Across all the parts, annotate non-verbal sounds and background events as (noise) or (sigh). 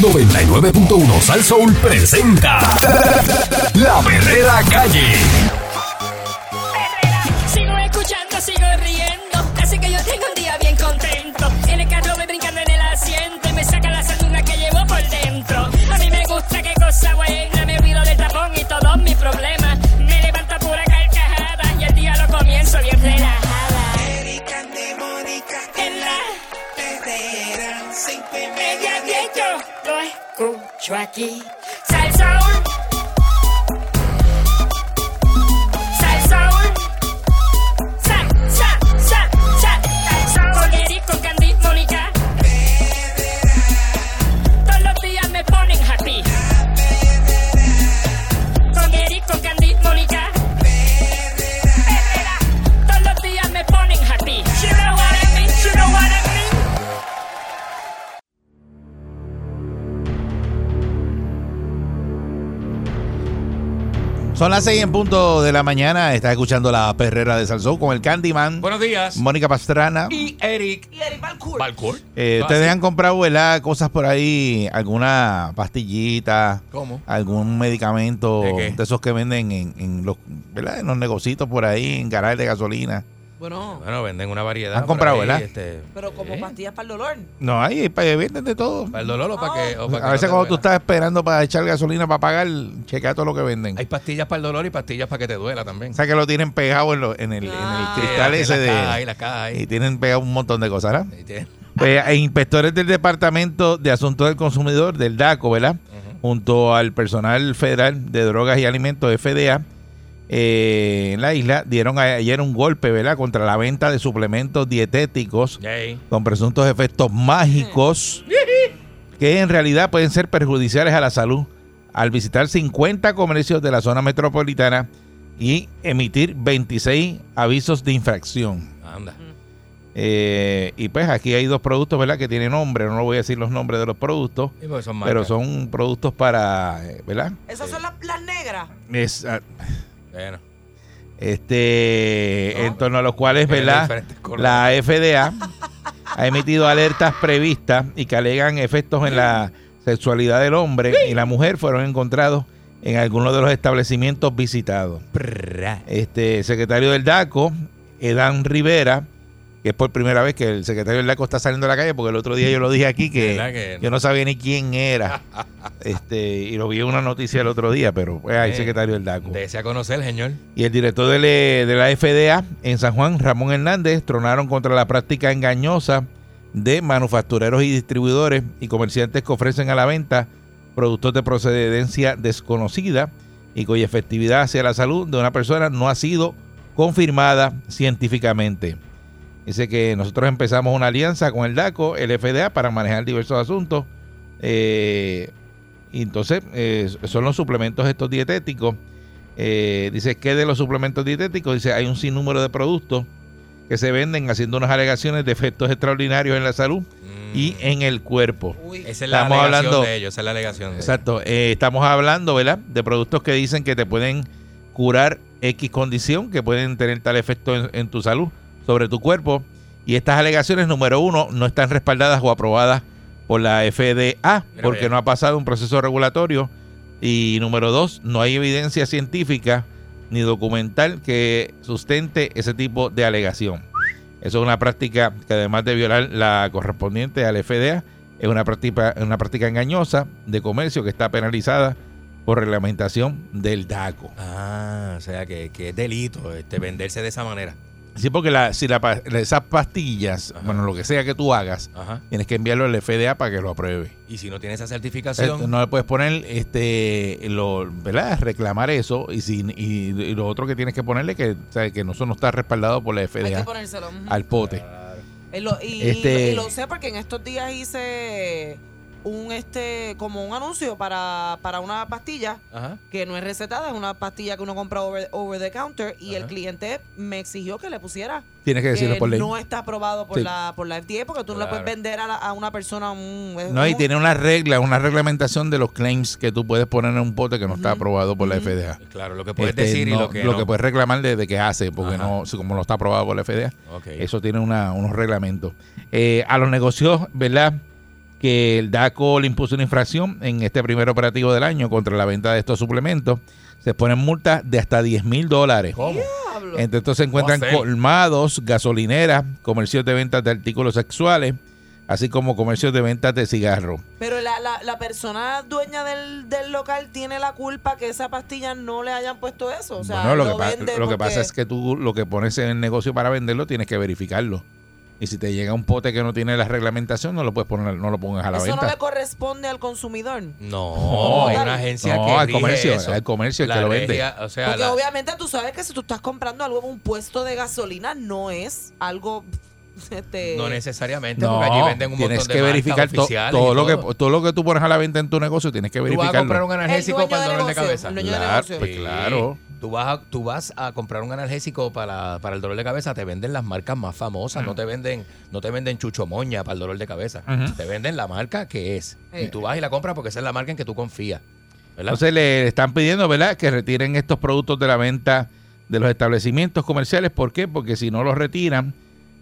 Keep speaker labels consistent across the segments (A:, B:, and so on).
A: 99.1 Sal Soul presenta La Verdadera Calle.
B: perrera. Sigo escuchando, sigo riendo. Así que yo tengo un día bien contento. En el carro voy brincando en el asiento y me saca la sardina que llevo por dentro. A mí me gusta qué cosa buena. Me olvido del tapón y todos mis problemas. Me levanto a pura carcajada y el día lo comienzo bien relajada.
C: Erika de Mónica
B: En la
C: Herrera, siempre
B: media que yo lo escucho aquí. Sal Soul. Sal Soul. Sal, sal, sal, sal. Sal Soul. Con Eric, con Candy, Mónica. Todos los días me ponen happy. Con Eric, con Candy, Mónica. Perrera. Todos los días me ponen happy. You know what I mean, you know what I mean.
D: Son las 6 en punto de la mañana. Estás escuchando la perrera de Salsón con el Candyman,
E: Buenos días.
D: Mónica Pastrana.
E: y Eric. Y Eric Balcourt.
D: Ah. Eh,
E: Ah,
D: ¿Ustedes
E: sí.
D: han comprado ¿verdad? cosas por ahí? ¿Alguna pastillita?
E: ¿Cómo?
D: ¿Algún medicamento
E: ¿De qué?
D: de esos que venden en, en los, ¿verdad? en los negocitos por ahí, en garajes de gasolina?
F: Bueno,
E: Bueno, venden una variedad.
D: Han comprado,
E: por ahí,
D: ¿verdad?
E: este,
F: pero como
E: ¿eh?
F: pastillas para el dolor.
D: No, ahí para venden de todo.
E: Para el dolor o para que. o para que
D: A veces
E: no te
D: cuando tú
E: duela.
D: estás esperando para echar gasolina para pagar, chequea todo lo que venden.
E: Hay pastillas para el dolor y pastillas para que te duela también.
D: O sea que lo tienen pegado en, lo- en el, en el
F: Ah.
D: cristal
E: Sí,
D: ese
E: la
D: de...
E: caja ahí, la caja ahí.
D: Y tienen pegado un montón de cosas, ¿verdad?
E: Ahí tiene.
D: Pues, e inspectores del Departamento de Asuntos del Consumidor, del DACO, ¿verdad? Junto al personal federal de drogas y alimentos, FDA, eh, en la isla, dieron a- ayer un golpe, ¿verdad? Contra la venta de suplementos dietéticos
E: Yay.
D: con presuntos efectos mágicos que en realidad pueden ser perjudiciales a la salud al visitar 50 comercios de la zona metropolitana y emitir 26 avisos de infracción.
E: Anda.
D: Eh, y pues aquí hay dos productos, ¿verdad? Que tienen nombre, no voy a decir los nombres de los productos,
E: Y porque son
D: pero
E: marcas.
D: son productos para, eh, ¿verdad?
F: Esas son las, las negras.
D: Es, ah,
E: Bueno,
D: este, en torno a los cuales,
E: Tienen
D: ¿verdad?
E: diferentes colores.
D: La FDA ha emitido alertas previstas y que alegan efectos en la sexualidad del hombre y la mujer fueron encontrados en algunos de los establecimientos visitados.
E: Prrra.
D: este el secretario del DACO, Edan Rivera, que es por primera vez que el secretario del DACO está saliendo a la calle, porque el otro día yo lo dije aquí
E: ¿Verdad
D: que
E: que
D: yo no sabía ni quién
E: (laughs)
D: era. este Y lo vi en una noticia el otro día, pero pues, hay
E: Eh,
D: secretario del DACO.
E: Desea conocer, señor.
D: Y el director del- de, la FDA en San Juan, Ramón Hernández, tronaron contra la práctica engañosa de manufactureros y distribuidores y comerciantes que ofrecen a la venta productos de procedencia desconocida y cuya efectividad hacia la salud de una persona no ha sido confirmada científicamente. Dice que nosotros empezamos una alianza con el DACO, el FDA, para manejar diversos asuntos. Eh, y entonces eh, son los suplementos estos dietéticos eh, dice que de los suplementos dietéticos, dice hay un sinnúmero de productos que se venden haciendo unas alegaciones de efectos extraordinarios en la salud
E: Mm.
D: y en el cuerpo.
F: Uy.
E: Esa es la
D: Estamos
E: alegación
D: hablando-
E: de ellos. Esa es la alegación. de ellos.
D: Exacto. Eh, estamos hablando, ¿verdad? De productos que dicen que te pueden curar X condición, que pueden tener tal efecto en, en tu salud, sobre tu cuerpo. Y estas alegaciones, número uno, no están respaldadas o aprobadas por la FDA
E: Mira,
D: porque
E: vea.
D: no ha pasado un proceso regulatorio. Y número dos, no hay evidencia científica ni documental que sustente ese tipo de alegación. Eso es una práctica que además de violar la correspondiente al FDA, es una práctica, una práctica engañosa de comercio que está penalizada por reglamentación del DACO.
E: Ah, o sea que, que es delito este, venderse de esa manera.
D: Sí, porque la- si la pa- esas pastillas,
E: Ajá.
D: bueno, lo que sea que tú hagas,
E: Ajá.
D: tienes que enviarlo al FDA para que lo apruebe.
E: Y si no tiene esa
D: Esto,
E: certificación.
D: no le puedes poner, este, lo, ¿verdad? Reclamar eso y, si, y, y lo otro que tienes que ponerle que, o sea, que no, eso no está respaldado por la
F: Hay que
D: FDA
F: ponérselo. ujú.
D: al pote.
F: Y lo, y-
D: Este-
F: y lo sé porque en estos días hice un este como un anuncio para, para una pastilla
E: Ajá.
F: que no es recetada, es una pastilla que uno compra over, over the counter y el
E: Ajá.
F: cliente me exigió que le pusiera
D: Tienes que decirlo
F: que
D: por ley.
F: no está aprobado por
D: Sí.
F: la por la FDA porque tú no le puedes
E: Claro.
F: vender a, la- a una persona un, eh,
D: No, y
F: un-
D: tiene una regla, una reglamentación de los claims que tú puedes poner en un pote que no está aprobado por la FDA.
E: Claro, lo que puedes
D: Este,
E: decir y
D: no,
E: lo que. no.
D: puedes reclamar de, de que hace, porque
E: Ajá.
D: no, si- como no está aprobado por la FDA,
E: Ok.
D: eso tiene una- unos reglamentos. Eh, a los negocios, ¿verdad? que el DACO le impuso una infracción en este primer operativo del año contra la venta de estos suplementos. Se ponen multas de hasta 10 mil dólares.
E: ¿Cómo?
D: Entre estos se encuentran
E: ¿Cómo hacer?
D: colmados, gasolineras, comercios de ventas de artículos sexuales, así como comercios de ventas de cigarros.
F: Pero la, la, la persona dueña del, del local tiene la culpa que esa pastilla no le hayan puesto eso. O sea,
D: Bueno, lo, que, pa-
F: vende
D: lo que
F: porque-
D: pasa es que tú lo que pones en el negocio para venderlo tienes que verificarlo. Y si te llega un pote que no tiene la reglamentación, no lo puedes poner, no lo pongas a la
F: eso
D: venta.
F: no le corresponde al consumidor.
E: No, hay una agencia
D: No,
E: que
D: al
E: rige
D: comercio,
E: eso.
D: al comercio
E: La
D: que lo vende.
E: regia, O sea,
F: Porque
E: la-
F: obviamente tú sabes que si tú estás comprando algo en un puesto de gasolina no es algo (laughs) este,
E: no necesariamente,
D: No,
E: porque allí venden un
D: tienes
E: montón de
D: que
E: marcas
D: verificar to-
E: oficiales y
D: todo, lo
E: todo.
D: que todo lo que tú pones a la venta en tu negocio, tienes que
E: Tú vas a comprar
D: verificarlo.
E: un
F: El dueño
E: analgésico para el
F: del
E: dolor de
F: negocio,
E: cabeza.
F: el dueño del
D: Claro,
F: negocio.
D: pues claro.
E: Tú vas, a, tú vas a comprar un analgésico para, para el dolor de cabeza, te venden las marcas más famosas, no te venden no te venden chucho moña para el dolor de cabeza,
D: Ujú.
E: te venden la marca que es.
F: Eh.
E: Y tú vas y la compras porque esa es la marca en que tú confías. ¿verdad?
D: Entonces le están pidiendo, ¿verdad?, que retiren estos productos de la venta de los establecimientos comerciales. ¿Por qué? Porque si no los retiran,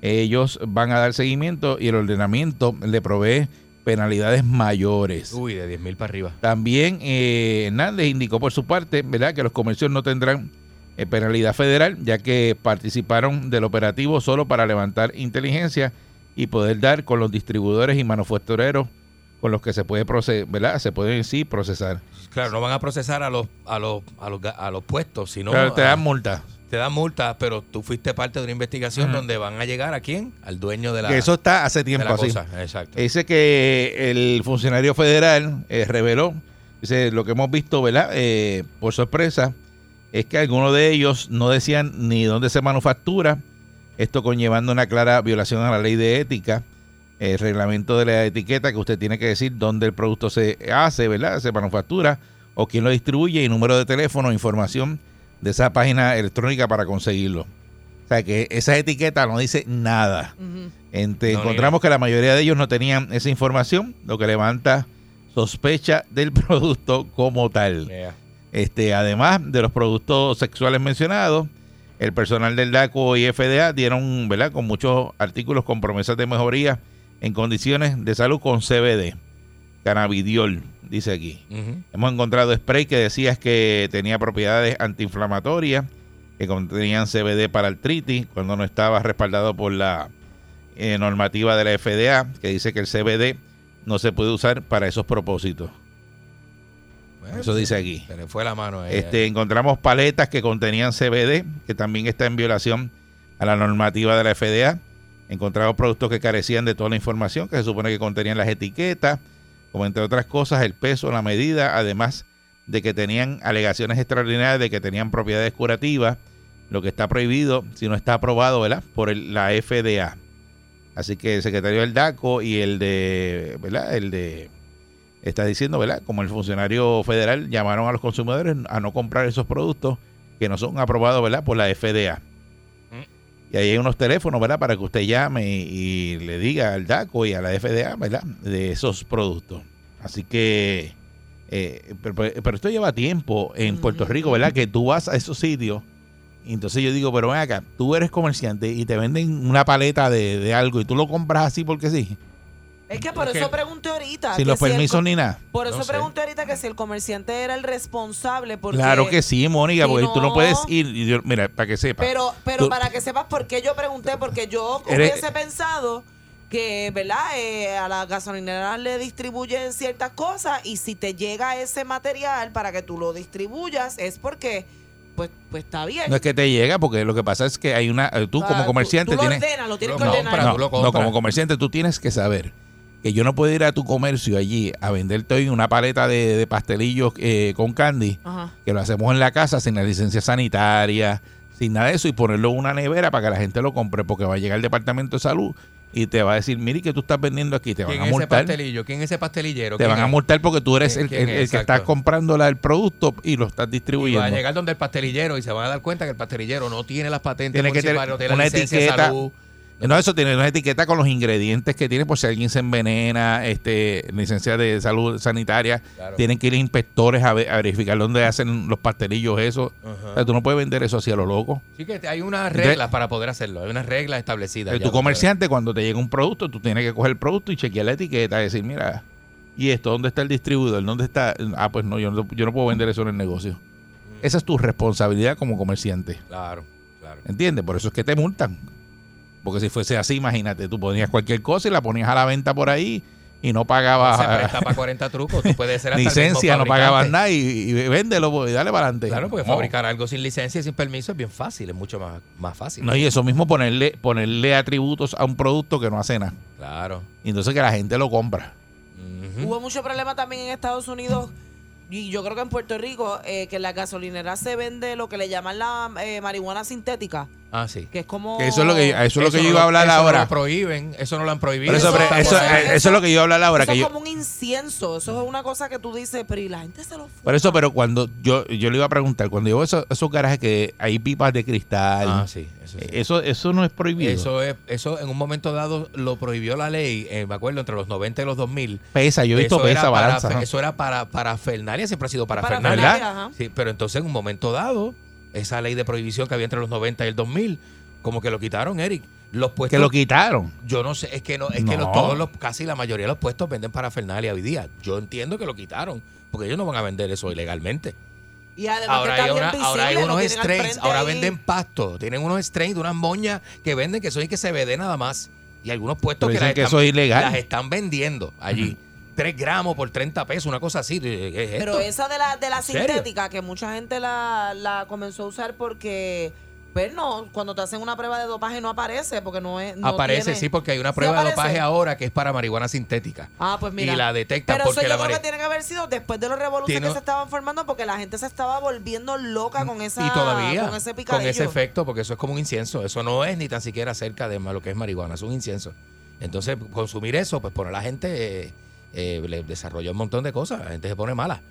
D: ellos van a dar seguimiento y el ordenamiento le provee penalidades mayores.
E: Uy, de 10 mil para arriba.
D: También eh, Hernández indicó por su parte, ¿verdad?, que los comercios no tendrán eh, penalidad federal, ya que participaron del operativo solo para levantar inteligencia y poder dar con los distribuidores y manufactureros con los que se puede proce- ¿verdad? Se pueden sí procesar.
E: Claro, no van a procesar a los a los a los, ga- a los puestos, sino
D: Claro, te
G: ah.
E: a-
D: dan multa.
E: te dan multas, pero tú fuiste parte de una investigación donde van a llegar a quién? Al dueño de la,
D: Que eso está hace
E: de la
D: tiempo así.
E: cosa. Exacto.
D: Dice que el funcionario federal eh, reveló, dice, lo que hemos visto, ¿verdad? Eh, por sorpresa, es que algunos de ellos no decían ni dónde se manufactura, esto conllevando una clara violación a la ley de ética, el reglamento de la etiqueta que usted tiene que decir dónde el producto se hace, ¿verdad? Se manufactura o quién lo distribuye y número de teléfono, información de esa página electrónica para conseguirlo. O sea que esa etiqueta no dice nada.
F: Ujú.
D: Ente-
E: No,
D: encontramos que la mayoría de ellos no tenían esa información, lo que levanta sospecha del (laughs) producto como tal.
E: Yeah.
D: Este, además de los productos sexuales mencionados, el personal del DACO y FDA dieron, ¿verdad?, con muchos artículos con promesas de mejoría en condiciones de salud con CBD, cannabidiol, dice aquí.
E: Ujú.
D: Hemos encontrado spray que decías que tenía propiedades antiinflamatorias, que contenían CBD para artritis, cuando no estaba respaldado por la eh, normativa de la FDA, que dice que el CBD no se puede usar para esos propósitos.
E: Bueno,
D: Eso dice aquí.
E: Se le fue la mano.
G: eh.
E: a ella.
D: Este, encontramos paletas que contenían CBD, que también está en violación a la normativa de la FDA. Encontramos productos que carecían de toda la información que se supone que contenían las etiquetas, como entre otras cosas el peso, la medida, además de que tenían alegaciones extraordinarias de que tenían propiedades curativas, lo que está prohibido si no está aprobado ¿verdad? por el- la FDA. Así que el secretario del DACO y el de, ¿verdad? El de está diciendo, ¿verdad? Como el funcionario federal llamaron a los consumidores a no comprar esos productos que no son aprobados, ¿verdad? Por la FDA. Y ahí hay unos teléfonos, ¿verdad? Para que usted llame y, y le diga al DACO y a la FDA, ¿verdad? De esos productos. Así que, eh, pero, pero esto lleva tiempo en Puerto Rico, ¿verdad? Que tú vas a esos sitios. y entonces yo digo, pero ven acá, tú eres comerciante y te venden una paleta de, de algo y tú lo compras así porque sí,
F: Es que por
E: Es que-
F: eso pregunté ahorita. que
D: sin los
F: si el
D: permisos
F: co-
D: ni nada.
F: Por eso
E: No sé.
F: pregunté ahorita que si el comerciante era el responsable. Porque,
D: Claro que sí, Mónica,
F: si
D: porque tú no
F: no-
D: puedes ir. y yo- mira, para que sepa.
F: Pero, pero
D: Tú-
F: para que sepas por qué yo pregunté, porque yo
D: Eres-
F: hubiese pensado que, ¿verdad? Eh, a las gasolineras le distribuyen ciertas cosas y si te llega ese material para que tú lo distribuyas es porque, pues, pues está bien.
D: no es que te llega, porque lo que pasa es que hay una. eh, Tú,
F: O sea,
D: como comerciante,
F: Ah, tú, tú
D: tienes.
F: Lo ordenas, lo tienes
E: Tú
F: que
E: lo
F: ordenar.
E: compras,
D: no,
E: tú lo
D: no,
E: compras.
D: como comerciante, tú tienes que saber que yo no puedo ir a tu comercio allí a venderte hoy una paleta de, de pastelillos eh, con candy,
F: Ajá.
D: que lo hacemos en la casa sin la licencia sanitaria, sin nada de eso, y ponerlo en una nevera para que la gente lo compre, porque va a llegar el departamento de salud y te va a decir, mire, que tú estás vendiendo aquí, te van
E: ¿Quién
D: a
E: es ese
D: multar.
E: pastelillo? ¿Quién es ese pastelillero?
D: Te
E: ¿Quién
D: van a
E: es?
D: multar porque tú eres
E: ¿Quién-
D: el,
E: quién
D: el-
E: es?
D: el que estás
E: Exacto.
D: comprando la- el producto y lo estás
E: Y
D: distribuyendo.
E: va a llegar donde el pastelillero y se van a dar cuenta que el pastelillero no tiene las patentes
D: Tiene que tener
E: municipales, no tiene
D: una
E: la licencia de
D: etiqueta.
E: salud,
D: No, eso tiene una etiqueta con los ingredientes que tiene, por si alguien se envenena, este, licencia de salud sanitaria,
G: Claro.
D: tienen que ir inspectores a, ve- a verificar dónde hacen los pastelillos, eso. O sea, tú no puedes vender eso así a lo loco.
G: Así que hay unas reglas para poder hacerlo, hay unas reglas establecidas.
D: Pero
G: ya
D: tu
G: para
D: comerciante, cuando te llega un producto, tú tienes que coger el producto y chequear la etiqueta, decir, mira, ¿y esto dónde está el distribuidor? ¿Dónde está? Ah, pues no, yo no, yo no puedo vender eso en el negocio. Esa es tu responsabilidad como comerciante.
G: saber. Mm. Claro, claro.
D: ¿Entiendes? Por eso es que te multan. Porque si fuese así, imagínate, tú ponías cualquier cosa y la ponías a la venta por ahí y no
G: Se
D: pagabas
G: presta
D: (laughs)
G: para 40 trucos, tú puedes ser hasta el mismo
D: licencia, no
G: fabricante.
D: pagabas nada y, y véndelo pues, y dale para adelante.
G: Claro, porque
D: No.
G: fabricar algo sin licencia y sin permiso es bien fácil, es mucho más, más fácil.
D: No, y eso mismo ponerle, ponerle atributos a un producto que no hace nada.
G: Claro.
D: Y entonces que la gente lo compra.
G: Ujú.
F: Hubo mucho problema también en Estados Unidos y yo creo que en Puerto Rico, eh, que en las gasolineras se vende lo que le llaman la eh, marihuana sintética,
G: Ah, sí.
F: que es como...
D: Que eso es lo que, a eso es lo que yo
G: no
D: iba a hablar
G: eso no
D: ahora.
G: lo prohíben, eso no lo han prohibido.
D: Pero eso,
F: Eso
D: pero
F: está
D: eso-
F: por ahí.
D: eh, eso es lo que yo iba a hablar ahora.
F: eso
D: Que
F: es
D: yo,
F: como un incienso, eso es una cosa que tú dices, pero y la gente se lo...
D: por eso, pero cuando yo, yo le iba a preguntar, cuando yo veo esos, esos garajes que hay pipas de cristal,
G: Ah, sí, eso sí.
D: eso, eso no es prohibido.
G: Eso es, eso en un momento dado lo prohibió la ley, eh, me acuerdo, entre los 90 y los 2000.
D: pesa, yo he visto
G: Eso era
D: pesa,
G: para-
D: balanza. ¿no?
G: Eso era para, para Fernalia, siempre ha sido para,
F: Para
G: Fernalia.
F: Fernalia, ajá.
G: Sí, pero entonces en un momento dado, esa ley de prohibición que había entre los 90 y el 2000, como que lo quitaron, Eric. Los puestos,
D: Que lo quitaron.
G: yo no sé, es que no, es que
D: No.
G: los- todos los, casi la mayoría de los puestos venden para Fernalia hoy día. Yo entiendo que lo quitaron, porque ellos no van a vender eso ilegalmente.
F: Y además
G: Ahora
F: que
G: hay,
F: está bien
G: una-
F: visible,
G: ahora hay
F: lo
G: unos
F: tienen al
G: strains,
F: frente
G: ahora
F: ahí.
G: venden pasto, tienen unos strains de unas moñas que venden que son y que se vende nada más. Y algunos puestos
D: Pero
G: que, las
D: dicen que
G: están,
D: eso es ilegal.
G: las están vendiendo allí. 3 gramos por 30 pesos, una cosa así. ¿Qué es esto?
F: Pero esa de la, de la
G: ¿En serio?
F: sintética, que mucha gente la, la comenzó a usar porque, pues no, cuando te hacen una prueba de dopaje no aparece, porque no es... no
G: aparece,
F: tiene-
G: sí, porque hay una
F: ¿Sí
G: prueba de
F: aparece?
G: dopaje ahora que es para marihuana sintética.
F: Ah, pues mira.
G: Y la detectan
F: Pero
G: porque
F: eso
G: la
F: yo creo
G: mari-
F: que tiene que haber sido después de los revoluciones
G: Tiene-
F: que se estaban formando porque la gente se estaba volviendo loca con esa
G: y todavía
F: con ese
G: con
F: picadillo.
G: ese efecto, porque eso es como un incienso. Eso no es ni tan siquiera cerca de lo que es marihuana, es un incienso. Entonces, consumir eso, pues poner a la gente, eh, eh, le desarrolla un montón de cosas. La gente se pone mala.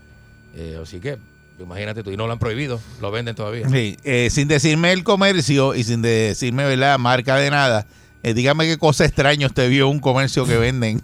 G: Eh, así que, imagínate tú, y no lo han prohibido, lo venden todavía.
D: Sí, eh, sin decirme el comercio y sin decirme ¿verdad? marca de nada, eh, dígame qué cosa extraña usted vio un comercio que
G: (laughs)
D: venden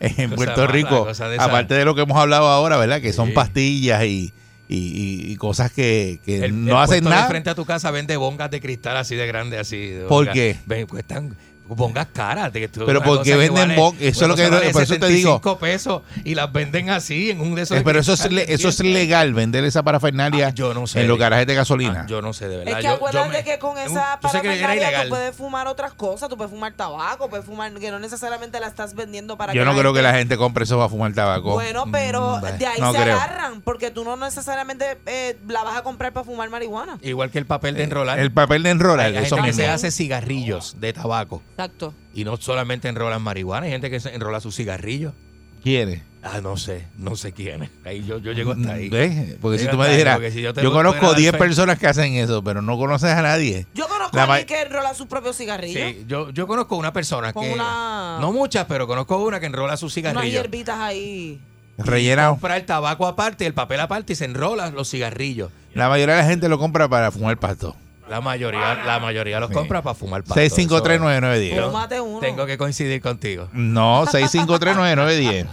D: en
G: Cosa
D: Puerto
G: mala,
D: Rico.
G: cosa de esa.
D: Aparte de lo que hemos hablado ahora, ¿verdad? Que son
G: Sí.
D: pastillas y, y- y- y cosas que, que
G: El-
D: no
G: el
D: hacen
G: puesto de
D: nada.
G: frente a tu casa vende bongas de cristal así de grande, así. de
D: ¿Por
G: bongas.
D: qué?
G: Ven, cuestan bongas caras. de que tú-
D: Pero
G: una
D: ¿por qué
G: cosa que
D: venden bon- eso es lo
G: una cosa
D: que- por eso te digo.
G: 75 pesos y las venden así en un de esos.
D: Eh,
G: de
D: pero eso es,
G: cristal
D: le-
G: que
D: eso es
G: tienen.
D: legal, vender esa parafernalia
G: Ah, yo no sé.
D: en los garajes de gasolina.
G: Ah, yo no sé, de verdad.
F: Es que
G: yo, yo
F: acuérdate
G: me-
F: que con
G: yo-
F: esa
G: yo sé que era
F: parafernalia
G: ilegal.
F: tú puedes fumar otras cosas, tú puedes fumar tabaco, puedes fumar que no necesariamente la estás vendiendo
G: Ah,
F: para
D: Yo
F: que
D: no
F: la
D: creo
F: gente-
D: que la gente compre eso para fumar tabaco.
F: Bueno, pero
G: Mm, bueno.
F: de ahí
D: No
F: se
D: creo.
F: agarran, porque tú no necesariamente eh, la vas a comprar para fumar marihuana.
G: Igual que el papel de enrolar.
D: el papel de enrolar,
G: Hay gente
D: eso
G: que
D: mismo.
G: se hace cigarrillos de tabaco.
F: Exacto.
G: Y no solamente enrolan marihuana, hay gente que se enrola sus cigarrillos.
D: ¿Quiere?
G: Ah, no sé, no sé quién es. Ahí yo, yo llego hasta ahí.
D: ¿Ves? Porque si
G: Llego
D: tú me
G: hasta ahí,
D: dijeras,
G: porque si
D: yo,
G: yo te pudiera
D: conozco
G: dar
D: 10
G: fe-
D: personas que hacen eso, pero no conoces a nadie.
F: Yo conozco
D: La
F: a
D: ma-
F: alguien que enrola sus propios cigarrillos.
G: Sí, yo, yo conozco una persona
F: Con
G: que.
F: una-
G: No muchas, pero conozco una que enrola sus
F: Unas
G: cigarrillos.
F: hierbitas ahí.
D: Rellenado.
G: Compra el tabaco aparte, el papel aparte y se enrola los cigarrillos.
D: La mayoría de la gente lo compra para fumar pasto.
G: La
H: Ah.
G: mayoría, la mayoría los
D: Sí.
G: compra para fumar pasto. Eso-
D: 6539910.
F: Fúmate uno.
G: Tengo que coincidir contigo.
D: No, 6539910.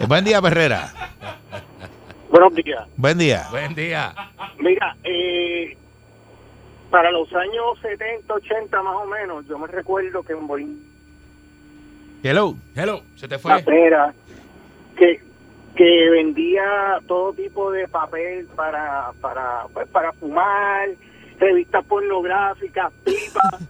D: Eh, Buen día, Perrera.
H: Buenos días.
D: Buen día.
G: Buen día.
H: Mira, eh, para los años 70, 80 más o menos, yo me recuerdo que en Bolívar,
D: Hello.
G: Hello, se te fue.
H: era que, que vendía todo tipo de papel para, para, pues, para fumar, revistas pornográficas,
G: (laughs)
H: pipas.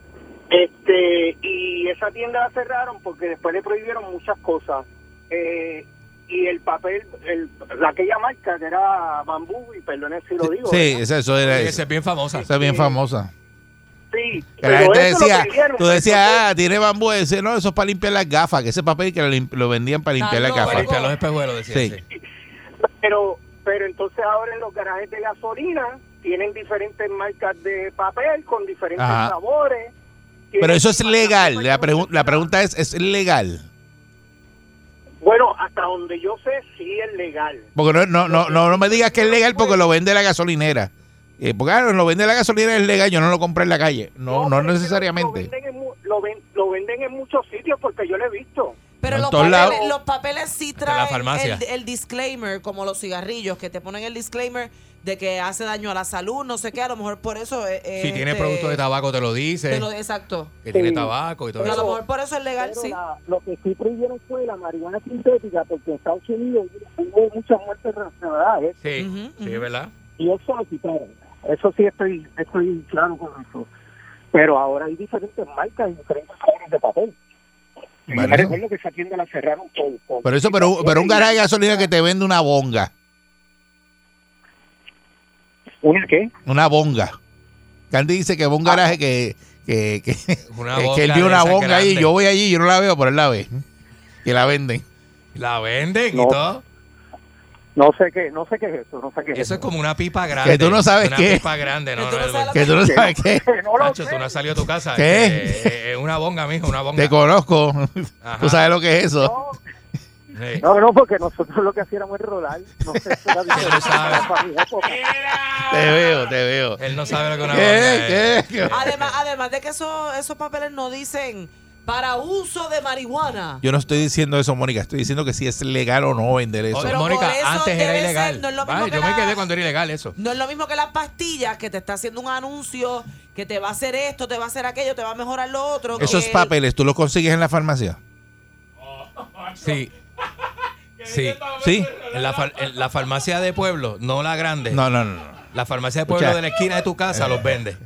H: este, y esa tienda la cerraron porque después le prohibieron muchas cosas. Eh, y el papel, el, aquella marca que era bambú, y perdone si lo digo.
D: Sí,
H: ¿verdad?
D: esa- eso era.
G: Esa es bien famosa.
D: Esa es bien
H: Sí.
D: famosa.
H: Sí,
D: Que la gente
H: eso lo
D: decía,
H: prohibieron,
D: tú decías, ah, tiene bambú. Ese, no, eso es para limpiar las gafas. Que ese papel que lo, lim- lo vendían para limpiar las
G: Para
F: Está
D: gafas.
F: loco.
G: limpiar los espejuelos, decía.
D: Sí.
G: sí.
H: pero pero entonces ahora en los garajes de gasolina tienen diferentes marcas de papel con diferentes
D: Ajá.
H: sabores.
D: Pero
H: Tienen
D: eso es
H: marcas de
D: legal.
H: papel
D: La,
H: que
D: pregu-
H: no se
D: la
H: sabe.
D: pregunta es, ¿es legal?
H: Bueno, hasta donde yo sé sí es legal.
D: Porque no, no, no, no, no me digas que es legal porque lo vende la gasolinera. ah, Eh, porque claro, lo vende la gasolinera es legal, yo no lo compré en la calle. No, no
H: pero es que lo-
D: necesariamente.
H: Lo venden, en, mu- lo, ven- lo venden en muchos sitios porque yo lo he visto.
F: Pero
D: En
F: los
D: todos
F: papeles,
D: lados.
F: los papeles sí
G: la
F: traen
G: farmacia.
F: el, el disclaimer, como los cigarrillos, que te ponen el disclaimer de que hace daño a la salud, no sé qué, a lo mejor por eso... eh,
G: Si
F: eh,
G: tiene
F: este,
G: productos de tabaco, te lo dice.
F: te lo- exacto.
G: que tiene
H: Sí.
G: tabaco y todo
F: Pero a lo
G: eso.
F: mejor por eso es legal,
H: Pero
F: sí.
H: la- lo que sí prohibieron fue la marihuana sintética porque en Estados Unidos hubo muchas muertes relacionadas a eso,
G: Sí,
F: Ujú,
G: sí,
F: ujú.
G: ¿verdad?
H: y eso lo quitaron. Eso sí estoy, estoy claro con eso. Pero ahora hay diferentes marcas y diferentes colores de papel.
D: Bueno,
H: yo me
D: eso-
H: recuerdo que esa tienda la cerraron por... por-
D: Pero eso, pero, pero un garaje de gasolina que te vende una bonga.
H: ¿Una qué? Ah.
D: Una bonga. Candy dice que va a un garaje que, que, que,
G: Una
D: que- que
G: bonga
D: él vio
G: de
D: una
G: esas
D: bonga ahí.
G: grandes.
D: Yo voy allí, yo no la veo, pero él la ve. Que la venden.
G: La venden y
H: No.
G: todo.
H: No sé qué, no sé qué es eso, no sé qué es
G: Eso
H: eso.
G: es como una pipa grande.
D: tú no sabes
G: una
D: qué.
G: pipa grande, no,
F: Que tú
G: no,
F: no
G: es-
F: sabes lo
D: Que tú no sabes qué.
H: No lo
G: Nacho,
H: sé.
G: tú no has salido de tu casa.
D: ¿Qué?
G: este, eh, eh, una bonga, mijo, una bonga.
D: Te conozco.
G: Ajá.
D: Tú sabes lo que es eso.
G: Sí.
H: No, no, porque nosotros lo que hacíamos era rolar. No sé, eso era
G: Tú lo sabes.
H: para mi época.
D: Te veo, te veo.
G: Él no sabe lo que una bonga
D: ¿Qué?
G: es.
D: ¿Qué?
F: (laughs) Además, además de que eso- esos papeles no dicen para uso de marihuana.
D: Yo no estoy diciendo eso, Mónica. Estoy diciendo que si es legal o no vender eso.
G: Oye,
F: Pero
G: Mónica,
F: por eso
G: antes era
F: debe ser-
G: ilegal.
F: no es lo mismo
G: Vale,
F: que
G: yo me
F: la-
G: quedé cuando era ilegal eso.
F: No es lo mismo que las pastillas, que te está haciendo un anuncio, que te va a hacer esto, te va a hacer aquello, te va a mejorar lo otro. que
D: Esos
F: el-
D: papeles, ¿tú los consigues en la farmacia?
G: Sí. Sí.
D: Sí.
G: En la, far- en la farmacia de pueblo, no la grande.
D: No, no, no. no.
G: La farmacia de pueblo
D: Escucha.
G: de la esquina de tu casa los vende.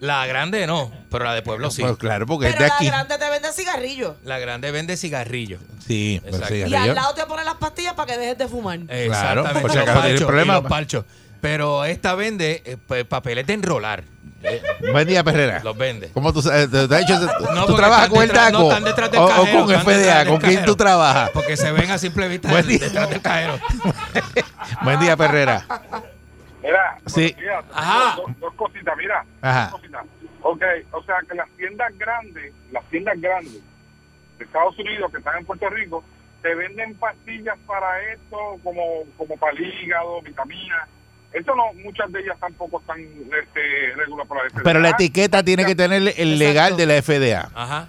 G: La grande no, pero la de pueblo sí.
D: Pues claro, porque
F: Pero
D: es de
F: la
D: aquí.
F: grande te vende cigarrillos.
G: La grande vende cigarrillos.
D: Sí, pues pero
G: Exacto.
F: Y
D: cigarrillo. Eh,
F: al lado te ponen las pastillas para que dejes de fumar.
D: Claro,
G: Exactamente.
D: por si
G: los
D: acaso tiene
G: parchos,
D: problema.
G: y los parchos. Pero esta vende eh, pa- papeles de enrolar. Eh,
D: Buen día, Perrera.
G: los vende.
D: ¿Cómo tú sabes? ¿Te, te has hecho- ¿Tú
G: porque
D: trabajas
G: están
D: con el
G: detrás-
D: taco?
G: no, están detrás del
D: o, o
G: cajero,
D: con
G: están
D: FDA?
G: detrás del
D: ¿Con quién
G: cajero.
D: tú trabajas?
G: Porque se ven a simple vista
D: Buen día.
G: detrás del cajero.
D: (laughs) Buen día, Perrera.
I: Mira,
D: Sí.
I: buenos días.
G: Ajá.
I: Dos, dos cositas, mira.
D: Ajá.
I: Dos cositas. Ok, o sea que las tiendas grandes, las tiendas grandes de Estados Unidos que están en Puerto Rico, te venden pastillas para esto, como, como para el hígado, vitaminas. Eso no, muchas de ellas tampoco están este, reguladas por la FDA.
D: Pero la
F: Ah,
D: etiqueta tiene que tener el legal de la FDA.
G: Ajá.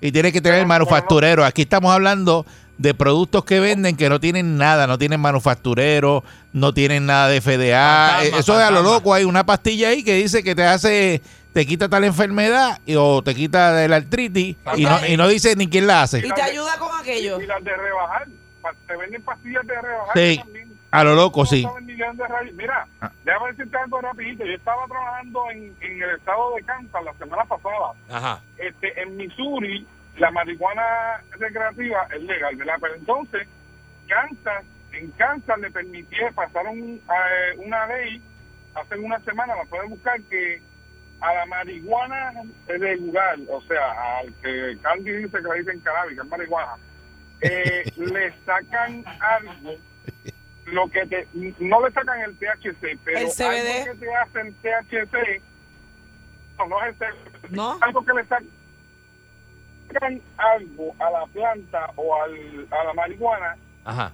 D: Y tiene que tener el manufacturero. Aquí estamos hablando de productos que venden que no tienen nada, no tienen manufacturero, no tienen nada de FDA.
G: Fantasma,
D: Eh, Eso es a lo
G: fantasma.
D: loco. Hay una pastilla ahí que dice que te hace, te quita tal enfermedad y- o te quita de la artritis y no,
G: Fantasma.
D: y no dice ni quién la hace.
F: Y te ayuda con aquello.
I: Y, y las de rebajar, pa- te venden pastillas de rebajar
D: Sí.
I: también.
D: A lo loco,
I: No
D: sí.
I: saben ni de dónde rayos. Mira,
D: Ah.
I: déjame decirte algo rapidito. Yo estaba trabajando en, en el estado de Kansas la semana pasada.
G: Ajá.
I: Este, en Missouri, la marihuana recreativa es legal, ¿verdad? Pero entonces, Kansas, en Kansas le permitieron, pasaron eh, una ley hace una semana, la pueden buscar, que a la marihuana regular, o sea, al que Candy dice que la dicen cannabis, que es marihuana, eh, le sacan algo, lo que te, no le sacan el THC, pero
F: El CBD.
I: algo que te hace el THC, no, no es el CBD,
F: ¿No?
I: algo que le sacan sacan algo a la planta o al, a la marihuana,
G: Ajá.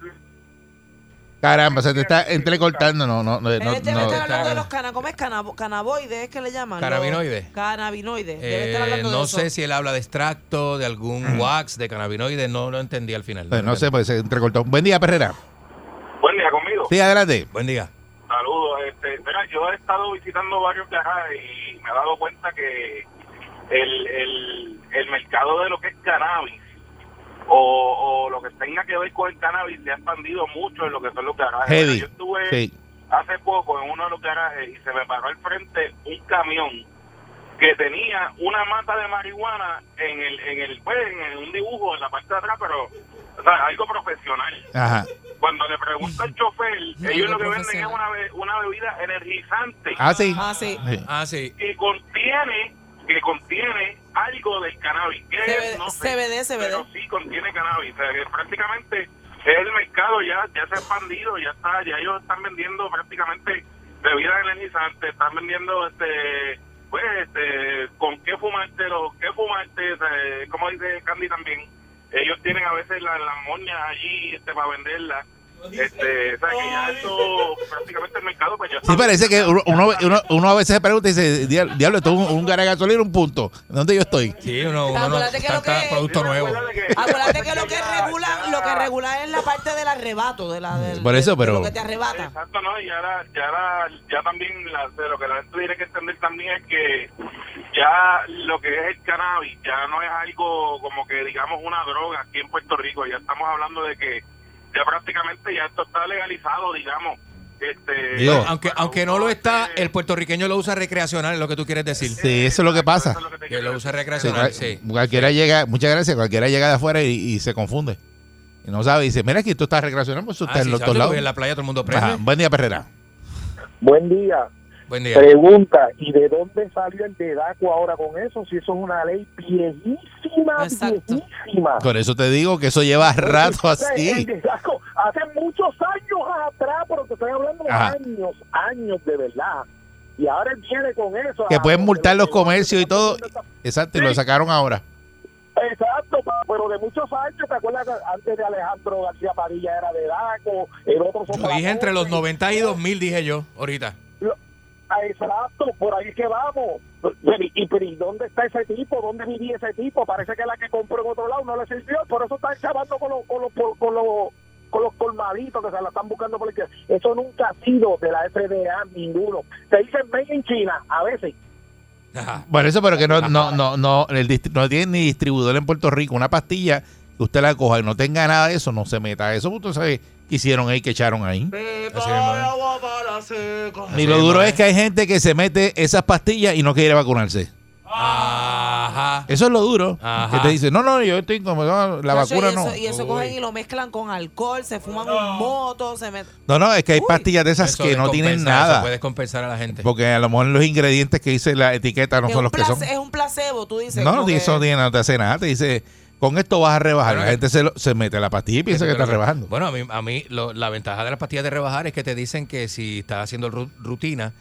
D: Caramba, se te está entrecortando. No, no, no. no,
F: Él debe estar
D: no.
F: este hablando de los cana, ¿cómo es? Canabo- canaboides, es que le llaman.
G: Cannabinoides.
F: Los Cannabinoides. Debe estar
G: Eh,
F: hablando de
G: no
F: eso.
G: sé si él habla de extracto, de algún wax, de cannabinoides. No lo entendí al final.
D: Pues
G: lo
D: no sé,
G: entendí.
D: pues se entrecortó. Buen día, Perrera.
I: Buen día conmigo.
D: Sí, adelante.
G: Buen día.
I: Saludos. Este, mira, yo he estado visitando varios garajes y me he dado cuenta que el, el, el mercado de lo que es cannabis o, o lo que tenga que ver con el cannabis se ha expandido mucho en lo que son los garajes.
D: Heavy.
I: Yo estuve
D: Sí.
I: hace poco en uno de los garajes y se me paró al frente un camión que tenía una mata de marihuana en el en el pues, en un dibujo en la parte de atrás, pero o sea, algo profesional
D: Ajá.
I: cuando le pregunta al chofer,
D: (laughs)
I: ellos lo que venden es
F: profesional.
I: una, be- una bebida energizante
D: Ah, sí.
F: Ah, sí.
D: Sí.
G: Ah, sí.
I: que contiene que contiene algo del cannabis. ¿Qué
F: CBD,
I: es? No sé,
F: CBD.
I: Pero sí contiene cannabis. O sea, que prácticamente el mercado ya ya se ha expandido, ya está, ya ellos están vendiendo prácticamente bebidas energizantes, están vendiendo este pues este con qué fumártelo, qué fumarte, o sea, eh, como dice Candy también. Ellos tienen a veces la, la moña allí este para venderla. Este, o sea, que ya esto prácticamente el mercado pues ya
D: Sí, parece que uno, uno, uno- uno a veces se pregunta y dice, "Diablo, diablo, esto es un, un garaje de gasolina, un punto. ¿Dónde yo estoy?
E: Sí, uno, uno no-
F: Acuérdate que lo
E: tanta
F: que-
E: producto nuevo.
F: Acuérdate que lo que regula, lo que regula es la parte del arrebato, de la del,
D: Por eso,
F: de- de
D: pero-
F: lo que te arrebata.
I: Exacto, ¿no? Y ahora, ya, ahora- ya también la- de lo que la gente tiene que entender también es que ya lo que es el cannabis ya no es algo como que digamos una droga aquí en Puerto Rico, ya estamos hablando de que ya prácticamente ya esto está legalizado, digamos. Este,
D: Digo,
E: Aunque, aunque no lo está, el puertorriqueño lo usa recreacional, es lo que tú quieres decir.
D: Sí, eso es lo que pasa.
E: Que lo usa
D: Sí,
E: recreacional,
D: cual-
E: sí.
D: Cualquiera llega, muchas gracias, cualquiera llega de afuera y, y se confunde. Y no sabe, y dice, mira aquí tú estás recreacional, pues tú
E: Ah,
D: estás
E: sí,
D: en los
E: ¿sabes?
D: dos lados.
E: en la playa todo el mundo
D: Ajá,
E: prende.
D: Buen día, Perrera.
H: Buen día.
E: Buen día.
H: Pregunta, ¿y de dónde salió el dedaco ahora con eso? Si eso es una ley viejísima,
F: Exacto.
H: viejísima.
D: Con eso te digo que eso lleva rato
H: O sea, El
D: así.
H: dedaco, hace muchos años atrás, pero te estoy hablando de
D: Ajá.
H: años, años de verdad. Y ahora él viene con eso.
D: Que
H: Ah,
D: pueden
H: porque
D: multar los
H: que van a
D: comercios y
H: estar
D: todo.
H: haciendo
D: Exacto, y lo sacaron ahora.
H: Exacto, pa- pero de muchos años, ¿te acuerdas que antes de Alejandro García Padilla era de Daco, el otro
E: Yo
H: Sotomayor?
E: dije entre los 90 y 2000, dije yo, ahorita.
H: Lo- ah, Exacto, por ahí es que vamos. Pero, ¿Y, pero, ¿y dónde está ese tipo? ¿Dónde vivía ese tipo? Parece que la que compró en otro lado no le sirvió, por eso está chavando con los, con los, con los, con los- con los colmaditos que se la están buscando por la izquierda. Eso nunca ha sido de la FDA, ninguno. Se dicen made in China, a veces.
E: Ajá.
D: Por eso, pero que no, no, no, no, el distri- no tiene ni distribuidor en Puerto Rico. Una pastilla que usted la coja y no tenga nada de eso, no se meta a eso. Usted sabe que hicieron ahí, que echaron ahí.
E: Así mismo es.
D: Y ¿eh? lo duro es que hay gente que se mete esas pastillas y no quiere vacunarse.
E: Ajá.
D: Eso es lo duro.
E: Ajá.
D: Que te dice, no, no, yo estoy como no, la
F: No, eso-
D: vacuna
F: y
D: no.
F: Eso, y eso
E: Uy.
F: cogen y lo mezclan con alcohol, se fuman un moto, se meten.
D: No, no, es que hay
F: Uy.
D: pastillas de esas
E: Eso
D: que no
E: descompensa,
D: tienen
E: eso
D: nada.
E: Puedes compensar a la gente.
D: Porque a lo mejor los ingredientes que dice la etiqueta no
F: Es
D: son
F: un
D: los que
F: place-
D: son.
F: Es un placebo, tú dices.
D: No,
F: como
D: no,
F: que-
D: eso no tiene nada, te hace nada. Te dice, con esto vas a rebajar.
E: Bueno,
D: La gente se, lo- se mete a la pastilla y piensa que está rebajando.
E: Bueno, a mí, a mí lo- la ventaja de las pastillas de rebajar es que te dicen que si estás haciendo ru- rutina,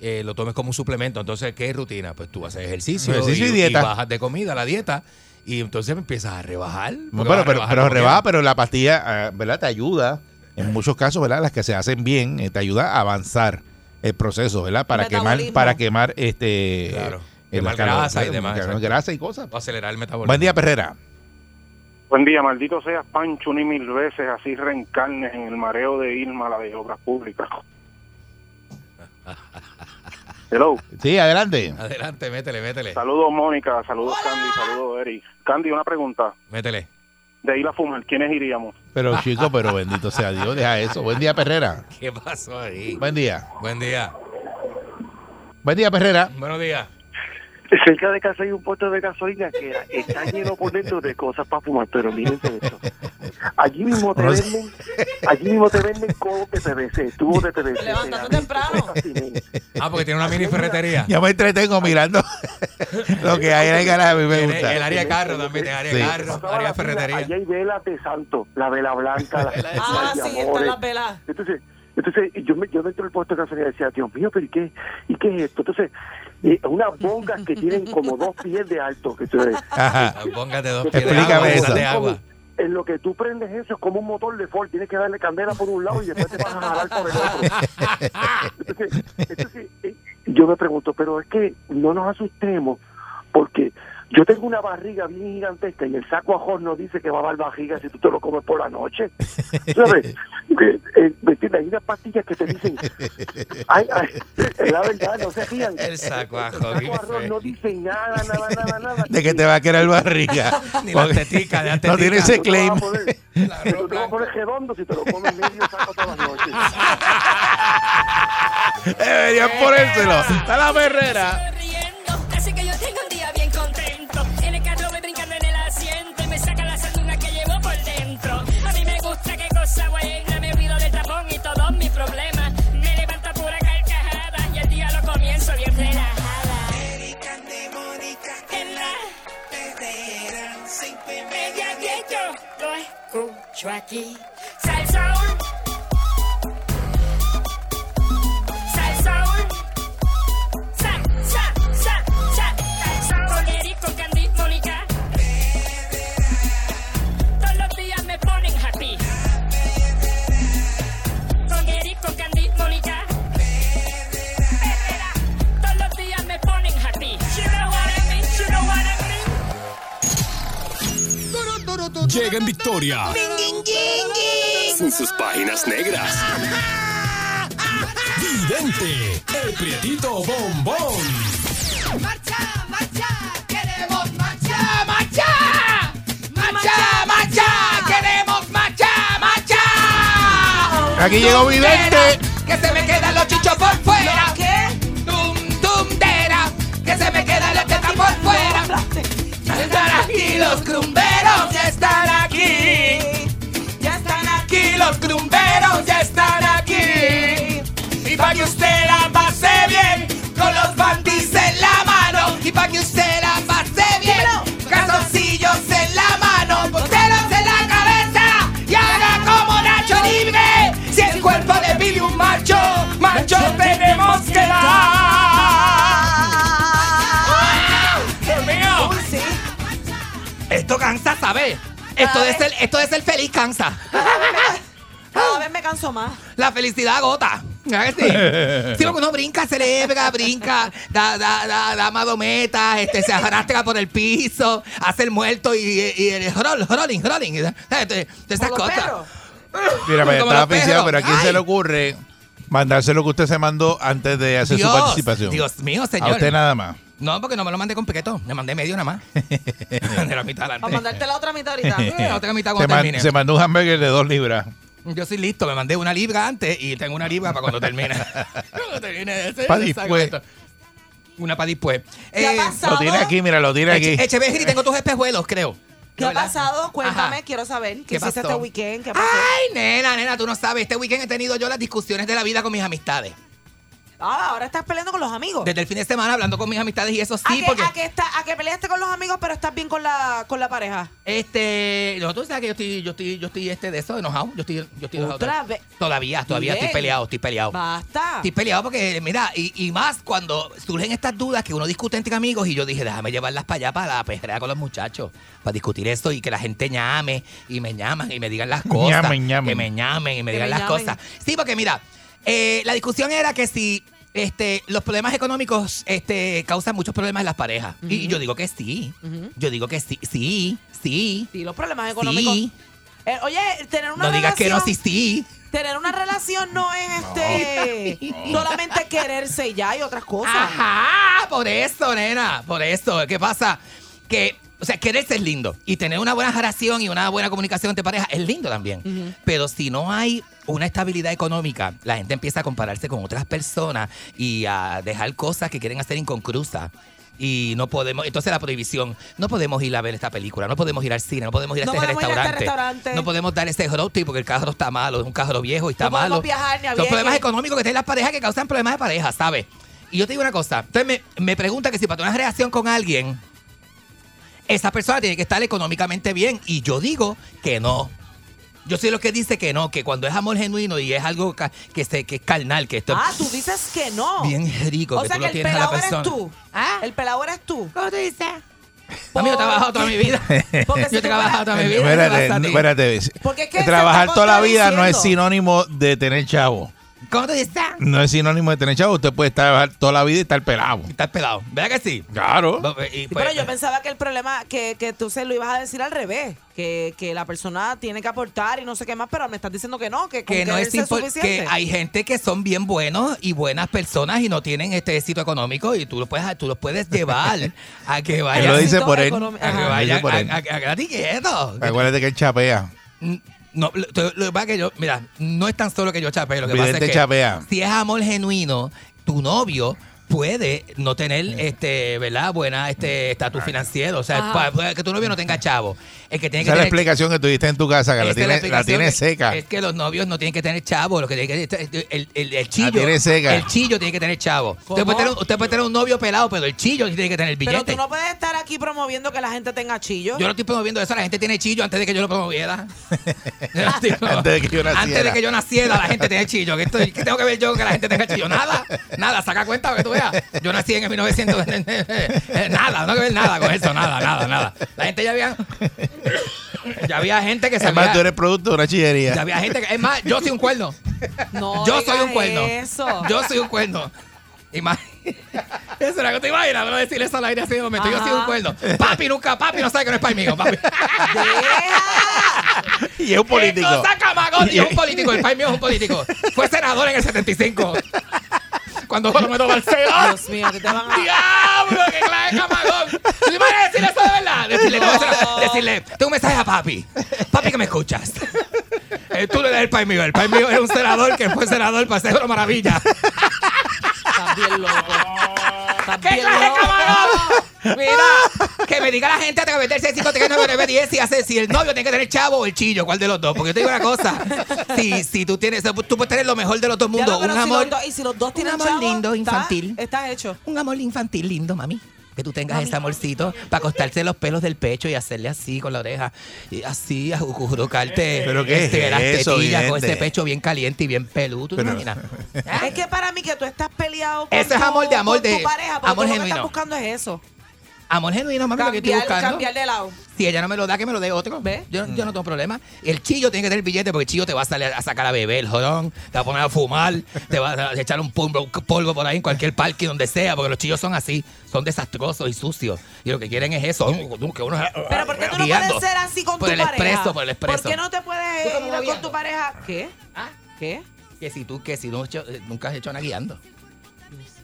E: eh, lo tomes como un suplemento. Entonces, ¿qué es rutina? Pues tú haces ejercicio,
D: Ejercicio y
E: y,
D: dieta.
E: y bajas de comida, la dieta, y entonces empiezas a rebajar. porque
D: Bueno,
E: vas
D: pero,
E: a
D: pero,
E: rebajar
D: pero
E: como
D: rebaja,
E: quieras.
D: pero la pastilla, eh, ¿verdad? Te ayuda, en muchos casos, ¿verdad? Las que se hacen bien, eh, te ayuda a avanzar el proceso, ¿verdad? Para quemar,
F: Metabolismo.
D: para quemar este
E: Claro.
D: eh,
E: Quemar
D: las calorías,
E: grasa y
D: ¿verdad?
E: demás,
D: Quemar
E: exacto.
D: grasa y cosas.
E: Va a acelerar el metabolismo.
D: Buen día, Perrera.
I: Buen día, maldito seas Pancho, ni mil veces así reencarnes en el mareo de Irma, la de Obras Públicas. Hello.
D: Sí, adelante.
E: Adelante, métele, métele.
I: Saludos Mónica, saludos Candy, saludos Eric. Candy, una pregunta.
E: Métele.
I: De ir a fumar, ¿quiénes iríamos?
D: Pero chico, pero bendito sea Dios, deja eso. Buen día, Perrera.
E: ¿Qué pasó ahí?
D: Buen día.
E: Buen día.
D: Buen día, Perrera.
E: Buenos días.
H: Cerca de casa hay un puesto de gasolina que está lleno por dentro de cosas para fumar, pero mírense esto. Allí mismo te
D: No sé.
H: venden, allí mismo te venden cobos de PVC, tubos de PVC.
F: Levántate
H: pegamento,
F: temprano.
H: cosas así.
E: Ah, porque tiene una mini ferretería.
D: Yo me
E: (laughs)
D: entretengo mirando lo que hay en el garaje, a mí me
E: Tiene
D: gusta.
E: el área de carro también, tiene área
D: Sí.
E: de carro,
H: Pasaba
E: área
H: la
E: de
H: fila, Allí
E: ferretería.
H: hay velas de santo, la vela blanca,
E: (laughs)
H: la vela de
F: Ah,
H: Ay,
F: sí,
H: amores.
F: están las velas.
H: Entonces, entonces yo, me, yo dentro del puesto de gasolina decía, Dios mío, pero ¿y qué, ¿y qué es esto? Entonces, eh, unas bongas que tienen como dos pies de alto. Que se ve.
D: Ajá.
E: Póngate dos pies de
D: Explícame
E: agua,
D: eso.
E: bolsas de agua.
H: En lo que tú prendes eso es como un motor de Ford, tienes que darle candela por un lado y después te vas a jalar por el
E: (laughs)
H: otro. Entonces, entonces, eh, yo me pregunto, pero es que no nos asustemos porque yo tengo una barriga bien gigantesca y el saco ajos no dice que va a dar barriga si tú te lo comes por la noche. ¿Sabes? Eh, eh, ¿me entiendes? Hay unas pastillas que te dicen, ay, ay, es la verdad, no se rían.
E: El saco
H: El
E: ajo,
H: saco arroz no dice nada, nada, nada, nada.
D: De que te va a quedar el barriga.
E: (laughs) Ni la tetica, ni la
D: No tiene
E: tetica.
D: ese
H: Tú te vas
D: claim.
H: a poner- tú te vas a poner redondo si te lo comes medio saco todas las noches.
E: Eh.
D: Deberían ponérselo. Está la perrera.
B: Sonriendo, hace que yo tenga un día bien contento. En el carro voy brincando en el asiento y me saca la sanduna que llevo por dentro. A mí me gusta qué cosa buena, me olvido del tapón y todos mis problemas. Me levanto a pura carcajada y el día lo comienzo bien relajada.
C: Erika de Mónica,
B: En la
C: Herrera, sin pena.
B: media que yo lo escucho aquí. Salsaul. Salsaul. Salsa.
J: llega en victoria. Sin sus páginas negras. Vidente, el prietito bombón.
C: ¡Marcha, marcha! ¡Queremos marcha, marcha! ¡Marcha, marcha! ¡Queremos marcha, marcha!
D: Aquí llegó Vidente.
C: ¡Que se me quedan los chichos por fuera!
F: ¿Qué?
C: ¡Tum, tundera! ¡Que se me quedan los tetas por fuera! ¡Están aquí los crumberos! ¡Ya están aquí!
F: Ya están aquí.
C: aquí los crumberos ya están aquí. Y para que usted la pase bien, con los bandis en la mano. Y para que usted la pase bien, calzoncillos en la mano, boteros en la cabeza. Y haga como Nacho Libre. Si el cuerpo de Billy un macho, macho tenemos que dar. ¡Dios mío!
F: Uy, sí.
G: Esto cansa, ¿sabes? Esto es, el, esto es el feliz cansa.
F: Cada vez me canso más.
G: La felicidad agota.
D: (laughs)
G: ¿verdad que Sí, Sí, porque uno brinca, celebra, brinca, da, da, da, da madometas, este, se arrastra por el piso, hace el muerto y, y el roll, rolling, rolling. y, ¿sabes? De, de este, esas
F: Como los
G: cosas.
F: perros.
D: Mira, pues,
G: Como
D: estaba
G: los perros.
D: oficial, pero ¿a quién se
G: Ay.
D: le ocurre mandarse lo que usted se mandó antes de hacer
G: Dios,
D: su participación?
G: Dios mío,
D: A
G: señor.
D: usted
E: (laughs)
D: nada más.
G: No, porque no me lo mandé completo. Me mandé medio
D: (laughs)
G: nada más. (laughs) de la mitad
F: Para
G: adelante.
F: mandarte la otra mitad
G: (laughs)
F: ahorita.
G: La
D: (laughs)
G: otra mitad
D: Se,
G: cuando
D: man-
G: termine.
D: se mandó un hamburger de dos libras.
G: Yo soy listo, me mandé una libra antes y tengo una libra para cuando termine.
D: (laughs)
G: Cuando termine ese-
D: Pa'
G: ese
D: después.
G: segmento. Una para después.
F: ¿Qué ha pasado?
D: Lo tiene aquí, mira, lo tiene aquí.
G: Eche- Echeverri,
D: (laughs)
G: tengo tus espejuelos, creo.
F: ¿Qué
G: ¿No,
F: ha
G: verdad?
F: pasado? Cuéntame,
G: Ajá.
F: quiero saber. ¿Qué,
G: ¿Qué
F: hiciste
G: pasó? ¡Ah!
F: este weekend? ¿Qué pasó?
G: Ay, nena, nena, tú no sabes. Este weekend he tenido yo las discusiones de la vida con mis amistades.
F: Ah, ahora estás peleando con los amigos.
G: Desde el fin de semana hablando con mis amistades y eso
F: ¿A,
G: sí,
F: que,
G: porque.
F: a que está- a que peleaste con los amigos, pero estás bien con la, con la pareja.
G: Este, no, tú sabes que yo estoy, yo estoy, yo estoy este de eso, enojado. Yo estoy, yo estoy enojado.
F: Otra vez.
G: Todavía, todavía
F: Bien.
G: estoy peleado, estoy peleado.
F: Basta.
G: Estoy peleado porque, mira, y, y más cuando surgen estas dudas que uno discute entre amigos y yo dije, déjame llevarlas para allá, para la perrea con los muchachos, para discutir esto y que la gente ñame y me llaman y me digan las cosas.
D: Ñamen, ñamen.
G: Que me ñamen y me
F: Que
G: digan
F: me
G: las
F: llamen.
G: cosas. Sí, porque mira, eh, la discusión era que si este, los problemas económicos este, causan muchos problemas en las parejas. Y- Y yo digo que sí.
F: Ujú.
G: Yo digo que sí, sí, sí.
F: Sí, los problemas económicos.
G: Sí.
F: Eh, oye, tener una
G: No
F: relación.
G: digas que no, sí, sí.
F: Tener una relación no es
G: (laughs)
F: este solamente quererse y ya hay otras cosas.
G: Ajá, por eso, nena, por eso. ¿Qué pasa? Que, o sea, quererse es lindo. Y tener una buena relación y una buena comunicación entre pareja es lindo también. Pero si no hay una estabilidad económica, la gente empieza a compararse con otras personas y a dejar cosas que quieren hacer inconclusas. Y no podemos, entonces la prohibición, no podemos ir a ver esta película, no podemos ir al cine, no podemos ir a,
F: No
G: este,
F: podemos ir a este
G: restaurante,
F: restaurante.
G: no podemos dar ese road trip porque el carro está malo, es un carro viejo y está
F: No podemos
G: malo.
F: viajar ni a
G: Los
F: Vieques.
G: problemas económicos que tienen las parejas que causan problemas de pareja, ¿sabes? Y yo te digo una cosa. Entonces me, me pregunta que si para tener una relación con alguien, esa persona tiene que estar económicamente bien. Y yo digo que no. Yo soy lo que dice que no, que cuando es amor genuino y es algo ca- que, se, que es carnal, que esto
F: Ah,
G: es
F: tú dices que no.
G: bien rico,
F: o
G: que
F: sea
G: tú
F: que
G: lo
F: el
G: tienes a la
F: pelado
G: persona.
F: eres tú.
G: ¿Ah?
F: El pelado eres tú.
G: ¿Cómo tú dices? Amigo, he trabajado toda
D: (laughs)
G: mi vida.
F: Porque si
G: Yo he
F: tú
G: trabajado
F: fueras-
G: toda mi vida. ¿qué te
D: Espérate,
G: pasa a ti?
D: espérate.
F: Porque es que se
D: Trabajar
F: está
D: toda la vida no es
F: contradiciendo.
D: sinónimo de tener chavo.
G: ¿Cómo tú dices?
D: No es sinónimo de tener chavo. Usted puede trabajar toda la vida y estar pelado.
G: Estás pelado. ¿Verdad que sí?
D: Claro.
G: Y,
F: Sí,
G: pues,
F: pero yo pensaba que el problema, que, que tú se lo ibas a decir al revés, que, que la persona tiene que aportar y no sé qué más, pero me estás diciendo que no, que, con
G: que no es
F: quererse
G: impor-
F: suficiente.
G: que hay gente que son bien buenos y buenas personas y no tienen este éxito económico y tú los puedes tú los puedes
F: (laughs)
G: llevar a que
D: Él lo
G: vayan
D: dice por él.
F: económico.
G: a que
F: Ajá.
D: Lo
G: vayan
D: dice por
G: a,
D: él.
G: a- a- a gratis quieto.
D: Acuérdate que él chapea.
G: Mm, No, lo, te- lo que pasa es que yo, mira, no es tan solo que yo chapeo, lo que pasa es
D: Vidente
G: que
D: chapea.
G: si es amor genuino, tu novio puede no tener este, ¿verdad? Buena este estatus financiero, o
F: Ah.
G: sea, pa- puede que tu novio no tenga chavo. El que tiene
D: Esa es
G: que
D: la
G: tener
D: explicación que tuviste en tu casa, que la
G: esta es
D: tiene, la
G: explicación
D: tiene
G: que-
D: seca.
G: Es que los novios no tienen que tener chavo, lo que tienen que el, el, el chillo.
D: tiene seca.
G: El chillo tiene que tener chavo. Usted
F: ¿Cómo?
G: puede, tener, un- usted puede tener un novio pelado, pero el chillo tiene que tener
F: pero
G: billete.
F: tú no puedes estar aquí promoviendo que la gente tenga chillo.
G: Yo no estoy promoviendo eso, la gente tiene chillo antes de que yo lo promoviera. Yo no estoy
D: (laughs)
G: promo-
D: Antes de que yo naciera.
G: Antes de que yo naciera, la gente tiene chillo. ¿Qué, estoy- qué tengo que ver yo que la gente tenga chillo? Nada, nada, saca cuenta para que tú veas. Yo nací en el 1900. nada, no hay que ver nada con eso, nada, nada, nada. La gente ya había. ya había gente que
D: Es
G: sabía.
D: más, tú eres producto de una chillería.
G: Ya había gente que, es más, yo soy un cuerno.
F: No
G: yo soy
F: digas
G: un cuerno.
F: Eso. (laughs)
G: Yo soy un cuerno. Ima- Eso es lo que te imaginas, no decir eso al aire así de momento. Yo
F: Ajá.
G: sí un cuerdo. Papi, nunca, papi, no sabe que no es país mío, papi.
D: Y es un político.
G: No saca Magotti, es un político. El país mío es un político. Fue senador en el 75. Cuando Romero Barceló.
F: Dios mío, que te van a.
G: ¡Diablo! ¡Qué clase de camagón! ¿Tú te imaginas decirle eso de verdad? Decirle, no, eso no. decirle, tengo un mensaje a papi. Papi, que me escuchas. Eh, tú le das el país mío. El país mío es un senador que fue senador para hacer una maravilla.
F: Estás bien loco. Estás
G: "Ah, ¡Qué
F: bien
G: clase de
F: loco.
G: camarón! Mira, que me diga la gente tengo que meterse 5, 3, 9, 9, 10 y hacer si el novio tiene que tener chavo o el chillo, ¿cuál de los dos? Porque yo te digo una cosa, si, si tú tienes, tú puedes tener lo mejor de los dos
F: Ya
G: mundos,
F: lo- pero
G: un
F: si
G: amor,
F: los dos- y si los dos tienen
G: amor
F: chavos,
G: lindo,
F: está-
G: infantil.
F: Está hecho.
G: un amor infantil lindo, mami. Que tú tengas ese amorcito para acostarse los pelos del pecho y hacerle así con la oreja. Y así, a jujurucarte.
D: ¿Pero qué
G: este,
D: es
G: las
D: eso,
G: tetillas con
D: vidente?
G: ese pecho bien caliente y bien peludo. ¿Tú te
D: Pero-
G: imaginas?
F: Es que para mí que tú estás peleado con
G: Eso es
F: tu-
G: amor de amor
F: con tu
G: de-
F: pareja, porque
G: amor
F: tú lo que
G: genuino.
F: estás buscando es eso.
G: Amor genuino, mami, lo que estoy
F: Cambiar,
G: buscando.
F: cambiar de lado.
G: Si ella no me lo da, que me lo dé otro.
F: ¿Ves?
G: Yo, yo no tengo problema. El chillo tiene que tener billete porque el chillo te va a, salir a sacar a beber el jorón, te va a poner a fumar, te va a echar un polvo, un polvo por ahí en cualquier parque, donde sea, porque los chillos son así, son desastrosos y sucios. Y lo que quieren es eso. Que uno,
F: Pero ¿por qué tú no
G: guiando.
F: puedes ser así con
G: Por
F: tu
G: el
F: pareja?
G: expreso, por el expreso.
F: ¿Por qué no te puedes
G: Yo como ¿Ah?
F: ir con
G: guiando.
F: tu pareja? ¿Qué? ¿Qué?
G: Que si tú, que si no, yo- eh, nunca has hecho nada guiando.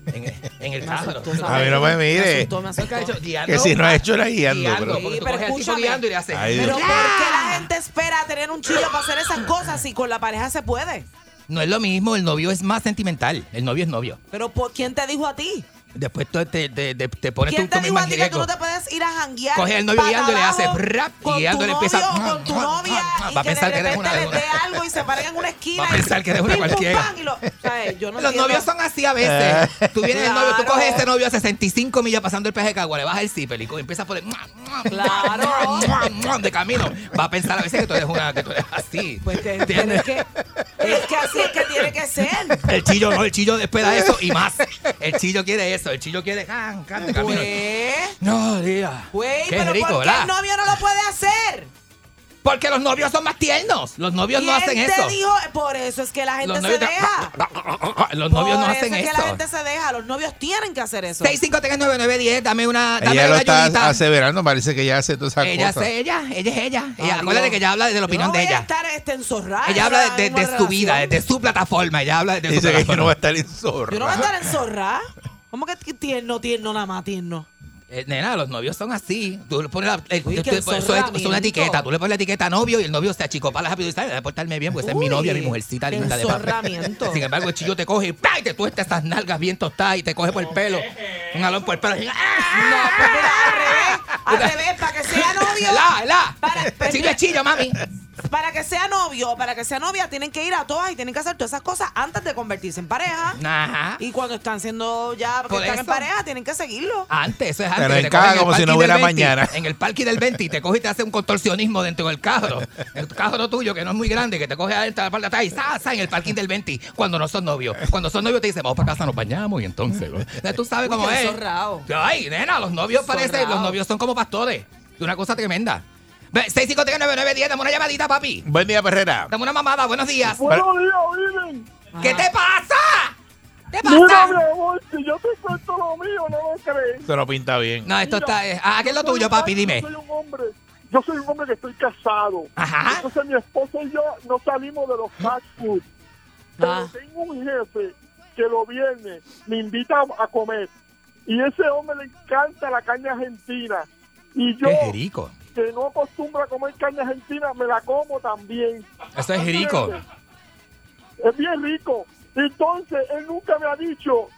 G: En, el- en el carro.
F: asustó,
D: A mí no me mire.
F: asustó, me
G: Nunca has
F: asustó.
G: hecho guiando.
D: Que si no ha hecho la guiando,
G: guiando,
D: bro.
G: porque tú
F: Sí, pero
G: coges al chico
F: escúchame.
G: guiando y le haces.
D: Ay,
F: Pero
D: Dios.
F: ¿por qué la gente espera tener un chillo para hacer esas cosas si con la pareja se puede?
G: No es lo mismo, el novio es más sentimental. El novio es novio.
F: Pero ¿por quién te dijo a ti?
G: Después tú te, te, te, te pones tú,
F: ¿Quién
G: tú
F: te dijo
G: misma
F: a
G: en
F: ti que tú no
G: directo.
F: te puedes ir a janguear?
G: Coge al novio
F: pata
G: guiando y le hace
F: abajo
G: rap,
F: con tu
G: guiando, le empieza- ¡Ah!
F: novio o con tu
G: Va a
F: novia y que
G: pensar
F: de
G: que eres
F: repente
G: una-
F: les dé algo y se paren en una esquina
G: Va a
F: y-
G: pensar que eres una
F: pim, pum,
G: cualquiera.
F: pam, y lo- ¿sabes? Yo no
G: Los
F: entiendo.
G: novios son así a veces. Tú vienes el novio, tú
F: Claro.
G: coges este novio a 65 millas pasando el peje de cagua, le bajas el zipper y co- empiezas por el. mua, mua,
F: Claro.
G: mua, mua, De camino. Va a pensar a veces que tú eres una, que tú eres así.
F: Pues que, pero
G: ¿Entiendes?
F: es que, es que así es que tiene que ser.
G: El chillo no, el chillo despeda eso y más. El chillo quiere eso, el chillo quiere. can, can, de camino.
F: Pues,
G: No, tía.
F: güey,
G: Qué
F: pero
G: rico,
F: ¿por qué
G: ¿verdad?
F: el novio no lo puede hacer?
G: Porque los novios son más tiernos. Los novios no
F: ¿Quién
G: hacen
F: te
G: eso.
F: dijo? Por eso es que la gente
G: Los
F: se
G: novios,
F: deja.
G: los novios no
F: Por
G: hacen
F: eso es
G: eso.
F: que la gente se deja. Los novios tienen que hacer eso.
G: 6539910, dame una, dame
D: Ella lo
G: una
D: está
G: ayudita.
D: aseverando, parece que ya hace todas esas
G: Ella es
D: cosas.
G: ella, ella es ella. Ella-
F: Ay,
G: acuérdate
F: Dios.
G: que ella habla desde la opinión
F: Yo no
G: de
F: voy a
G: ella.
F: estar este, enzorrada.
G: Ella habla
F: en
G: de,
F: una
G: de su vida,
F: relación.
G: desde su plataforma. Ella habla desde su
D: Dice que no va a
G: plataforma.
D: estar en zorra.
F: Yo no voy a estar (laughs) enzorrada. ¿Cómo que tierno, tierno, nada más tierno?
G: Eh, nena, los novios son así. Tú le pones la, eh, el-
F: Uy,
G: tú-
F: qué
G: tú- pues, eso es- eso es, una
F: enzorramiento.
G: etiqueta. Tú le pones la etiqueta a novio y el novio se achicopala rápido y dice, "Ay, voy a portarme bien porque esa es mi
F: Uy,
G: novia, mi mujercita
F: qué
G: linda de (laughs)
F: enzorramiento.
G: Sin embargo, el chillo te coge y, ¡pah! y te tuesta esas nalgas bien tostadas y te coge por el pelo. Un alón por el pelo. y, ¡ah!
F: No, pues mira, al revés. Al revés, para que sea novio.
G: ¡La, la!
F: (laughs) Para-
G: El chillo es chillo, mami.
F: Para que sea novio o para que sea novia, tienen que ir a todas y tienen que hacer todas esas cosas antes de convertirse en pareja.
G: Ajá.
F: Y cuando están siendo ya, que
G: Por
F: están en
G: eso.
F: pareja, tienen que seguirlo.
G: Antes, eso es
D: Pero
G: antes. que
D: en
G: te
D: caja
G: cogen el
D: como si no
G: parking
D: hubiera
G: del 20,
D: mañana.
G: En el parque del 20 y te coge y te hace un contorsionismo dentro del carro. El carro tuyo, que no es muy grande, que te coge adentro de la parte de atrás y sa, sa, en el parking del 20 cuando no son novios. Cuando son novios te dicen, vamos para casa, nos bañamos y entonces. ¿no? Tú sabes cómo
F: Uy, qué
G: es.
F: zorrao.
G: Ay, nena, los novios parecen,
F: Zorrao.
G: los novios son como pastores. Es una cosa tremenda. 6539910, dame una llamadita, papi.
D: Buen día, Perrera.
G: Dame una mamada, buenos días.
E: Buenos días, Viven.
G: ¿Qué te pasa? ¿Qué
E: Mira,
G: pasa?
E: mi amor, si yo te cuento lo mío, no lo crees.
D: Esto no pinta bien.
G: No, esto está. eh, Ah, ¿qué es lo
E: Yo soy
G: tuyo,
E: un
G: papi?
E: hombre,
G: Dime.
E: Yo soy un hombre. Yo soy un hombre que estoy casado.
G: Ajá.
E: Entonces mi esposo y yo no salimos de los fast food. Pero
F: Ah.
E: tengo un jefe que los viernes me invita a, a comer. Y ese hombre le encanta la caña argentina. Y yo,
G: Qué rico.
E: que no acostumbro a comer caña argentina, me la como también.
G: Eso es rico.
E: Es bien rico. Entonces, él nunca me ha dicho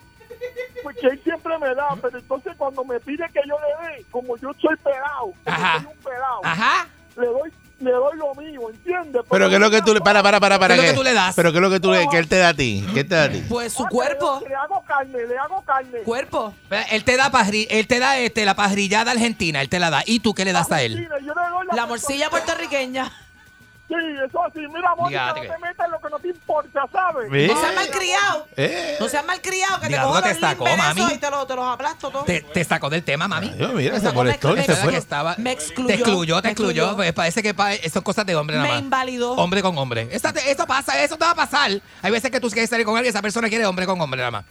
E: pues, que él siempre me da, pero entonces cuando me pide que yo le dé, como yo soy pelado, como
G: Ajá.
E: soy un pelado,
G: Ajá.
E: le doy le doy lo mío, ¿entiendes?
D: Pero qué es lo que tú le para para para para
G: ¿Qué es lo que tú le das?
D: Pero qué es lo que tú le que él te da a ti? ¿Qué te da a ti?
F: Pues su
E: Ah,
F: cuerpo,
E: Le, le hago carne, le hago carne.
F: cuerpo.
G: Espera, Él te da parri- él te da este, la parrillada argentina, él te la da. ¿Y tú qué le das a él?
E: Mira, yo le doy
F: La morcilla puertorriqueña.
E: Sí, eso así. Mira, Mónica,
G: Fíjate
E: no
G: que-
E: te metas en lo que no te importa, ¿sabes?
D: ¿Ve?
F: No seas malcriado.
D: Eh.
F: No seas malcriado, que te
G: Diablo,
F: cojo
G: te
F: los
G: sacó,
F: limbenes
G: mami.
F: esos y te, lo- te los aplasto todos.
G: Te, te sacó del tema, mami.
D: Yo, mira, se
F: Esa
D: molestó y
F: come-
D: se
G: Pensaba este que
D: fue.
G: estaba-
F: Me excluyó,
G: Te excluyó, te
F: me excluyó.
G: excluyó. Pues parece que pa- son cosas de hombre nada
F: Me
G: más.
F: invalidó.
G: Hombre con hombre. Esa te- Eso, pasa, eso te va a pasar. Hay veces que tú quieres salir con alguien y esa persona quiere hombre con hombre nada más.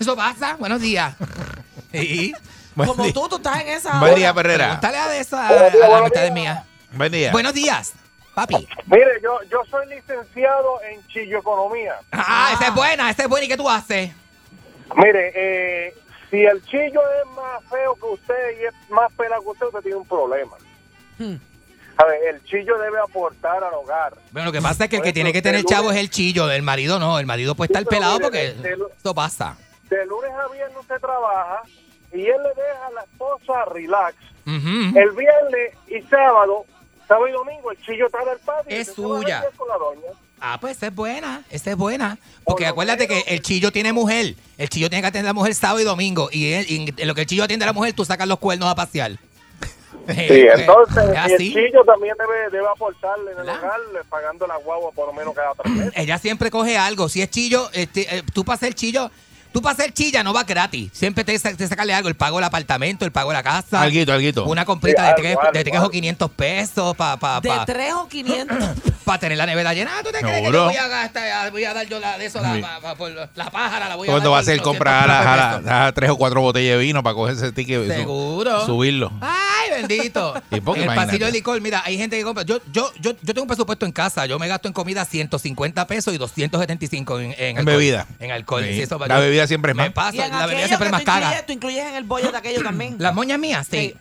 G: Eso pasa. Buenos días. Y,
D: Buen
F: (laughs) Como
D: día.
F: tú, tú estás en esa.
D: Buen día,
F: ola.
D: Perrera.
G: Pregúntale a, esa,
K: Buenos días,
G: a la
K: buenos
G: mitad de
K: días.
G: mía.
D: Buen día.
G: Buenos días, papi.
K: Mire, yo, yo soy licenciado en chilloeconomía.
G: Ah, esa es buena, esa es buena. ¿Y qué tú haces?
K: Mire, eh, si el chillo es más feo que usted y es más pela que usted, usted tiene un problema.
G: Hmm.
K: A ver, el chillo debe aportar al hogar.
G: Bueno, lo que pasa es que el
K: Por
G: que
K: eso
G: tiene que
K: usted
G: tener
K: lunes-
G: chavo es el chillo, el marido no, el marido puede
K: Sí,
G: estar
K: pero
G: pelado
K: mire,
G: porque
K: el- el-
G: esto pasa.
K: De lunes a viernes usted trabaja y él le deja a la esposa relax.
G: Ujú.
K: El viernes y sábado, sábado y domingo, el chillo está en el patio. y
G: Es
K: se va a
G: suya.
K: beber Con la doña.
G: Ah, pues esa es buena, esa es buena. Porque
K: Por lo
G: acuérdate que
K: menos-
G: el chillo tiene mujer, el chillo tiene que atender a la mujer sábado y domingo, y, él- y en lo que el chillo atiende a la mujer, tú sacas los cuernos a pasear.
K: (laughs)
G: Eh,
K: Sí, entonces
G: Es
K: y el
G: así.
K: chillo también debe, debe aportarle en el
G: ¿Verdad?
K: hogar, le- pagando la guagua por lo menos cada tres meses.
G: (clears throat) Ella siempre coge algo. Si es chillo, este, eh, tú para ser chillo, tú para ser chilla no va gratis. Siempre te, sa- te sacarle algo. El pago del apartamento, el pago de la casa.
D: Alguito, alguito.
G: Una comprita
K: Sí,
G: de
K: algo,
G: tres,
K: algo,
G: de tres o
K: algo.
G: 500 pesos para pa,
F: De
G: pa,
F: 3 o 500.
G: (clears throat) pa tener la nevera llena. Ah, ¿Tú te crees que
D: Seguro.
G: yo voy a, gastar, voy a dar yo la, de eso, la,
D: Sí.
G: pa- pa- por la pájara? La voy a
D: ¿Cuándo
G: dar
D: va a
G: por
D: ser
G: 200
D: comprar a la- a
G: pesos?
D: la- a tres o cuatro botellas de vino para coger ese ticket? y su-
G: Seguro. Ah,
D: Subirlo.
G: Ay, bendito.
D: (laughs) Y porque
G: en el
D: imagínate.
G: pasillo de licor, mira, hay gente que compra. Yo, yo, yo, yo tengo un presupuesto en casa. Yo me gasto en comida 150 pesos y 275 en, en, alcohol.
D: bebida.
G: En alcohol.
D: Sí.
G: Sí, eso va-
D: La
G: yo-
D: bebida siempre es
G: me
D: más.
G: pasa,
F: y en
G: la bebida
F: aquello
G: siempre
F: que
G: es más
F: tú incluyes,
G: cara.
F: tú incluyes en el bollo de
G: (clears throat)
F: aquello también.
G: Las moñas mías, sí.
F: Sí.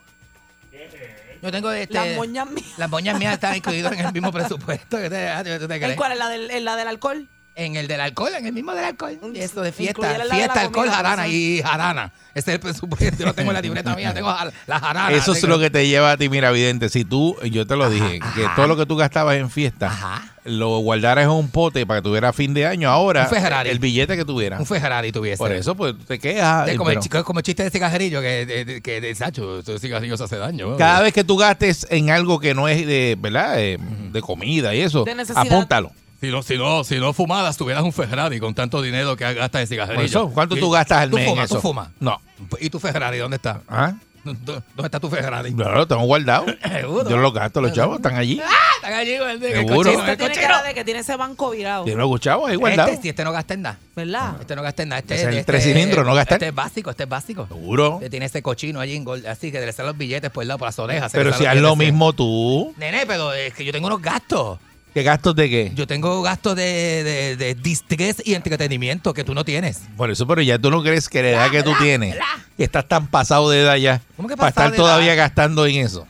G: Yo tengo este.
F: Las moñas mías.
G: Las moñas mías están incluidas en el mismo presupuesto. ¿Qué te- ah, (laughs) ¿tú te crees?
F: ¿En cuál? ¿En la del, en la del alcohol? Mm,
G: En el del alcohol, en el mismo del alcohol. Eso de
F: Incluye
G: fiesta,
F: la de la
G: fiesta,
F: comida,
G: alcohol,
F: por
G: jarana
F: eso.
G: y jarana. Ese es el presupuesto. Yo lo tengo en la libreta mía, tengo jar- la jarana.
D: Eso es
G: tengo-
D: lo que te lleva a ti, mira, vidente. Si tú, yo te lo dije, que todo lo que tú gastabas en fiesta,
G: Ajá.
D: lo guardaras en un pote para que tuviera fin de año. Ahora,
G: Un Ferrari.
D: el billete que tuviera.
G: Un Ferrari tuviese.
D: Por eso, pues te quejas.
G: Es como, el
D: pero
G: chico- es como el chiste de cigarrillo que, de, de- que de Sacho, estos cigarrillos hace daño. ¿no?
D: cada vez que tú gastes en algo que no es de, ¿verdad? Eh, de comida y eso,
F: De necesidad.
D: apúntalo.
G: Si no, si no, si no fumadas, tuvieras un Ferrari con tanto dinero que gastas de cigarrillo.
D: Por eso, ¿cuánto
G: Y-
D: tú gastas al
G: tú
D: mes en
G: fumas,
D: eso?
G: Tú fumas.
D: No.
G: ¿Y tu Ferrari dónde está?
D: ¿Ah?
G: ¿Dó- ¿Dónde está tu Ferrari?
D: Yo lo tengo guardado.
G: (coughs) Seguro.
D: Yo los gasto, los chavos están allí.
F: Ah,
G: Ah, Están allí, güey, el
D: Seguro. (laughs)
G: cochino,
F: Usted
G: el
F: tiene
G: cochino.
F: cara de que tiene ese banco virado.
D: Yo los chavos ahí guardados.
G: Este, si este no gasta en nada.
F: ¿Verdad?
G: Este no gasta en nada. Este,
D: Ese es el
G: este-
D: tres cilindros, no gastar.
G: Este es básico, este es básico.
D: Seguro.
G: Este tiene ese cochino allí, engol- así que le salen los billetes por el lado, por las orejas. se le
D: Pero
G: salen
D: si
G: los
D: haz lo
G: billetes, sí.
D: mismo tú,
G: Nene, pero es que yo tengo unos gastos.
D: ¿qué gastos de qué?
G: Yo tengo gastos de, de, de distrés y entretenimiento que tú no tienes.
D: Por eso, pero ya tú no crees que la edad que tú tienes, que estás tan pasado de edad ya,
G: ¿Cómo que
D: para
G: pasado
D: estar
G: de
D: todavía
G: edad?
D: gastando en eso.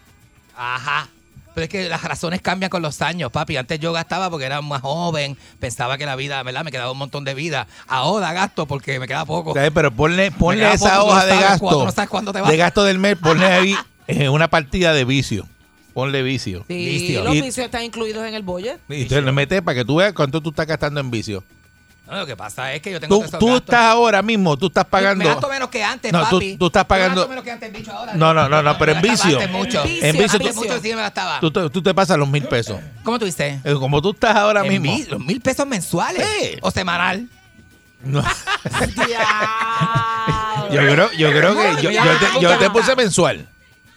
G: Ajá. Pero es que las razones cambian con los años, papi. Antes yo gastaba porque era más joven, pensaba que la vida, ¿verdad? Me quedaba un montón de vida. Ahora gasto porque me queda poco.
D: ¿Sabes? Pero ponle, ponle
G: Oh. queda
D: esa
G: poco, tú no
D: hoja de
G: sabes
D: gasto,
G: cuándo- no sabes cuándo te va.
D: de gasto del mes, ponle ahí eh, una partida de vicio. Ponle vicio.
F: Sí,
G: Vicio.
F: los
D: Y-
F: vicios están incluidos en el budget.
D: Y te lo metes para que tú veas cuánto tú estás gastando en vicio.
G: No, lo que pasa es que yo tengo
D: Tú,
G: todos esos
D: tú
G: gastos.
D: estás ahora mismo, tú estás pagando.
G: Me gasto menos que antes,
D: No, tú-
G: papi.
D: tú estás
G: Yo me gasto
D: pagando-
G: menos que antes, bicho, ahora.
D: No, no, no, no, pero en
G: Me gastaba
D: vicio.
G: antes mucho.
F: En
D: En vicio,
G: Antes
F: vicio.
G: mucho sí me gastaba.
D: tú, tú- tú te pasas los mil pesos.
G: ¿Cómo tú dices?
D: Eh, Como tú estás ahora
G: En
D: mismo.
G: mil- los mil pesos mensuales.
D: Sí.
G: O semanal.
D: No.
F: Diablo.
D: Yo creo, yo creo que yo, yo te, yo te puse mensual.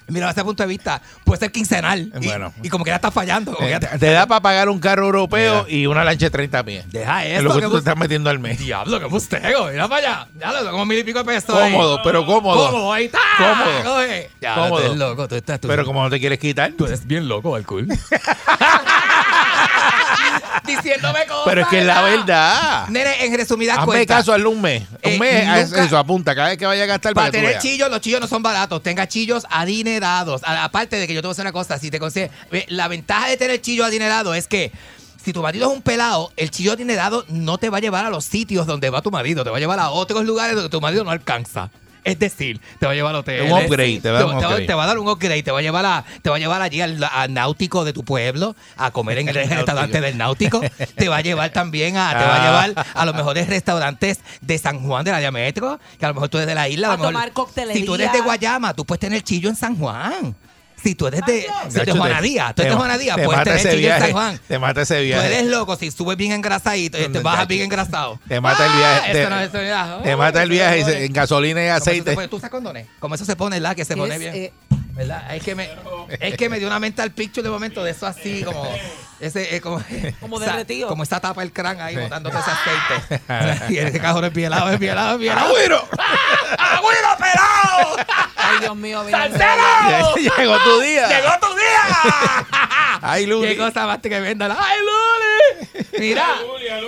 G: Mira, desde ese punto de vista, puede ser quincenal. Y-
D: Eh, Bueno.
G: Y, como que ya está fallando. como que
D: Eh,
G: ya
D: Te,
G: te-
D: te da para pagar un carro europeo y una lancha de 30 pies.
G: Deja
D: Es
G: eso.
D: lo que
G: que
D: tú te
G: bus-
D: estás metiendo al mes.
G: Diablo, qué bustego. Mira para allá. Ya lo como mil y pico de pesos. ahí.
D: Cómodo, pero cómodo.
G: Cómodo, ahí está.
D: Cómodo.
G: Coge. Ya,
D: Cómodo.
G: tú eres loco. Tú estás tú.
D: Pero como no te quieres quitar.
G: Tú eres bien loco, alcohol. Diciéndome cosas.
D: (laughs) Pero es que es la verdad.
G: Nene, en resumidas
D: Hazme
G: cuentas.
D: caso, hazle un mes.
G: Eh,
D: Un mes, haz
G: nunca-
D: eso, apunta. Cada vez que vaya a gastar, para
G: Para
D: que tú
G: tener
D: veas.
G: chillos, los chillos no son baratos. Tenga chillos adinerados. A- Aparte de que yo te voy a decir una cosa, si te consigues. ve, La ventaja de tener chillos adinerados es que si tu marido es un pelado, el chillo adinerado no te va a llevar a los sitios donde va tu marido, te va a llevar a otros lugares donde tu marido no alcanza. Es decir, te va a llevar a hoteles.
D: Un upgrade, te va a dar un
G: te,
D: upgrade.
G: te va a dar un upgrade, te va a llevar a, te va a llevar allí al, a náutico de tu pueblo a comer
D: (laughs)
G: en el restaurante del náutico. Te va a llevar también a, te va
D: Ah.
G: a llevar a los mejores restaurantes de San Juan del área metro, que a lo mejor tú eres de la isla,
F: A
G: lo mejor-
F: tomar coctelería.
G: Si tú eres de Guayama, tú puedes tener chillo en San Juan. Si tú eres de, si eres de
D: Chacho, te-
G: Juanadía, tú eres
D: te-
G: de Juanadía,
D: te
G: puedes
D: mata
G: tener
D: ese
G: chillo en
D: viaje,
G: San Juan.
D: Te mata ese
G: Tú eres
D: viaje.
G: loco si subes bien engrasadito, eh, te bajas bien engrasado. Ah,
D: Te mata el viaje.
G: Eso
D: Te,
G: no, eso ya.
D: te mata el viaje y se- en gasolina y
G: Como eso se
D: aceite.
G: pone- ¿Tú usas condones? Como eso se pone, la Que se
F: Es,
G: pone bien.
F: eh,
G: ¿Verdad? Es que, me, es que me dio una mental picture de momento de eso así, como Ese es como,
F: Como
G: (laughs) esa-
F: derretido. Ah.
G: Como esta tapa del crán ahí botándote ese aceite. (laughs) y ese cajón es pielado, es pielado, es
D: Ah,
G: pielado.
E: ¡Agüero pelado!
F: Ay, Dios mío, mira.
E: ¡Salsero!
D: (laughs) Llegó tu día.
E: ¡Llegó tu día!
D: (laughs) Ay,
G: Qué
D: Luli.
G: cosa más tremenda. ¡Ay, (laughs) Luli! Mira,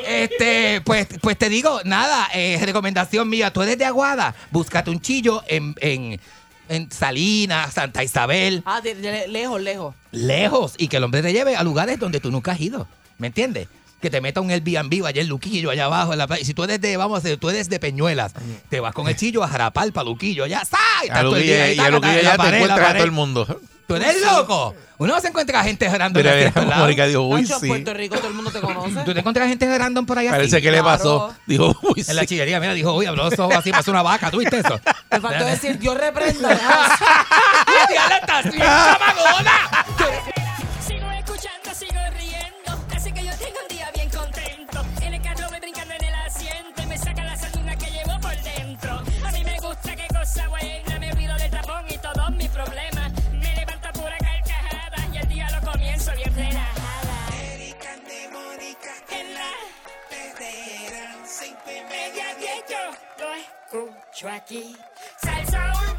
G: este, pues, pues te digo, nada, eh, recomendación mía, tú eres de Aguada, búscate un chillo en, en, en Salinas, Santa Isabel,
F: Ah, de- de- lejos, lejos.
G: lejos, y que el hombre te lleve a lugares donde tú nunca has ido, ¿me entiendes? Que te meta un Airbnb o allá en Luquillo, allá abajo. En la playa. Y si tú eres de, vamos a decir, tú eres de Peñuelas, te vas con el chillo a Jarapal, para Luquillo, allá, ¡sa! Y
D: A
G: estás todo el
D: Luquillo
G: día ahí,
D: y a
G: taca,
D: Luquillo
G: taca, la
D: ya te
G: pared, la
D: encuentras a
G: pared.
D: todo el mundo.
G: ¡Tú eres loco! Uno se encuentra gente gerando
D: Mira,
G: en
D: mira,
G: cualquier lado.
D: Mónica dijo, uy,
F: Nacho, en
D: sí.
F: Puerto Rico todo el mundo te
G: ¿Tú
F: conoce.
G: te encuentras gente random por allá?
D: Parece
G: así?
D: que le
F: claro.
D: pasó. Dijo, (laughs) uy,
G: En la
D: sí.
G: chillería, mira, dijo, uy, habló los ojos así, pasó una vaca, ¿tú viste eso?
F: Te faltó decir,
G: (laughs)
F: yo reprendo. Ah,
G: Ah.
B: Sigo escuchando, sigo riendo. Así que yo tengo un día bien contento. En el carro voy brincando en el asiento y me saca la saluna que llevo por dentro. A mí me gusta qué cosa buena. Me olvido del tapón y todos mis problemas. Me levanto a pura carcajada y el día lo comienzo bien relajada.
C: Erika de Mónica,
B: En la
C: perrera, cinco
B: media
C: y media,
B: diez yo lo escucho aquí. Salsaul.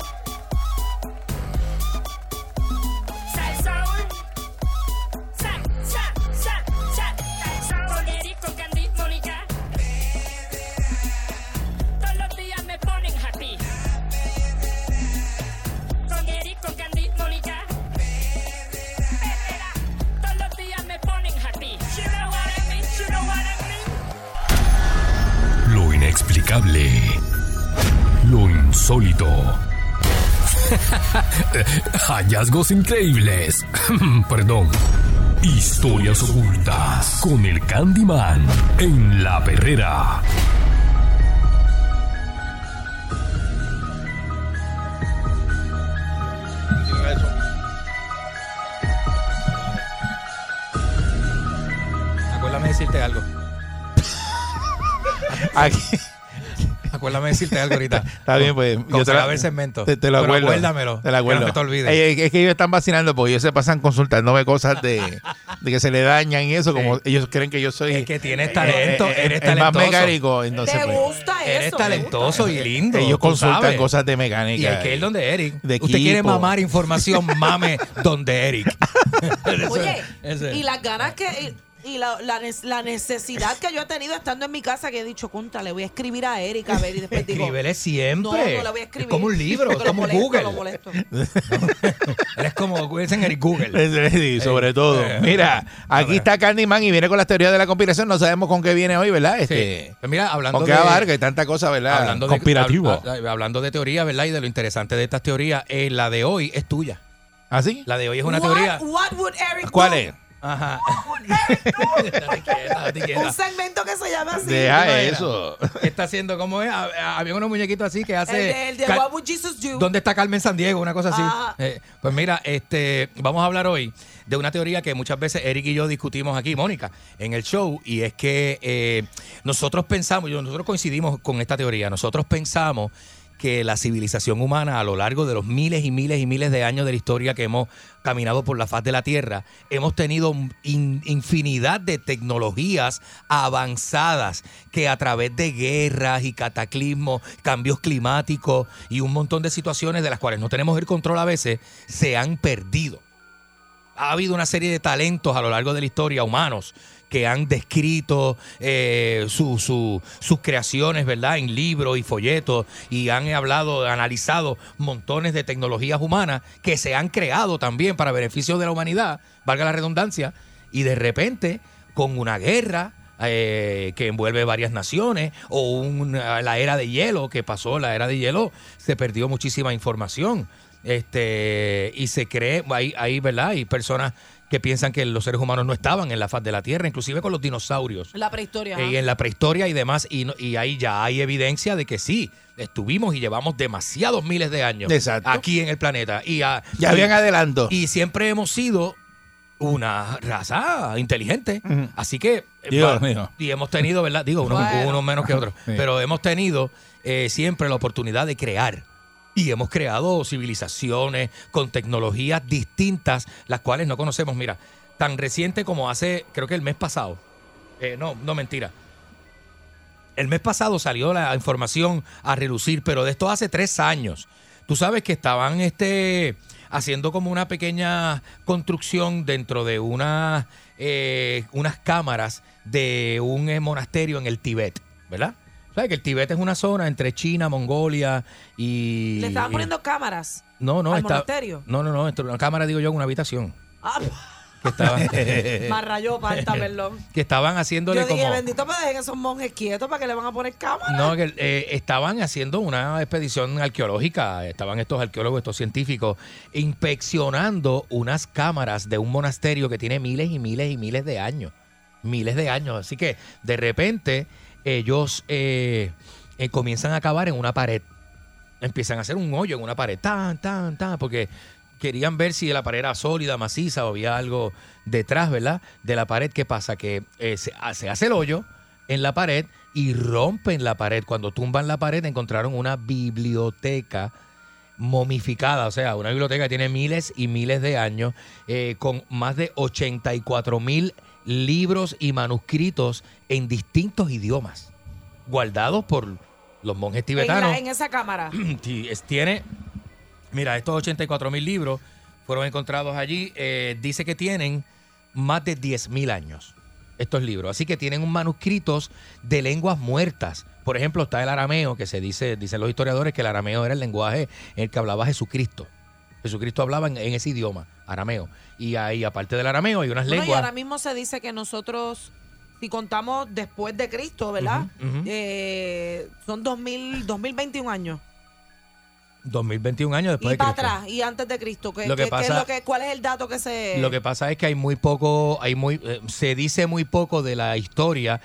B: Salsaul. Sal, sal, sal, sal. Salsaul. Con Eric, con Candy, Mónica. Todos los días me ponen happy. Con Eric, con Candy, Mónica. Perrera. Todos los días me ponen happy. You know what I mean, you know what I mean.
A: Lo inexplicable. Lo insólito. (laughs) Hallazgos increíbles. (laughs) Perdón. Historias ocultas con el Candyman en la perrera.
G: Acuérdame decirte algo.
D: Aquí-
G: Acuérdame decirte algo ahorita.
D: (laughs) Está bien, pues.
G: Con Saga del segmento.
D: Te, te lo
G: Pero
D: acuerdo.
G: acuérdamelo,
D: Te lo acuerdo.
G: que no se te olvide.
D: Ey, ey, es que ellos están vacinando porque ellos se pasan consultándome cosas de, de que se le dañan y eso. Como ellos creen que yo soy.
G: Es que tienes
D: eh,
G: talento,
D: eh, eh,
G: eres
D: el más
G: talentoso.
D: mecánico. Entonces,
F: ¿Te
D: pues,
F: gusta eso?
G: Eres
F: ¿Te
G: talentoso y lindo.
D: ellos
G: tú
D: consultan
G: sabes.
D: cosas de mecánica.
G: Y aquí es donde Eric.
D: De
G: Usted quiere
D: equipo.
G: mamar
D: (laughs)
G: información, mame donde Eric.
F: gusta? Oye,
G: Ese.
F: y las ganas que... Y, y la, la ne- la necesidad que yo he tenido estando en mi casa que he dicho, contra, le voy a escribir a Erika a ver y después
D: (laughs)
F: digo,
G: Escríbele siempre.
F: no, no la voy a escribir.
G: Es como un (laughs) libro, es
F: porque lo
G: como un
F: molesto,
G: Google.
F: lo molesto.
G: Él es como, dicen Eric Google.
D: (laughs)
G: Eh,
D: Sí, sobre todo. (laughs) Mira, aquí está Candyman y viene con las teorías de la conspiración. No sabemos con qué viene hoy, ¿verdad? Este,
G: Sí. Pues mira, hablando
D: Con qué
G: de-
D: abarca y tanta cosa, ¿verdad?
G: Hablando de,
D: Conspirativo.
G: hab- hab- hablando de teoría, ¿verdad? Y de lo interesante de estas teorías, eh, la de hoy es tuya.
D: ¿Así?
G: La de hoy es una
F: What-
G: teoría.
F: What would Eric
D: ¿Ah, ¿Cuál
F: do?
D: es?
G: Ajá. Estate quieta, estate quieta.
D: (laughs)
F: Un segmento que se llama así.
G: tú no
D: Deja
G: eras.
D: eso.
G: ¿Qué está haciendo? ¿Cómo es? Ah, ah, Había unos muñequitos así que
F: El de,
G: hace.
F: el de
G: Cal-
F: What Would Jesus Do?
G: ¿Dónde está Carmen San Diego? Una cosa así.
F: Ah.
G: Eh, pues mira, este, vamos a hablar hoy de una teoría que muchas veces Eric y yo discutimos aquí, Mónica, en el show, y es que eh, nosotros pensamos, yo- nosotros coincidimos con esta teoría, nosotros pensamos que la civilización humana a lo largo de los miles y miles y miles de años de la historia que hemos caminado por la faz de la Tierra, hemos tenido in- infinidad de tecnologías avanzadas que a través de guerras y cataclismos, cambios climáticos y un montón de situaciones de las cuales no tenemos el control a veces, se han perdido ha habido una serie de talentos a lo largo de la historia, humanos, que han descrito eh, su- su- sus creaciones, ¿verdad? En libros y folletos, y han hablado, analizado montones de tecnologías humanas que se han creado también para beneficio de la humanidad, valga la redundancia, y de repente, con una guerra, eh, que envuelve varias naciones, o un- la era de hielo que pasó, la era de hielo, se perdió muchísima información. Este, y se cree, hay, hay, ¿verdad? Hay personas que piensan que los seres humanos no estaban en la faz de la Tierra, inclusive con los dinosaurios.
F: La prehistoria.
G: Y en la prehistoria y demás, y, no- y ahí ya hay evidencia de que sí, estuvimos y llevamos demasiados miles de años
D: Exacto.
G: aquí en el planeta. Y ah,
D: Ya
G: y-
D: habían adelanto.
G: y siempre hemos sido una raza inteligente.
D: Ujú.
G: Así que. eh,
D: Dios
G: bueno,
D: mío.
G: Y hemos tenido, ¿verdad? Digo, unos,
F: Bueno.
G: unos menos que otros.
D: Sí.
G: Pero hemos tenido eh, siempre la oportunidad de crear. Y hemos creado civilizaciones con tecnologías distintas, las cuales no conocemos. Mira, tan reciente como hace, creo que el mes pasado. Eh, no, no mentira. El mes pasado salió la información a relucir, pero de esto hace tres años. Tú sabes que estaban este, haciendo como una pequeña construcción dentro de una, eh, unas cámaras de un eh, monasterio en el Tibet, ¿verdad? ¿Sabes que el Tibet es una zona entre China, Mongolia y...
F: Le estaban
G: y-
F: poniendo cámaras.
G: no, no,
F: al
G: está-
F: monasterio.
G: No, no, no, entre una cámara digo yo en una habitación. (laughs)
F: Ah, (laughs)
G: Que estaba-
F: más
G: (laughs)
F: rayó palta, perdón.
G: que estaban
F: Yo
G: haciéndole
F: dije,
G: como...
F: bendito me dejen esos monjes quietos para que le van a poner cámaras.
G: No, que eh, estaban haciendo una expedición arqueológica, estaban estos arqueólogos, estos científicos, inspeccionando unas cámaras de un monasterio que tiene miles y miles y miles de años, miles de años. Así que de repente ellos eh, eh, comienzan a cavar en una pared, empiezan a hacer un hoyo en una pared, tan, tan, tan, porque querían ver si la pared era sólida, maciza o había algo detrás, ¿verdad? De la pared, ¿qué pasa? Que eh, se, ha- se hace el hoyo en la pared y rompen la pared. Cuando tumban la pared encontraron una biblioteca momificada, o sea, una biblioteca que tiene miles y miles de años, eh, con más de 84 mil libros y manuscritos en distintos idiomas, guardados por los monjes
F: en, la-
G: tibetanos.
F: en esa
G: (clears throat)
F: cámara.
G: Ti- es- tiene, mira, estos 84 mil libros fueron encontrados allí. eh, dice que tienen más de 10 mil años estos libros. Así que tienen un manuscritos de lenguas muertas. Por ejemplo, está el arameo, que se dice, dicen los historiadores, que el arameo era el lenguaje en el que hablaba Jesucristo. Jesucristo hablaba en, en ese idioma, arameo. Y ahí, aparte del arameo, hay unas
F: Bueno, y
G: lenguas.
F: ahora mismo se dice que nosotros, si contamos después de Cristo, ¿verdad?
G: Ujú, ujú.
F: Eh, son 2000, 2021 años.
G: 2021 años después
F: Y
G: de
F: para
G: Cristo.
F: atrás, y antes de Cristo. ¿qué-
G: Lo que
F: qué- qué es
G: pasa-
F: lo que- ¿Cuál es el dato que se...?
G: Lo que pasa es que hay muy poco, hay muy, eh, se dice muy poco de la historia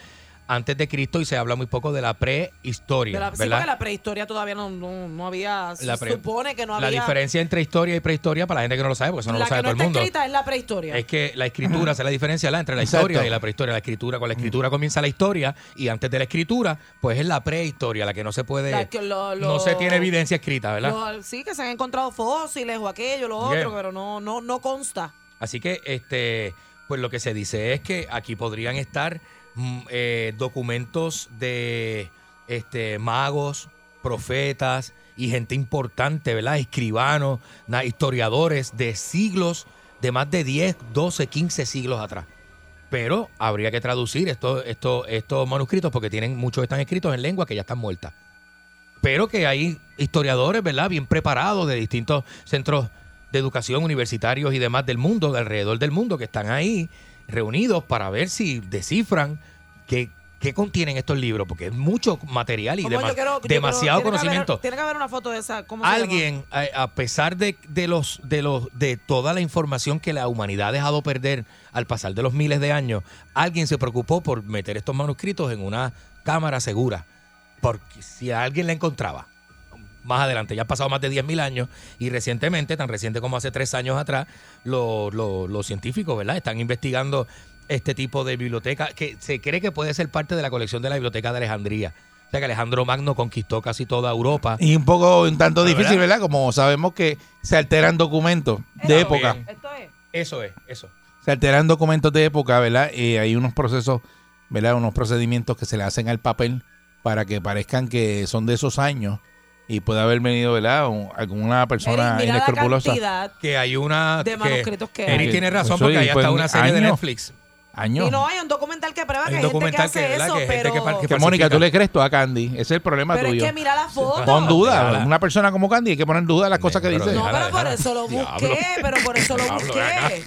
G: antes de Cristo y se habla muy poco de la prehistoria.
F: de la, sí,
G: ¿verdad?
F: porque la prehistoria todavía no, no, no había...
G: La
F: se
G: pre-
F: supone que no
G: La
F: había...
G: diferencia entre historia y prehistoria, para la gente que no lo sabe, porque eso no
F: la
G: lo sabe
F: que no
G: todo el
F: está
G: mundo.
F: escrita es la prehistoria.
G: Es que la escritura hace la diferencia ¿verdad? entre la historia
D: Exacto.
G: y la prehistoria. La escritura, con la escritura comienza la historia y antes de la escritura, pues es la prehistoria, la que no se puede,
F: La que lo- lo-
G: no se tiene evidencia escrita, ¿verdad?
F: Lo- sí, que se han encontrado fósiles o aquello, lo
G: Yeah.
F: otro, pero no, no, no consta.
G: Así que, este, pues lo que se dice es que aquí podrían estar mm, eh, documentos de este, magos, profetas y gente importante, ¿verdad? Escribanos, na- historiadores de siglos, de más de 10, 12, 15 siglos atrás. Pero habría que traducir estos, estos, estos manuscritos porque tienen muchos están escritos en lengua que ya están muertas pero que hay historiadores, ¿verdad? Bien preparados de distintos centros de educación universitarios y demás del mundo, de alrededor del mundo, que están ahí reunidos para ver si descifran qué, qué contienen estos libros, porque es mucho material y
F: Como
G: dema-
F: yo quiero- yo quiero-
G: demasiado
F: tiene que haber-
G: conocimiento.
F: tiene que haber una foto de esa. ¿cómo se llama?
G: Alguien, eh, a, a pesar de, de los de los de toda la información que la humanidad ha dejado perder al pasar de los miles de años, alguien se preocupó por meter estos manuscritos en una cámara segura, porque si alguien la encontraba más adelante, ya han pasado más de 10.000 años y recientemente, tan reciente como hace tres años atrás, lo- lo- los científicos, ¿verdad? Están investigando este tipo de biblioteca que se cree que puede ser parte de la colección de la biblioteca de Alejandría. O sea que Alejandro Magno conquistó casi toda Europa.
D: Y un poco, un tanto
G: La
D: difícil,
G: verdad.
D: ¿verdad? Como sabemos que se alteran documentos de
G: Está
D: época.
G: bien.
F: Esto es.
G: Ah, Eso es, eso.
D: Se alteran documentos de época, ¿verdad? Eh, hay unos procesos, ¿verdad? Unos procedimientos que se le hacen al papel para que parezcan que son de esos años y puede haber venido, ¿verdad? Un- alguna persona
F: Eric, mira la
D: inescrupulosa.
F: cantidad.
G: Que hay una.
F: De
G: que-
F: manuscritos que
G: Eric
F: hay.
G: tiene razón
D: Eso,
G: porque
D: y
G: hay hasta
D: pues,
G: una serie de
D: años.
G: Netflix.
D: Años.
F: Y no hay un documental que prueba
G: Hay
F: que
G: un
F: hay gente que
G: documental
F: hace
G: que, ¿verdad?
F: eso,
G: que hay gente
F: pero,
G: que par- que
D: que Mónica,
G: falsifica.
D: ¿tú le crees esto a Candy? Ese es el problema
F: pero es
D: tuyo.
F: que mira la foto.
D: Pon duda,
G: Déjala.
D: una persona como Candy hay que poner en duda las cosas que
G: Pero
D: dice.
F: No,
G: Déjala,
F: pero por
G: déjala.
F: eso lo busqué, pero por eso lo
G: Diablo,
F: busqué.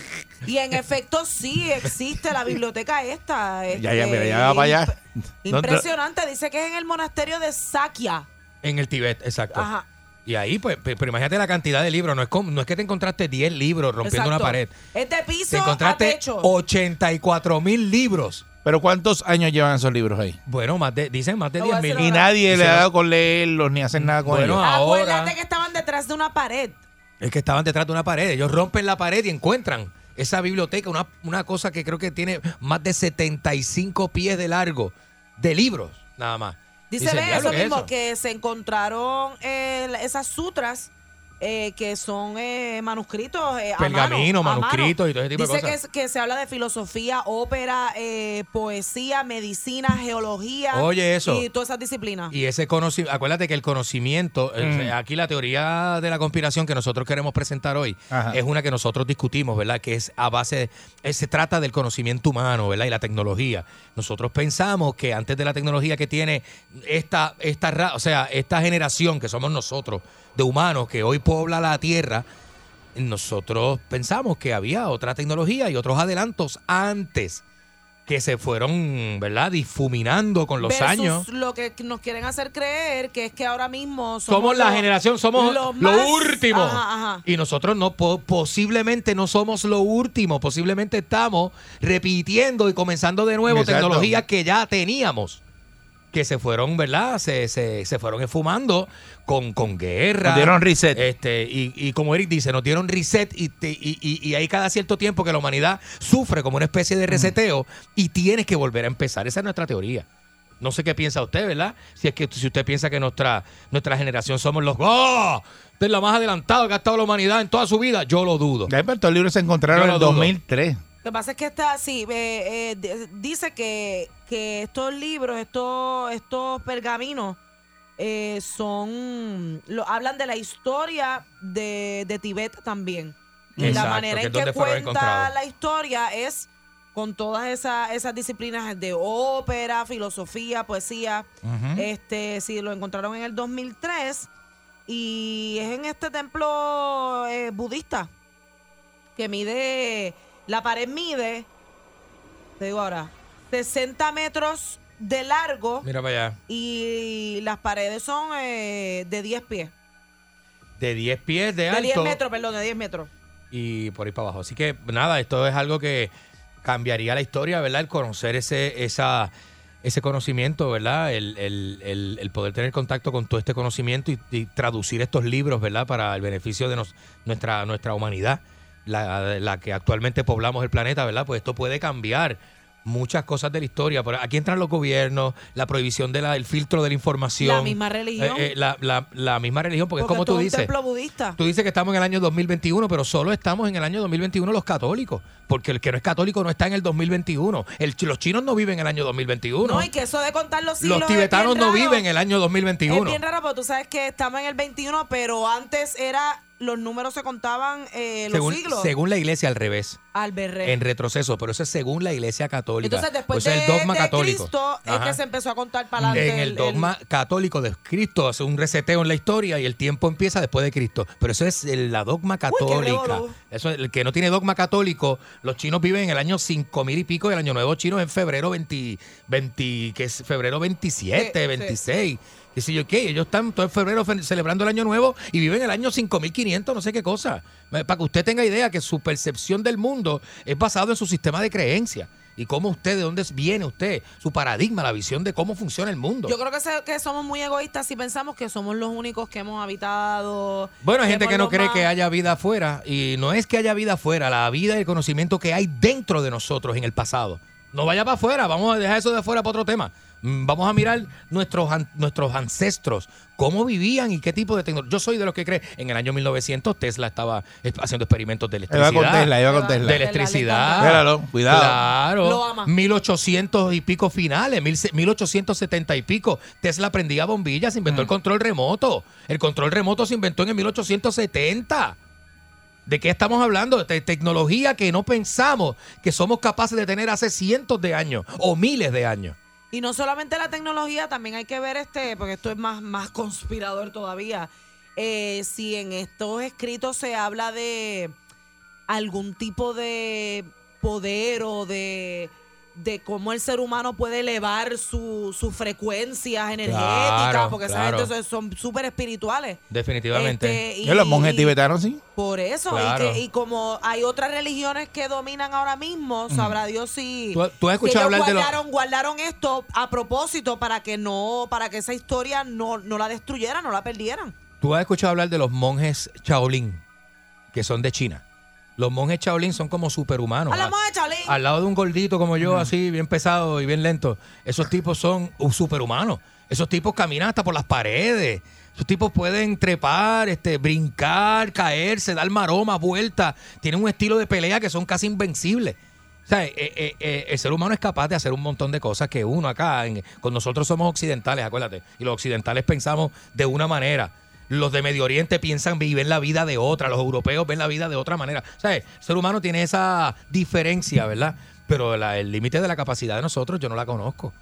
F: Y en efecto sí existe la biblioteca esta.
D: Ya, ya,
F: este,
D: mira, ya va para allá.
F: imp- Impresionante, dice que es en el monasterio de Sakya.
G: En el Tibet, exacto.
F: Ajá.
G: Y ahí, pues, pe- pero imagínate la cantidad de libros. No es, como- no es que te encontraste 10 libros rompiendo
F: exacto.
G: una pared.
F: Es de
G: Te
F: piso a
G: encontraste
F: techo.
G: 84 mil libros.
D: Pero ¿cuántos años llevan esos libros ahí?
G: Bueno, más de, dicen más de
F: Lo voy a
G: 10
F: hacer
G: mil.
D: Y
F: ahora.
D: nadie le
G: Hicieron-
D: ha dado con leerlos ni hacer nada con
G: Bueno,
D: ellos.
G: ahora-
F: Acuérdate que estaban detrás de una pared.
G: Es que estaban detrás de una pared. Ellos rompen la pared y encuentran esa biblioteca, una, una cosa que creo que tiene más de 75 pies de largo de libros, nada más.
F: Dice, ve
G: "Diablo,
F: eso
G: ¿qué es
F: mismo, que se encontraron eh, la- esas sutras eh, que son eh, manuscritos. eh, a
G: Pergamino,
F: mano, a mano.
G: manuscritos y todo ese tipo de
F: Dice
G: cosas.
F: Que, que se habla de filosofía, ópera, eh, poesía, medicina, geología.
G: Oye, eso.
F: Y todas esas disciplinas.
G: Y ese conocimiento, acuérdate que el conocimiento, eh, o sea, aquí la teoría de la conspiración que nosotros queremos presentar hoy
D: Ajá.
G: es una que nosotros discutimos, ¿verdad? Que es a base, eh, se trata del conocimiento humano, ¿verdad? Y la tecnología. Nosotros pensamos que antes de la tecnología que tiene esta, esta, ra- o sea, esta generación que somos nosotros, de humanos que hoy pobla la tierra, nosotros pensamos que había otra tecnología y otros adelantos antes que se fueron, ¿verdad? Difuminando con los
F: Versus
G: años.
F: Lo que nos quieren hacer creer que es que ahora mismo somos,
G: Somos, la
F: los-
G: generación, somos lo
F: los más-
G: último.
F: Ajá, ajá.
G: Y nosotros no po- posiblemente no somos lo último, posiblemente estamos repitiendo y comenzando de nuevo
D: Exacto.
G: tecnologías que ya teníamos. Que se fueron, ¿verdad? Se, se, se fueron esfumando con, con guerra.
D: Nos dieron reset.
G: Este, y, y como Eric dice, nos dieron reset y, te- y, y- y hay cada cierto tiempo que la humanidad sufre como una especie de reseteo y tienes que volver a empezar. Esa es nuestra teoría. No sé qué piensa usted, ¿verdad? Si es que si usted piensa que nuestra, nuestra generación somos los ¡Oh! de la más adelantada que ha estado la humanidad en toda su vida, yo lo dudo.
D: Ya estos libros se encontraron
G: Yo
D: en
G: lo
D: el
G: dudo.
D: 2003.
F: Lo que pasa es que está sí, eh, eh, d- dice que, que estos libros, estos, estos pergaminos, eh, son. Lo, hablan de la historia de, de Tibet también. Y
G: Exacto,
F: la manera
G: que es
F: en que
G: donde fueron
F: cuenta
G: encontrados.
F: la historia es con todas esas, esas disciplinas de ópera, filosofía, poesía. Este, sí, lo encontraron en el 2003 y es en este templo eh, budista que mide, la pared mide, te digo ahora, 60 metros de largo
G: Mira para allá.
F: y las paredes son eh, de 10 pies.
G: De 10 pies de
F: De 10
G: alto
F: metros, perdón, de 10 metros.
G: y por ahí para abajo. Así que nada, esto es algo que cambiaría la historia, ¿verdad? El conocer ese, esa, ese conocimiento, ¿verdad? El, el- el- el poder tener contacto con todo este conocimiento y, y traducir estos libros, ¿verdad? Para el beneficio de nos- nuestra, nuestra humanidad, la, la que actualmente poblamos el planeta, ¿verdad? Pues esto puede cambiar muchas cosas de la historia. Por aquí entran los gobiernos, la prohibición del filtro de la información.
F: La misma religión.
G: Eh, eh, la, la- la misma religión, porque,
F: Porque
G: es como
F: esto
G: tú
F: es un
G: dices.
F: templo budista.
G: Tú dices que estamos en el año 2021, pero solo estamos en el año 2021 los católicos, porque el que no es católico no está en el 2021. El, chi- los chinos no viven en el año 2021.
F: No, y que eso de contar los siglos.
G: los tibetanos no viven en el año
F: Es
G: 2021.
F: bien raro porque tú sabes que estamos en el 21, pero antes era los números se contaban eh, los
G: según,
F: siglos.
G: según la iglesia al revés,
F: al berré.
G: en retroceso, pero eso es según la iglesia católica.
F: Entonces,
G: Pues
F: después de,
G: el dogma
F: de
G: católico.
F: Cristo es
G: Ajá.
F: que se empezó a contar para adelante.
G: en el dogma católico de Cristo hace un reseteo en la historia y el tiempo empieza después de Cristo. Pero eso es el- la dogma católica.
F: revolú.
G: eso es- el que no tiene dogma católico, los chinos viven en el año 5000 y pico y el año nuevo chino es en febrero 20, 20 que es febrero 27,
F: Sí, sí.
G: 26. Qué sé yo qué, ellos están todo el febrero fe- celebrando el año nuevo y viven el año 5500, no sé qué cosa. Eh, Para que usted tenga idea que su percepción del mundo es basado en su sistema de creencia y cómo usted, de dónde viene usted, su paradigma, la visión de cómo funciona el mundo.
F: Yo creo que, se- que somos muy egoístas si pensamos que somos los únicos que hemos habitado.
G: Bueno, hay gente
F: somos
G: que no
F: los
G: cree
F: más-
G: que haya vida afuera y no es que haya vida afuera, la vida y el conocimiento que hay dentro de nosotros en el pasado. No vaya para afuera, vamos a dejar eso de afuera para otro tema. Mm, Vamos a mirar nuestros, an- nuestros ancestros, cómo vivían y qué tipo de tecnología. Yo soy de los que cree, en el año 1900 Tesla estaba eh, haciendo experimentos de
D: Iba
G: electricidad.
D: con Tesla, iba con
G: De
D: Tesla.
G: electricidad.
D: Míralo, cuidado.
G: Claro.
F: Lo ama.
G: 1800 y pico finales, 1870 y pico. Tesla prendía bombillas, inventó
D: Mm.
G: el control remoto. El control remoto se inventó en el 1870. ¿De qué estamos hablando? De tecnología que no pensamos que somos capaces de tener hace cientos de años o miles de años.
F: Y no solamente la tecnología, también hay que ver este, porque esto es más, más conspirador todavía. Eh, si en estos escritos se habla de algún tipo de poder o de, de cómo el ser humano puede elevar su- sus frecuencias energéticas,
G: Claro,
F: porque
G: claro.
F: esas gente son súper espirituales.
G: Definitivamente.
F: Este, y-
D: Yo, los monjes tibetanos, sí.
F: Por eso,
G: Claro.
F: y, que- y como hay otras religiones que dominan ahora mismo, sabrá Dios si,
G: ¿Tú- tú has
F: si
G: escuchado
F: ellos
G: hablar de lo-
F: guardaron, guardaron esto a propósito para que no, para que esa historia no, no la destruyeran, no la perdieran.
G: Tú has escuchado hablar de los monjes Shaolin, que son de China. Los monjes Shaolin son como superhumanos. Ah,
F: Hablamos de Chalín.
G: al lado de un gordito como yo, así, bien pesado y bien lento, esos tipos son un superhumanos. Esos tipos caminan hasta por las paredes. Esos tipos pueden trepar, este, brincar, caerse, dar maroma, vuelta. Tienen un estilo de pelea que son casi invencibles. O sea, eh, eh, eh, el ser humano es capaz de hacer un montón de cosas que uno acá, en- con nosotros somos occidentales, acuérdate, y los occidentales pensamos de una manera. Los de Medio Oriente piensan y ven la vida de otra, los europeos ven la vida de otra manera. O sea, el ser humano tiene esa diferencia, ¿verdad? Pero la- el límite de la capacidad de nosotros yo no la conozco.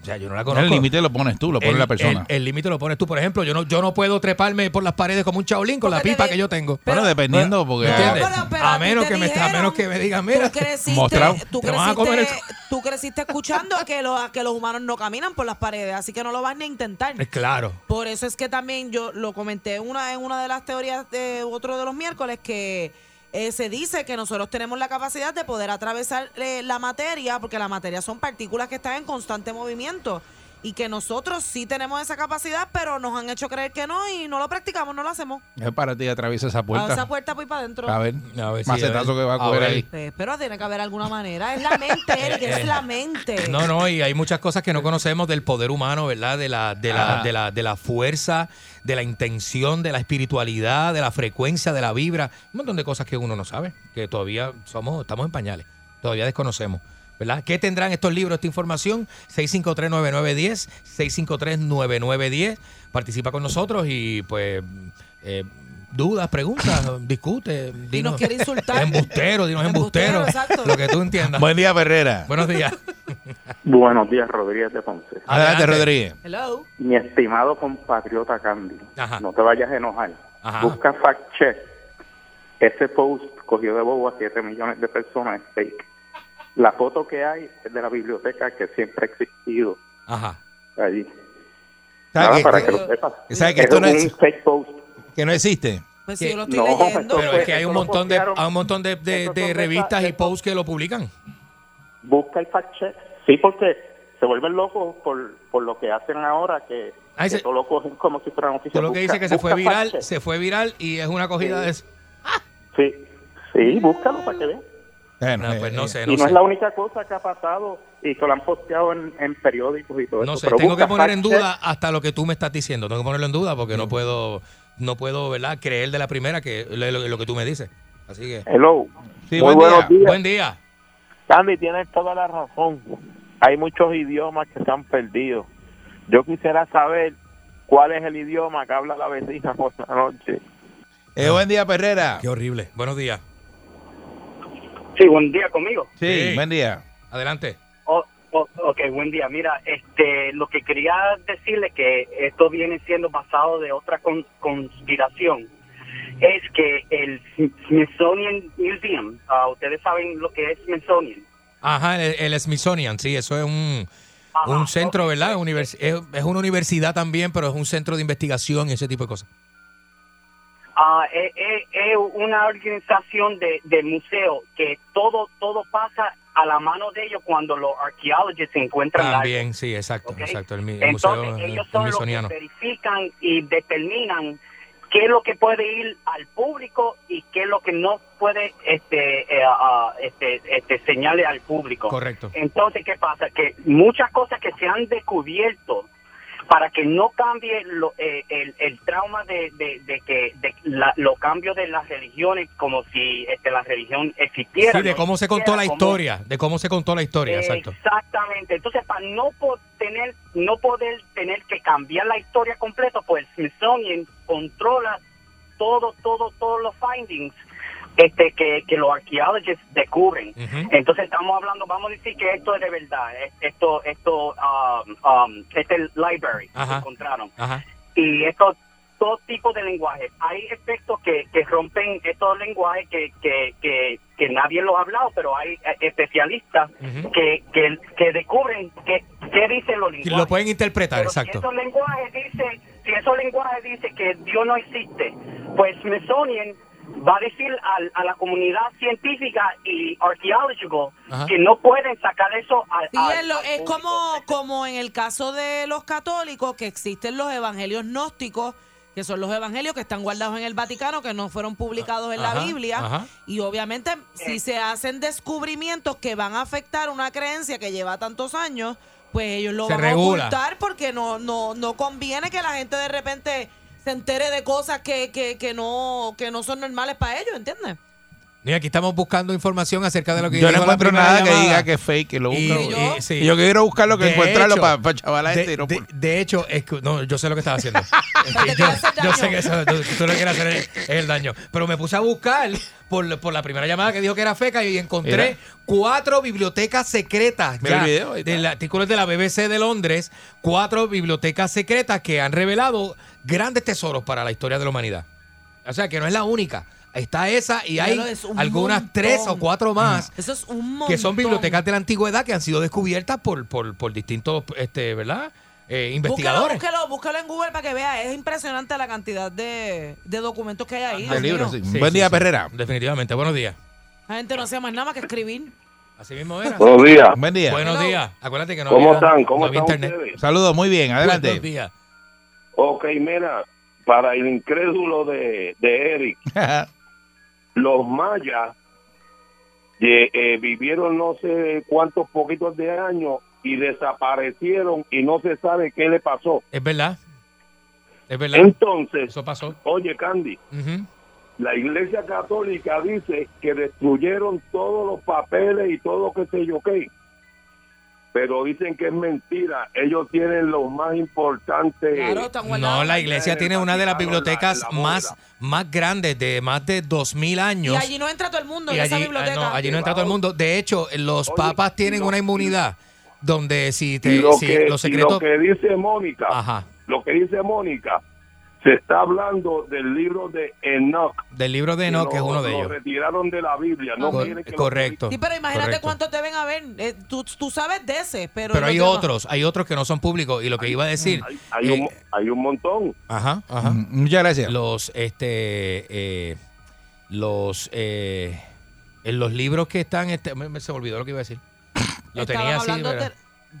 G: O sea, yo no la conozco.
D: El límite lo pones tú, lo pone
G: El-
D: la persona.
G: el- el límite lo pones tú, por ejemplo, yo no, yo no puedo treparme por las paredes como un chaolín con la
F: Porque te
G: pipa
F: di-
G: que yo tengo.
D: bueno, dependiendo, porque.
F: No,
G: ¿Entiendes?
F: pero- pero
G: a,
F: ti
G: menos
F: te
G: que me, a
F: dijeron,
G: menos que me digan, mira,
F: Tú creciste,
D: mostrado,
F: tú,
G: te vas a
F: creciste
G: comer el-
F: tú creciste escuchando que los, que los humanos no caminan por las paredes, así que no lo vas ni a intentar.
G: Eh, Claro.
F: Por eso es que también yo lo comenté una, en una de las teorías de otro de los miércoles que eh, se dice que nosotros tenemos la capacidad de poder atravesar eh, la materia, porque la materia son partículas que están en constante movimiento y que nosotros sí tenemos esa capacidad, pero nos han hecho creer que no y no lo practicamos, no lo hacemos.
D: Es para ti, atraviesa esa
F: A
D: puerta.
F: esa puerta voy para
G: Ah,
F: adentro.
D: A ver,
G: A ver, sí, eh.
D: macetazo
G: a ver.
D: que va a
G: A
D: coger
G: ver.
D: ahí.
F: Pues, pero tiene que haber alguna manera. Es la
G: (laughs)
F: mente, Eric, es la mente.
G: Eh, No, no, y hay muchas cosas que no conocemos del poder humano, ¿verdad? De la, de la,
D: Ah.
G: de la, de la fuerza, de la intención, de la espiritualidad, de la frecuencia, de la vibra. Un montón de cosas que uno no sabe, que todavía somos, estamos en pañales, todavía desconocemos. ¿Verdad? ¿Qué tendrán estos libros, esta información? 653-9910, 653-9910. Participa con nosotros y pues eh, dudas, preguntas, discute.
F: Y
G: dinos-
F: nos
G: (laughs)
F: quiere insultar.
G: Embustero, dinos
F: Embustero,
G: embustero.
F: exacto.
G: Lo que tú entiendas.
D: Buen día, Ferrera.
H: (laughs)
G: Buenos días.
H: Buenos días, Rodríguez de Ponce.
D: Adelante,
G: adelante.
D: Rodríguez.
F: Hello.
H: (laughs) Mi estimado compatriota Candy,
G: Ajá.
H: no te vayas a enojar.
G: Ajá.
H: Busca fact check. Ese post cogió de bobo a 7 millones de personas es fake. La foto que hay es de la biblioteca que siempre ha existido
G: Ajá.
H: allí.
D: ¿Sabes
H: Nada,
D: que-
H: para
D: que,
H: que lo sepas.
D: ¿Sabes que
H: Eso
D: esto no
H: es
D: es-
H: un fake post.
D: que no existe?
F: Pues sí,
G: ¿Qué?
F: yo lo estoy
H: No,
F: leyendo.
H: pero-
G: Pero es que hay un
H: Eso lo
G: montón de,
H: postearon.
G: hay un montón de, de-
H: Eso
G: de
H: son de
G: revistas
H: esas-
G: y posts que lo publican.
H: Busca el fact check. Sí, porque se vuelven locos por, por lo que hacen ahora, que,
G: Ay,
H: que
G: se-
H: todo lo cogen como si fueran oficial.
G: Tú Ah, lo que dices que se fue viral, se fue viral y es una cogida de eso.
H: Sí, sí, búscalo para que veas.
D: Bueno,
G: No, pues
D: eh,
G: no
D: eh,
G: sé,
H: y
G: no
H: no es
G: sé.
H: la única cosa que ha pasado y que lo han posteado en, en periódicos y todo
G: No
H: eso.
G: sé,
H: pero
G: tengo
H: busca
G: que poner
H: fact
G: en duda hasta lo que tú me estás diciendo. Tengo que ponerlo en duda porque
H: Mm.
G: no puedo, no puedo, ¿verdad? Creer de la primera que lo, lo- lo que tú me dices. Así que.
H: check. Hello.
D: Sí,
H: Muy
D: buen
H: buenos
D: día.
H: días.
G: Buen día.
H: Candy, tienes toda la razón. Hay muchos idiomas que se han perdido. Yo quisiera saber cuál es el idioma que habla la vecina por la noche.
D: eh, buen día, Ferrera.
G: Qué horrible. Buenos días.
L: Sí, buen día conmigo.
D: Sí,
G: Sí.
D: buen día.
G: Adelante.
L: O- o- ok, buen día. Mira, este, lo que quería decirle que esto viene siendo basado de otra con- conspiración es que el Smithsonian Museum, ah, ustedes saben lo que es Smithsonian.
G: Ajá, el, el Smithsonian, sí, eso es un,
L: Ajá,
G: un centro, ¿verdad? Univers- es, es una universidad también, pero es un centro de investigación y ese tipo de cosas.
L: Ah, es, es- es una organización de, de museo que todo todo pasa a la mano de ellos cuando los arqueólogos se encuentran algo.
G: También, sí, exacto,
L: ¿ok?
G: exacto. El, mi- eh, el
L: Entonces,
G: museo el-
L: ellos
G: el
L: son los que
G: smithsoniano.
L: verifican y determinan qué es lo que puede ir al público y qué es lo que no puede este, eh, ah, este, este, señale al público.
G: Correcto.
L: Entonces, ¿qué pasa? Que muchas cosas que se han descubierto para que no cambie lo- eh, el, el trauma de, de- de que de la- los cambios de las religiones como si este, la religión existiera.
G: Sí, de
L: no
G: cómo se contó
L: existiera,
G: la
L: cómo-
G: historia, de cómo se contó la historia, exacto.
L: Exactamente. Entonces, para no po- tener, no poder tener que cambiar la historia completa, pues Smithsonian controla todo, todo, todos los findings este, que, que los arqueólogos descubren.
G: Ujú.
L: Entonces estamos hablando, vamos a decir que esto es de verdad, es- esto, esto, um, um, este library
G: Ajá.
L: que encontraron
G: Ajá.
L: y estos dos tipos de lenguajes. Hay efectos que, que rompen estos lenguajes que, que, que, que nadie los ha hablado, pero hay eh, especialistas
G: Ujú.
L: que, que, que descubren qué qué dicen los
G: Y
L: lenguajes.
G: Lo pueden interpretar,
L: Pero Si
G: exacto.
L: esos lenguajes dicen, si esos lenguajes dicen que Dios no existe, pues Smithsonian va a decir al- a, la comunidad científica y arqueológico
G: Ajá.
L: que no pueden sacar eso al,
F: Sí,
L: al-
F: es, lo-
L: al
F: es
L: público.
F: como, como en el caso de los católicos, que existen los evangelios gnósticos, que son los evangelios que están guardados en el Vaticano, que no fueron publicados en
G: Ajá,
F: la Biblia.
G: ajá.
F: Y obviamente, si se hacen descubrimientos que van a afectar una creencia que lleva tantos años, pues ellos lo
G: Se
F: van
G: regula.
F: a ocultar porque no, no, no conviene que la gente de repente se entere de cosas que, que, que no, que no son normales para ellos, ¿entiendes?
G: Mira, aquí estamos buscando información acerca de lo que
D: Yo no
G: dijo la
D: encuentro
G: primera
D: nada que
G: llamada.
D: diga que es fake, que lo
G: Y-
D: busco.
G: y- sí.
D: Yo quiero buscar lo que
G: De
D: encuentrarlo
G: hecho,
D: para chaval
G: de,
D: este. y no
G: de-
D: por-
G: de hecho, es que- no, yo sé lo que
D: (laughs)
G: estaba haciendo.
F: te
G: yo,
F: quiere hacer
G: yo
F: daño.
G: sé que eso, tú, tú lo que quieres hacer es, es el daño. Pero me puse a buscar por, por la primera llamada que dijo que era feca y encontré
D: Mira.
G: cuatro bibliotecas secretas.
D: Mira
G: ya,
D: el video, ahí está.
G: del artículo de la BBC de Londres, cuatro bibliotecas secretas que han revelado grandes tesoros para la historia de la humanidad. O sea que no es la única. Está esa y hay
F: Claro, es un
G: algunas
F: montón.
G: tres o cuatro más
F: Eso es
D: (laughs)
F: un montón.
G: que son bibliotecas de la antigüedad que han sido descubiertas por, por, por distintos, este, ¿verdad? Eh,
F: Búscalo,
G: investigadores.
F: búscalo, búscalo en Google para que vea. Es impresionante la cantidad de, de documentos que hay ahí.
D: de
F: Dios
D: libros,
F: mío.
D: sí. Buen día, Perrera.
G: Definitivamente. Buenos días.
F: La gente no hacía más nada más que escribir.
G: Así mismo era.
I: Buenos días.
D: Buen día.
G: Buenos
F: Hello.
G: días. Acuérdate que no
I: ¿Cómo
G: había-
I: están?
G: no
I: ¿Cómo
G: había
I: están
G: internet.
I: ustedes?
D: Saludos, muy bien,
G: Buenos
D: adelante.
G: días.
I: Ok, mira, para el incrédulo de, de Eric, los mayas eh, eh, vivieron no sé cuántos poquitos de años y desaparecieron y no se sabe qué le pasó.
G: Es verdad. Es verdad.
I: Entonces,
G: Eso pasó.
I: oye Candy,
G: Ujú.
I: la Iglesia Católica dice que destruyeron todos los papeles y todo que sé yo qué. Pero dicen que es mentira. Ellos tienen los más importantes.
F: Claro, están guardados.
G: No, la iglesia
I: el
G: tiene una de las
I: Vaticano,
G: bibliotecas
I: la- la
G: más,
I: boda.
G: más grandes, de más de 2.000
F: Y
G: años.
F: allí no entra todo el mundo
G: Y
F: en esa
G: allí-
F: biblioteca.
G: ah, no, allí no entra todo el mundo. De hecho, los
I: Oye,
G: papas tienen
I: lo-
G: una inmunidad donde si,
I: Y
G: te,
I: lo,
G: si
I: que,
G: los
I: y
G: secretos...
I: lo que dice Mónica,
G: Ajá.
I: lo que dice Mónica, se está hablando del libro de Enoch.
G: Del libro de Enoch, que es
I: Lo-
G: uno de
I: lo
G: ellos.
I: retiraron de la Biblia. No
G: Cor-
I: quieren que lo
G: correcto.
F: Sí, pero imagínate
G: correcto.
F: cuántos deben haber. Eh, tú, tú sabes de ese, pero.
G: Pero
F: los
G: hay
F: demás-
G: otros, hay otros que no son públicos. Y lo que iba a decir.
I: Hay, hay
G: eh,
I: un, hay un montón.
G: Ajá, ajá.
D: Mm, Muchas gracias.
G: Los, este, eh, los, eh, en los libros que están, este, me, me- se me olvidó lo que iba a decir. Lo
F: Estaban
G: tenía así,
F: hablando
G: ¿verdad?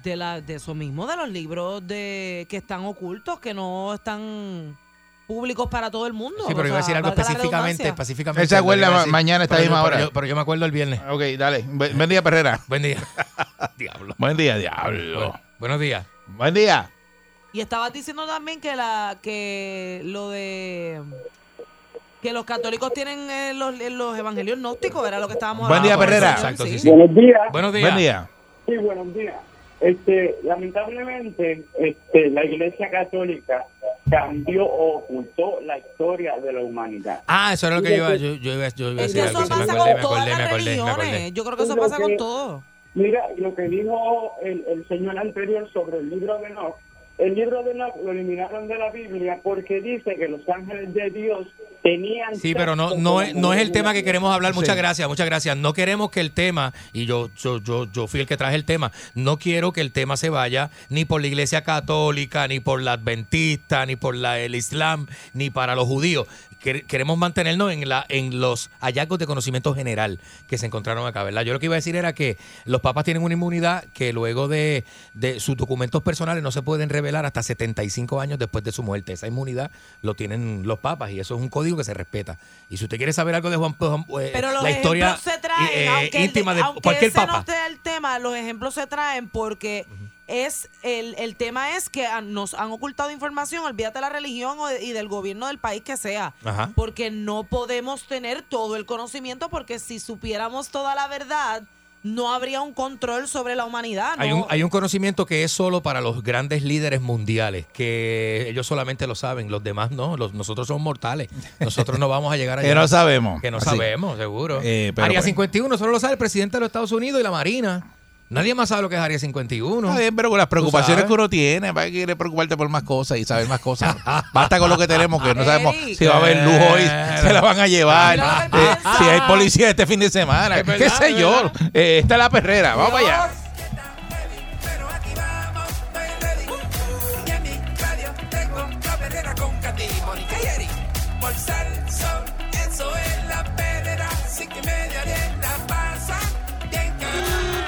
F: de, de la, de eso mismo, de los libros de que están ocultos, que no están públicos para todo el mundo.
G: Sí, pero
F: O
G: iba a
F: sea,
G: decir algo
F: valga la
G: específicamente,
F: redundancia.
G: específicamente.
D: Él se
G: lo que
D: acuerda
G: iba a
D: ma-
G: decir.
D: mañana a esta
G: Pero
D: misma
G: yo-
D: hora.
G: Pero yo, pero yo me acuerdo el viernes.
D: Ah, Ok, dale. Bu- Buen día, Perrera. (laughs)
G: Buen día. Diablo.
D: Buen día, diablo.
G: Buenos días.
D: Buen día.
F: Y estabas diciendo también que la que lo de que los católicos tienen eh, los, los evangelios gnósticos, era lo que estábamos
D: Buen día,
G: por eso,
D: Perrera.
G: Exacto, sí, sí.
H: Buenos días.
G: Buenos días.
D: Buen día.
H: Sí, buenos días. Este, lamentablemente, este, la Iglesia Católica cambió o ocultó la historia de la humanidad.
G: Ah, eso era lo que yo iba, yo, yo iba, yo iba a
F: Es
G: decir.
F: que
G: algo,
F: eso
G: sí, me
F: pasa
G: acordé,
F: con
G: me
F: todas
G: acordé,
F: las
G: me acordé, me acordé.
F: religiones. Yo creo que eso
H: Lo
F: pasa con
H: que-
F: todo.
H: Mira, lo que dijo el, el señor anterior sobre el libro de Enoch, el libro de Enoch lo eliminaron de la Biblia porque dice que los ángeles de Dios tenían...
G: Sí, pero no,
H: sexo
G: no,
H: con
G: es, no es el tema que
H: humanidad.
G: queremos hablar. Muchas
D: Sí.
G: gracias, muchas gracias. No queremos que el tema, y yo, yo, yo, yo fui el que traje el tema, no quiero que el tema se vaya ni por la iglesia católica, ni por la adventista, ni por la, el islam, ni para los judíos. Quer- Queremos mantenernos en, la, en los hallazgos de conocimiento general que se encontraron acá, ¿verdad? Yo lo que iba a decir era que los papas tienen una inmunidad que luego de, de sus documentos personales no se pueden revelar hasta 75 años después de su muerte. Esa inmunidad lo tienen los papas y eso es un código que se respeta. Y si usted quiere saber algo de Juan, Juan- eh,
F: Pero los
G: la historia
F: ejemplos se traen,
G: eh,
F: aunque, el-
G: íntima de
F: aunque
G: cualquier
F: ese
G: papa.
F: no sea el tema, los ejemplos se traen porque es el, el tema es que han- nos han ocultado información, olvídate de la religión o de- y del gobierno del país que sea,
G: Ajá.
F: porque no podemos tener todo el conocimiento porque si supiéramos toda la verdad no habría un control sobre la humanidad.
G: Hay
F: ¿no?
G: un, hay un conocimiento que es solo para los grandes líderes mundiales, que ellos solamente lo saben, los demás no, los, nosotros somos mortales, nosotros no vamos a llegar
D: (laughs)
G: allá.
D: Que no sabemos.
G: Que no
D: Así.
G: sabemos, seguro.
D: Eh, pero
G: Área
D: pues-
G: 51 solo lo sabe el presidente de los Estados Unidos y la Marina. Nadie más sabe lo que es Área 51.
D: Está bien, pero con las preocupaciones
G: sabes.
D: que uno tiene, para que quiere preocuparte por más cosas y saber más
G: (laughs)
D: cosas. Basta con lo que tenemos, que no sabemos
F: Eric.
D: si va a haber luz hoy,
G: Eh.
D: se la van a llevar,
F: Mira lo que
D: eh,
F: piensa.
D: si hay policía este fin de semana,
G: Es verdad,
D: qué sé
G: es
D: yo.
G: verdad.
D: Eh, esta es la perrera, vamos allá.
C: Pero aquí vamos, estoy ready. Y en mi radio tengo la perrera con Katy, Mónica y Eric. Por Salsón, eso es la perrera. Cinco y media diez la pasa. Bien cabrón.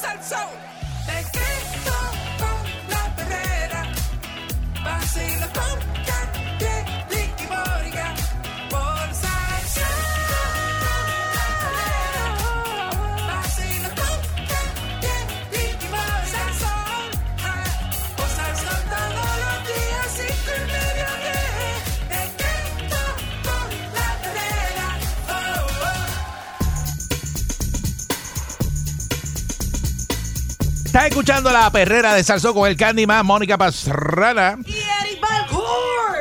C: Salsón. Me quedo con la perrera. Vacilo con Katy, Eric y Mónica. Por Salsón. Vacilo con Salsón, ah, con salsón todos los días, cinco y media, diez.
D: Estás escuchando la perrera de Salsó con el Candyman, Mónica Pastrana.
F: Y Eric Balcourt.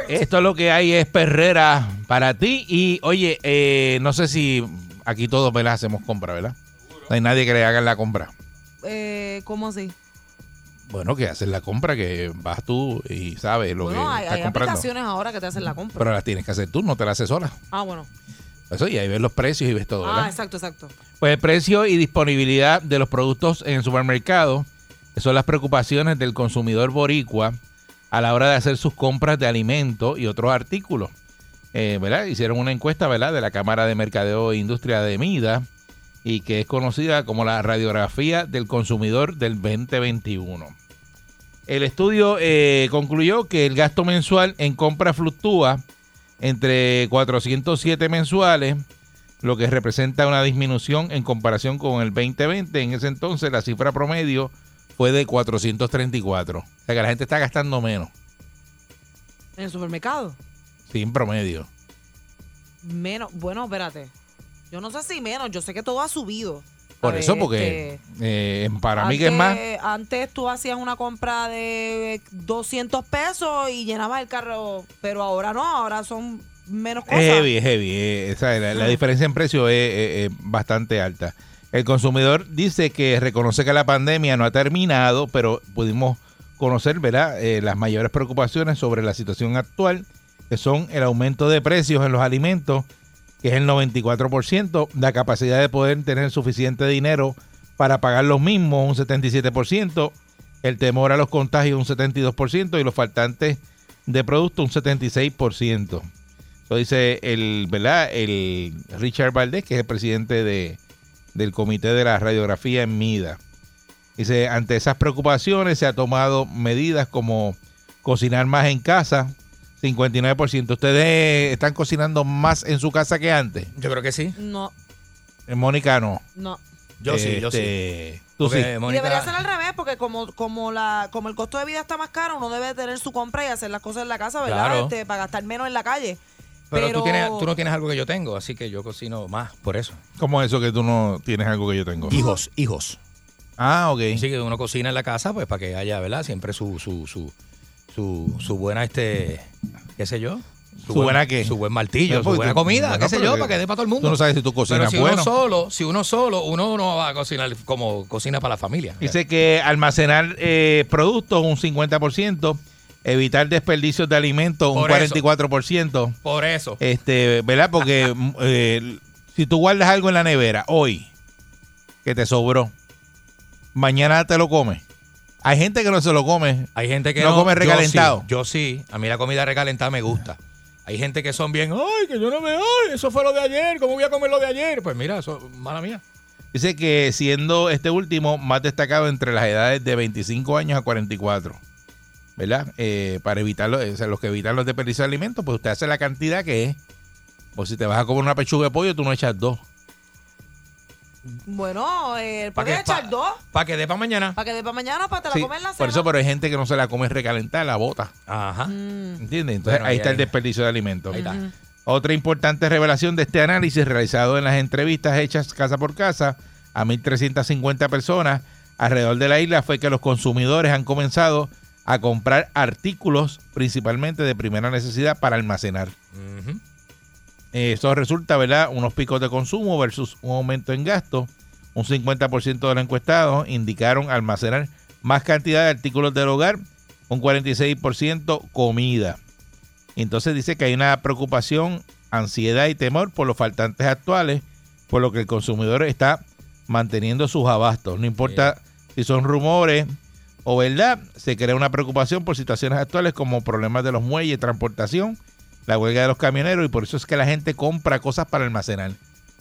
D: Esto es lo que hay es perrera para ti. Y oye, eh, no sé si aquí todos me la hacemos compra, ¿verdad? No hay nadie que le haga la compra.
F: Eh, ¿Cómo así?
D: Bueno, que haces la compra, que vas tú y sabes lo
F: Bueno,
D: que
F: hay,
D: estás
F: hay
D: comprando.
F: aplicaciones ahora que te hacen la compra.
D: Pero las tienes que hacer tú, no te las haces sola.
F: ah, bueno.
D: Eso, y ahí ves los precios y ves todo,
F: Ah,
D: ¿verdad?
F: exacto, exacto.
D: Pues el precio y disponibilidad de los productos en el supermercado son las preocupaciones del consumidor boricua a la hora de hacer sus compras de alimentos y otros artículos. Eh, ¿verdad? Hicieron una encuesta ¿verdad? de la Cámara de Mercadeo e Industria de Mida y que es conocida como la radiografía del consumidor del 2021. El estudio eh, concluyó que el gasto mensual en compra fluctúa entre 407 mensuales lo que representa una disminución en comparación con el 2020. En ese entonces la cifra promedio fue de 434. O sea que la gente está gastando menos,
F: En el supermercado.
D: sin promedio.
F: Menos. Bueno, espérate. Yo no sé si menos. Yo sé que todo ha subido.
D: Por
F: A
D: eso,
F: ver,
D: porque
F: este,
D: eh, para mí que es más,
F: antes- Antes tú hacías una compra de 200 pesos y llenabas el carro, pero ahora no, ahora son menos
D: es
F: cosas. Mm.
D: heavy, es heavy. eh, o sea, la, la diferencia en precio es, es- es bastante alta. El consumidor dice que reconoce que la pandemia no ha terminado, pero pudimos conocer ¿verdad? Eh, las mayores preocupaciones sobre la situación actual, que son el aumento de precios en los alimentos, que es el 94%, la capacidad de poder tener suficiente dinero para pagar los mismos, un 77%, el temor a los contagios, un 72%, y los faltantes de producto, un 76%. Eso dice el, ¿verdad? El Richard Valdés, que es el presidente de, del Comité de la Radiografía en MIDA. Dice, ante esas preocupaciones se ha tomado medidas como cocinar más en casa, 59%. ¿Ustedes eh, están cocinando más en su casa que antes? Eh,
G: Yo creo que sí.
F: No,
D: Mónica no.
F: no.
G: Yo sí, yo sí.
D: Este, Tú sí.
G: Porque,
F: Y
G: Mónica-
F: debería ser al revés, porque como, como la, como el costo de vida está más caro, uno debe tener su compra y hacer las cosas en la casa, ¿verdad?
G: Claro.
F: Este, para gastar menos en la calle.
G: pero tú, tienes- tú no tienes algo que yo tengo, así que yo cocino más por eso.
D: ¿Cómo es eso que tú no tienes algo que yo tengo?
G: Hijos, hijos.
D: Ah, ok.
G: Así que uno cocina en la casa, pues para que haya, ¿verdad? Siempre su, su, su, su, su buena, este, qué sé yo.
D: ¿Su buena qué?
G: Su buen martillo,
D: No,
G: su
D: porque
G: buena
D: tú-
G: comida,
D: bueno,
G: qué sé
D: pero
G: yo,
D: que-
G: para que dé para todo el mundo.
D: Tú no sabes si tú
G: Pero
D: cocinas
G: si
D: bueno.
G: uno solo, si uno solo, uno no va a cocinar como cocina para la familia.
D: Dice que almacenar eh, productos un 50%, evitar desperdicios de alimentos un
G: Por eso.
D: 44%.
G: Por eso.
D: Este, ¿verdad?
G: (laughs)
D: Porque mm, eh, si tú guardas algo en la nevera hoy que te sobró, mañana te lo comes. Hay gente que no se lo come.
G: Hay gente que
D: No
G: no,
D: come
G: yo
D: recalentado.
G: sí, Yo sí, a mí la comida recalentada me gusta. Hay gente que son bien, ay, que yo no me, ay, eso fue lo de ayer, ¿cómo voy a comer lo de ayer? Pues mira, eso, mala mía.
D: Dice que siendo este último más destacado entre las edades de 25 años a 44. ¿Verdad? Eh, para evitar los, o sea, los que evitan los desperdicios de alimentos, pues usted hace la cantidad que es. O si te vas a comer una pechuga de pollo, tú no echas dos.
F: Bueno, eh,
G: ¿Para
F: puedes echar dos,
G: Para que dé para mañana.
F: para que de para mañana, para te la
D: Sí,
F: comer en la cena.
D: por eso, pero hay gente que no se la come recalentada, la bota.
G: Ajá.
F: Mm.
D: ¿Entiendes? Entonces
G: Bueno,
D: ahí
G: ahí-
D: está el
G: ahí-
D: desperdicio de alimentos.
G: Ahí está.
D: Otra importante revelación de este análisis realizado en las entrevistas hechas casa por casa a 1.350 personas alrededor de la isla fue que los consumidores han comenzado a comprar artículos principalmente de primera necesidad para almacenar.
C: Mm-hmm.
G: Ujú.
D: Eh, Eso resulta, ¿verdad? Unos picos de consumo versus un aumento en gasto. Un 50% de los encuestados indicaron almacenar más cantidad de artículos del hogar, un 46% comida. Entonces dice que hay una preocupación, ansiedad y temor por los faltantes actuales, por lo que el consumidor está manteniendo sus abastos. No importa si son rumores o verdad, se crea una preocupación por situaciones actuales como problemas de los muelles, transportación, la huelga de los camioneros y por eso es que la gente compra cosas para almacenar.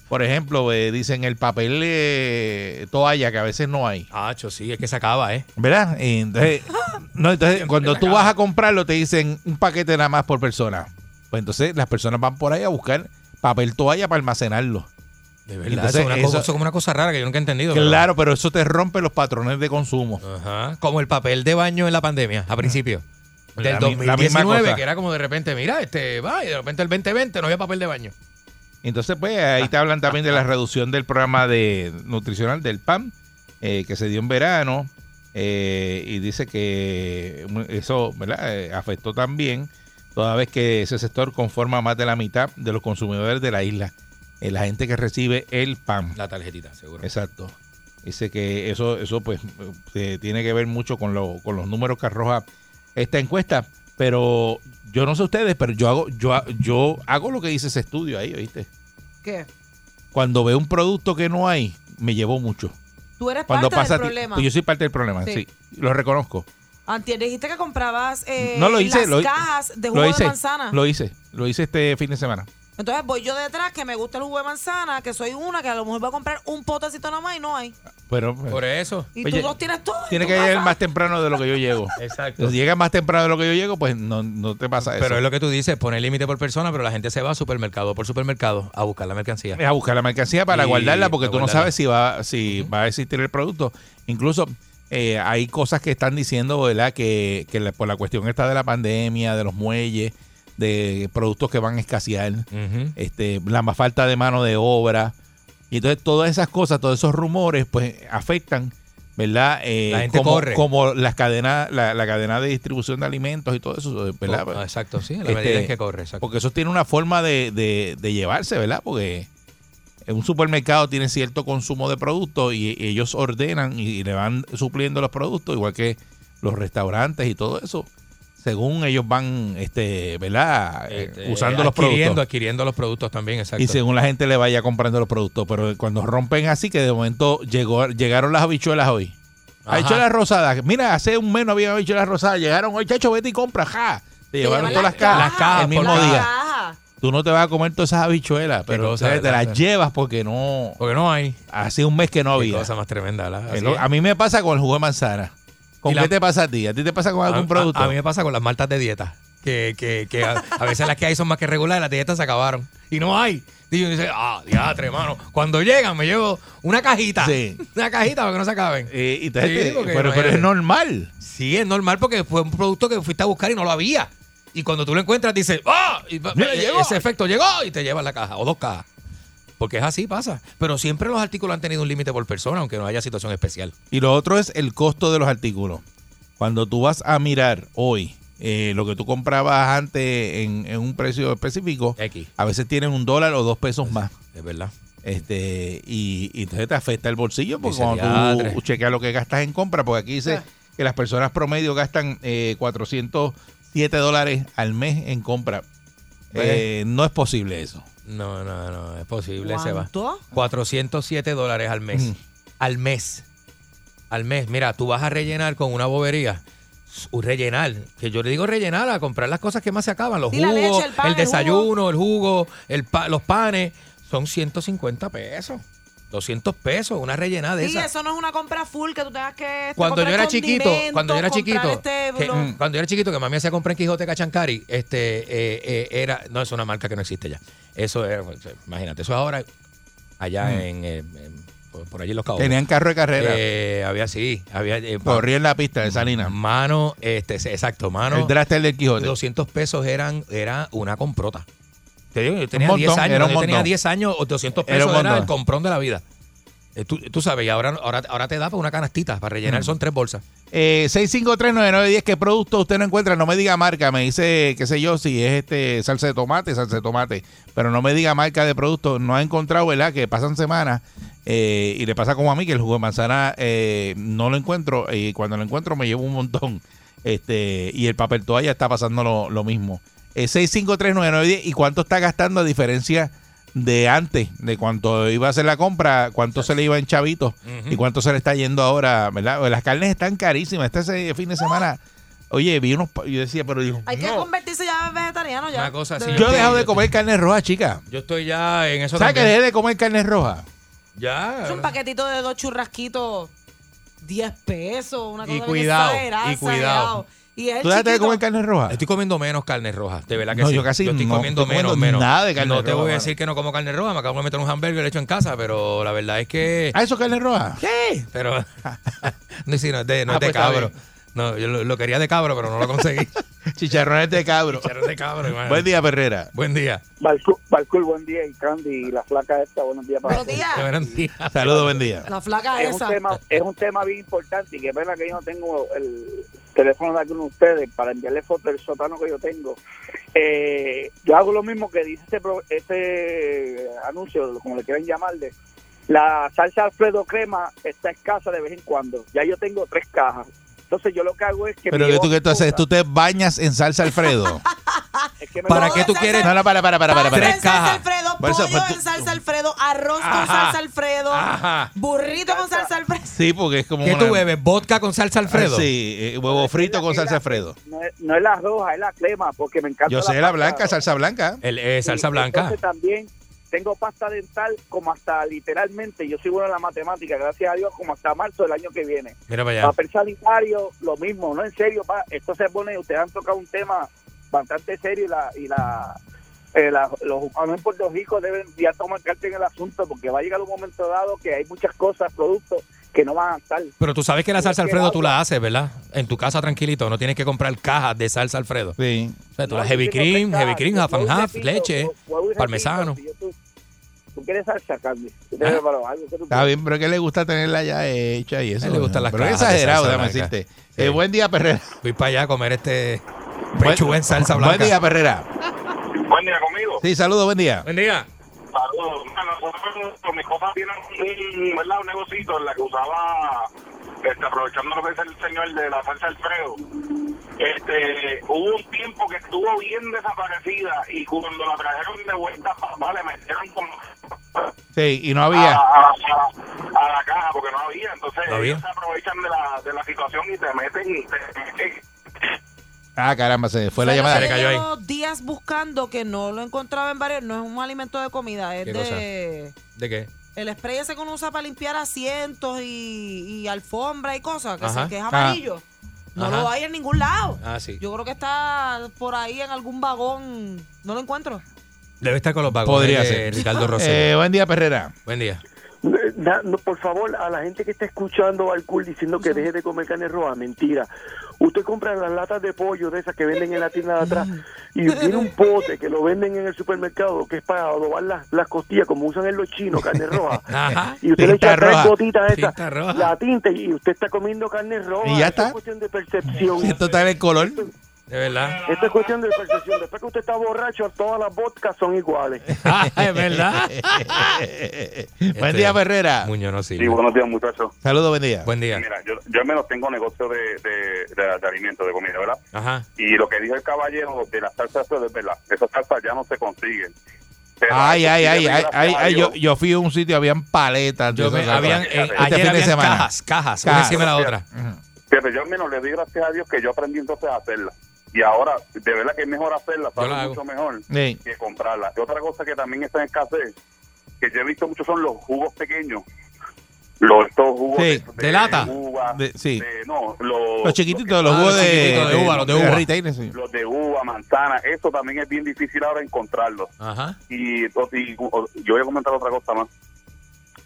D: Por ejemplo, eh, dicen el papel eh, toalla que a veces no hay.
G: Acho, sí, es que se acaba, ¿eh?
D: ¿Verdad? Y (laughs) entonces, no, entonces cuando tú vas a comprarlo te dicen un paquete nada más por persona. Pues entonces las personas van por ahí a buscar papel toalla para almacenarlo.
G: De
D: verdad,
G: Entonces,
D: eso es
G: eso,
D: una
G: es
D: cosa- eso es
G: como una cosa rara que yo nunca he entendido.
D: Claro, pero eso te rompe los patrones de consumo.
G: Ajá. Como el papel de baño en la pandemia, a principio.
D: La
G: Del
D: mi- Mm. la misma
G: 2019,
D: cosa.
G: que era como de repente, mira, este, va, y de repente el 2020 no había papel de baño.
D: Entonces, pues ahí te hablan también de la reducción del programa de nutricional del PAN eh, que se dio en verano. eh, y dice que mm, eso ¿verdad? Eh, afectó también toda vez que ese sector conforma más de la mitad de los consumidores de la isla, eh, la gente que recibe el PAN.
G: La tarjetita, seguro.
D: Exacto. Dice que eso, eso pues eh, tiene que ver mucho con, lo- con los números que arroja esta encuesta. Pero yo no sé ustedes, pero yo hago, yo, ha- yo hago lo que dice ese estudio ahí, ¿oíste?
F: ¿Qué?
D: Cuando veo un producto que no hay, me llevo mucho.
G: pues,
F: Tú eres
D: Cuando
F: parte
D: pasa
F: del
D: ti-
F: problema.
D: pues yo soy parte del problema,
F: Sí.
D: sí. Lo reconozco.
F: Antier dijiste que comprabas eh,
D: no lo hice,
F: las
D: lo,
F: cajas de
D: lo
F: jugo
D: hice,
F: de manzana.
D: Lo hice, lo hice este fin de semana.
F: Entonces voy yo detrás que me gusta el jugo de manzana, que soy una que a lo mejor va a comprar un potecito nada más y no hay.
D: Pero
G: Por eso.
F: Y
D: Oye,
F: tú los tienes todos. en
D: tiene
F: tu
D: que llegar
F: casa.
D: más temprano de lo que yo llego.
G: (laughs) Exacto.
D: Si llegas más temprano de lo que yo llego, pues no, no te pasa eso.
G: Pero es lo que tú dices, poner límite por persona, pero la gente se va a supermercado por supermercado a buscar la mercancía.
D: Es a buscar la mercancía para
G: Y
D: guardarla porque
G: para
D: tú no
G: guardarla.
D: sabes si va si va a existir el producto. Incluso eh, hay cosas que están diciendo, ¿verdad? Que, que la- por la cuestión esta de la pandemia, de los muelles, de productos que van a escasear,
G: Ujú.
D: este, la más falta de mano de obra. Y entonces todas esas cosas, todos esos rumores, pues afectan, ¿verdad? Eh,
G: La gente
D: como,
G: corre.
D: Como las cadenas, la, la cadena de distribución de alimentos y todo eso, ¿verdad?
G: Oh, ah, exacto, sí, la
D: Este,
G: medida en que corre. Exacto.
D: Porque eso tiene una forma de, de- de llevarse, ¿verdad? Porque en un supermercado tiene cierto consumo de productos y, y ellos ordenan y, y le van supliendo los productos, igual que los restaurantes y todo eso, según ellos van, este, ¿verdad? Eh,
G: Este,
D: Usando los
G: adquiriendo,
D: productos.
G: Adquiriendo los productos también, exacto.
D: Y según la gente le vaya comprando los productos. Pero cuando rompen así, que de momento llegó, llegaron las habichuelas hoy.
G: Ajá.
D: Habichuelas rosadas. Mira, hace un mes no había habichuelas rosadas. Llegaron hoy, chacho, vete y compra, ja. Te llevaron
F: llevan
D: todas las
F: las
D: cajas, el
G: cajas, por
D: mismo
G: la
F: Las
D: día
F: cajas.
D: tú no te vas a comer todas esas habichuelas,
G: Qué
D: pero
G: cosa,
D: ustedes te
G: ¿verdad?
D: las llevas porque no.
G: Porque no hay.
D: Hace un mes que no
G: Qué
D: había.
G: cosa más tremenda. ¿verdad?
D: Es
G: Así
D: lo-
G: es.
D: a mí me pasa con el jugo de manzana. ¿Con
G: Y
D: qué
G: la-
D: te pasa a ti? ¿A ti te pasa con algún
G: A-
D: producto?
G: A, a mí me pasa con las maltas de dieta. Que, que, que a, a veces las que hay son más que regulares, las dietas se acabaron. Y no hay. Y uno dice, ah, diatre, hermano. Cuando llegan me llevo una cajita.
D: Sí.
G: (laughs) Una cajita para que no se acaben.
D: Eh, y te-
G: Sí,
D: te-
G: porque
D: pero, pero
G: imagínate.
D: es normal.
G: Sí, es normal porque fue un producto que fuiste a buscar y no lo había. Y cuando tú lo encuentras, dices, ¡ah! Y pa-
D: Mira,
G: e-
D: llegó.
G: Ese efecto llegó y te llevas la caja o dos cajas. Porque es así, pasa. Pero siempre los artículos han tenido un límite por persona, aunque no haya situación especial.
D: Y lo otro es el costo de los artículos. Cuando tú vas a mirar hoy eh, lo que tú comprabas antes en, en un precio específico,
G: X,
D: a veces tienen un dólar o dos pesos más.
G: es verdad.
D: Este, y, y entonces te afecta el bolsillo porque
G: Dice,
D: cuando tú
G: "Diadre".
D: chequeas lo que gastas en compra, porque aquí dice que las personas promedio gastan eh, 407 dólares al mes en compra. Eh, no es posible eso.
G: No, no, no, es posible, se va.
F: ¿Cuánto?
G: 407 dólares al mes.
D: Ujú.
G: Al mes. Al mes. Mira, tú vas a rellenar con una bobería. S- un Rellenar. Que yo le digo rellenar a comprar las cosas que más se acaban. Los
F: Sí, la
G: jugos,
F: leche, el
G: el,
F: pan, el
G: desayuno, el jugo, el pa- los panes. Son 150 pesos. 200 pesos. Una rellenada Ah, de
F: Sí,
G: esas.
F: eso no es una compra full que tú tengas que. este,
G: Cuando yo
F: comprar
G: era chiquito,
F: condimentos,
G: cuando yo era
F: comprar
G: chiquito,
F: este,
G: que-
F: lo-
G: mm, cuando yo era chiquito que mami hacía comprar en Quijote Cachancari, este eh, eh, era, no es una marca que no existe ya. Eso era, pues, imagínate, eso ahora allá en, eh, en- por, por allí en los cabos.
D: Mm. Tenían carro de carrera,
G: Eh, había sí, había eh,
D: corría en la pista de Salinas.
G: mano, este, se- exacto,
D: el
G: mano.
D: draster del Quijote.
G: 200 pesos eran era una comprota. Te digo, yo tenía
D: montón,
G: 10 años,
D: era un
G: yo tenía
D: montón.
G: 10 años, o 200
D: Era un
G: pesos era,
D: montón.
G: el comprón de la vida. Eh, Tú, tú sabes, y ahora, ahora, ahora te da para una canastita para
D: Mm.
G: rellenar, son tres bolsas.
D: Eh, 6539910, ¿qué producto usted no encuentra? No me diga marca, me dice, qué sé yo, si es este salsa de tomate, salsa de tomate, pero no me diga marca de producto. No ha encontrado, ¿verdad? Que pasan semanas eh, y le pasa como a mí, que el jugo de manzana eh, no lo encuentro y cuando lo encuentro me llevo un montón. Este, y el papel toalla está pasando lo, lo mismo. Eh, 6539910, ¿y cuánto está gastando a diferencia de antes, de cuánto iba a hacer la compra, cuánto se le iba en chavitos?
G: Ujú.
D: ¿Y cuánto se le está yendo ahora? ¿verdad? Pues Las carnes están carísimas. Este se- fin de semana, oye, vi unos. pa- Yo decía, pero Dios
F: Hay que
D: mío,
F: convertirse ya en vegetariano ya.
G: Una cosa así.
D: yo he dejado de
G: Yo-
D: comer carne roja, chica.
G: Yo estoy ya en eso
D: ¿Sabes que
G: también.
D: dejé de comer carne roja?
G: Ya.
F: Es un paquetito de dos churrasquitos, 10 pesos, una
G: Y
F: cosa bien
G: cuidado,
F: exagerada,
G: y cuidado.
F: exagerado. Y es el
D: ¿Tú dejaste de
F: chiquito.
D: comer carne roja?
G: Estoy comiendo menos carne roja, de verdad que
D: No,
G: sí.
D: yo casi
G: estoy
D: no,
G: comiendo
D: estoy
G: menos,
D: comiendo
G: menos.
D: nada de carne
G: no te
D: roja,
G: voy a
D: mano.
G: decir que no como carne roja, me acabo de meter un hamburger hecho en casa, pero la verdad es que...
D: ¿Ah, eso es carne roja?
G: ¿Qué? Pero. (laughs) no, sí, no es de, no
D: Ah,
G: es de
D: pues, está
G: cabro.
D: bien.
G: No, yo lo, lo quería de cabro, pero no lo conseguí.
D: (laughs) Chicharrones de cabro.
G: Chicharrón de cabro, hermano.
D: Buen día, Perrera.
G: Buen día.
H: Balcul, Balcul, buen día. Y Candy, y la flaca esta, buenos días para
F: Buenos
H: todos.
F: días.
G: Buenos días.
D: Saludos, buen día.
F: La flaca
H: Es un,
F: esa.
H: tema, es un tema bien importante y qué pena que yo no tengo el teléfono de alguno de ustedes para enviarle fotos del sótano que yo tengo. Eh, yo hago lo mismo que dice este, pro- este anuncio, como le quieran llamarle. La salsa Alfredo Crema está escasa de vez en cuando. Ya yo tengo tres cajas. Entonces yo lo que hago es que...
D: Pero
H: me
D: que tú
H: llevo
D: que tú
H: cosas.
D: haces, tú te bañas en salsa
F: (laughs)
D: Alfredo.
H: Es que me
G: ¿Para
H: lo-
G: qué tú
F: Salsa
G: quieres?
D: No, no, para, para, para, para.
F: Pasta
D: para.
F: en salsa
G: cajas.
F: Alfredo,
D: Por eso,
F: pollo
D: pues, tú-
F: en salsa Alfredo, arroz
G: Ajá.
F: con salsa Alfredo,
G: Ajá.
F: burrito con salsa Alfredo.
D: Sí, porque es como
G: ¿Qué
D: una-
G: tú bebes? ¿Vodka con salsa Alfredo?
D: Ah, Sí, eh, huevo frito con salsa Alfredo.
H: no, es, no es la roja, es la crema, porque me encanta
D: Yo sé la
H: pasta.
D: blanca, salsa blanca.
G: El, eh, salsa
H: Y
G: blanca.
H: Entonces también tengo pasta dental como hasta literalmente, yo soy bueno en la matemática, gracias a Dios, como hasta marzo del año que viene.
G: Mira para allá.
H: Papel sanitario, lo mismo, no en serio, pa, esto se pone, ustedes han tocado un tema bastante serio y la... Y la eh, la- los humanos en Puerto Rico deben ya tomar carta en el asunto porque va a llegar un momento dado que hay muchas cosas, productos que no van a estar.
G: Pero tú sabes que la salsa
H: Es que
G: Alfredo tú
H: habla.
G: la haces, ¿verdad? En tu casa tranquilito, no tienes que comprar cajas de salsa Alfredo.
D: Sí.
G: O sea, tú
H: No,
G: la
H: yo
G: heavy
H: tengo
G: cream,
H: tres
G: heavy
H: cajas,
G: cream, half
H: huevo
G: and
H: y
G: half,
H: repito,
G: leche.
H: huevo y repito,
G: parmesano.
H: si yo tú- ¿Tú quieres salsa, Candy? ¿Tú tienes
G: Ah.
H: para algo que tú
D: Está bien, pero que le gusta tenerla ya hecha y eso.
G: A él le gustan
D: ¿no?
G: las
D: Pero es
G: cajas de
D: exagerado,
G: salsa
D: déjame
G: blanca.
D: decirte.
G: Sí.
D: Eh, buen día, Perrera.
G: Voy para allá a comer este pechuga en salsa blanca.
D: Buen día, Perrera.
I: Buen día conmigo.
D: Sí, saludos, buen día.
G: Buen día.
I: Saludos. Bueno, nosotros, mis cosas tienen un, ¿verdad? un negocito en la que usaba, este, aprovechando lo que es el señor de la salsa Alfredo. Este, hubo un tiempo que estuvo bien desaparecida y cuando la trajeron de vuelta, vale, metieron como
D: Sí, y no
I: a,
D: había.
I: a- a- a la caja porque no había. Entonces,
G: No había.
I: ellos se aprovechan de la, de la situación y te meten. Te meten.
D: Ah, caramba, se fue
F: O
D: la
F: sea,
D: llamada.
F: yo
G: Se cayó ahí.
F: llevo días buscando que no lo encontraba en varios. No es un alimento de comida, es
G: ¿Qué
F: de.
G: ¿De qué?
F: El spray ese que uno usa para limpiar asientos y, y alfombra y cosas, que, se-
G: Ajá. Ah.
F: que es amarillo. No
G: Ajá.
F: lo hay en ningún lado.
G: Ah, sí.
F: Yo creo que está por ahí en algún vagón. No lo encuentro.
G: Debe estar con los vagones
D: Podría
G: de
D: ser.
G: Ricardo Rosell.
D: Eh, buen día, Perrera.
G: Buen día.
H: Eh, na- no, por favor, a la gente que está escuchando al cool diciendo que deje de comer carne roja, mentira. Usted compra las latas de pollo de esas que venden en la tienda de atrás y tiene un pote que lo venden en el supermercado que es para adobar las, las costillas como usan en los chinos,
D: (laughs)
H: carne roja.
G: Ajá.
H: Y usted le
D: Tinta
H: echa tres
D: roja.
H: gotitas de
G: Tinta roja.
H: esas, la tinta y usted está comiendo carne roja.
D: Y ya
H: Esto
D: está.
H: Es cuestión de percepción.
D: Esto está en el color.
G: De verdad.
H: Esto es cuestión de percepción. Después que usted está borracho, todas las vodkas son iguales.
G: Ah, (laughs) es verdad.
D: (laughs)
G: Este,
D: buen día, Perrera.
G: Muñoz no sirve.
M: Sí, buenos días, muchachos.
D: Saludos, buen día.
G: Buen día.
M: Mira, yo, yo al menos tengo negocio de, de, de- de alimentos, de comida, ¿verdad?
G: Ajá.
M: Y lo que dijo el caballero de las salsas, eso es verdad. Esas salsas ya no se consiguen. Pero
D: Ay,
M: hay
D: ay,
M: que
D: ay,
M: seguirle,
D: ay,
M: gracias
D: ay,
M: a
D: ay, yo,
M: Dios.
D: yo fui a un sitio, habían paletas. de
G: Yo me,
D: esas cosas.
G: habían,
M: Este
G: eh,
M: fin
G: ayer
D: de
G: habían
D: semana.
G: cajas,
D: Cajas.
G: cajas, una encima de la otra.
M: Fíjate, yo al menos le doy gracias a Dios que yo aprendí entonces a hacerlas. Y ahora, de verdad que es mejor hacerlas,
G: Yo la
M: sabe
G: hago.
M: mucho mejor
D: Sí.
M: que comprarlas. Y otra cosa que también está en escasez, que yo he visto mucho son los jugos pequeños. Los, estos jugos
D: Sí,
G: de lata.
M: uva,
D: De- sí.
M: de- no, los,
D: Los chiquititos, los
G: Ah,
D: jugos
G: los
D: de,
G: chiquititos de uva, los de uva.
D: retail, sí.
M: los de uva, manzana, eso también es bien difícil ahora encontrarlos.
G: Ajá.
M: Y, o- y, o- yo voy a comentar otra cosa más.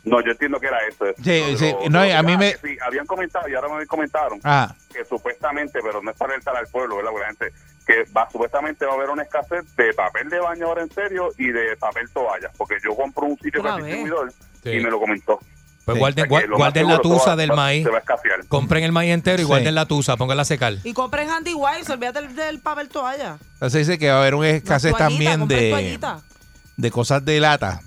M: No, yo entiendo que era eso.
D: Sí,
M: Lo-
D: sí,
M: lo-
D: no,
M: lo-
D: a mí
M: ah,
D: me-
M: que sí, habían comentado y ahora me comentaron
D: Ah,
M: que supuestamente, pero no es para alertar al pueblo, ¿verdad? Porque la gente, que va, supuestamente va a haber una escasez de papel de baño ahora en serio y de papel toalla. Porque yo compro un sitio que
F: Otra
M: es
F: vez.
M: distribuidor
G: Sí.
M: y me lo comentó. O
G: Pues
D: Sí.
G: guarden,
M: sea,
G: gua-
M: que lo más
G: guarden la
M: seguro,
G: tusa
M: todo
G: del
M: va-
G: maíz.
M: Se va a escasear.
G: Compren el maíz entero y
D: Sí.
G: guarden la tusa, pónganla a secar.
F: Y compren handy wipes, olvídate del, del papel toalla.
D: entonces dice que va a haber una
F: Las
D: escasez
F: toallitas,
D: también
F: compren
D: de,
F: toallitas.
D: de cosas de lata.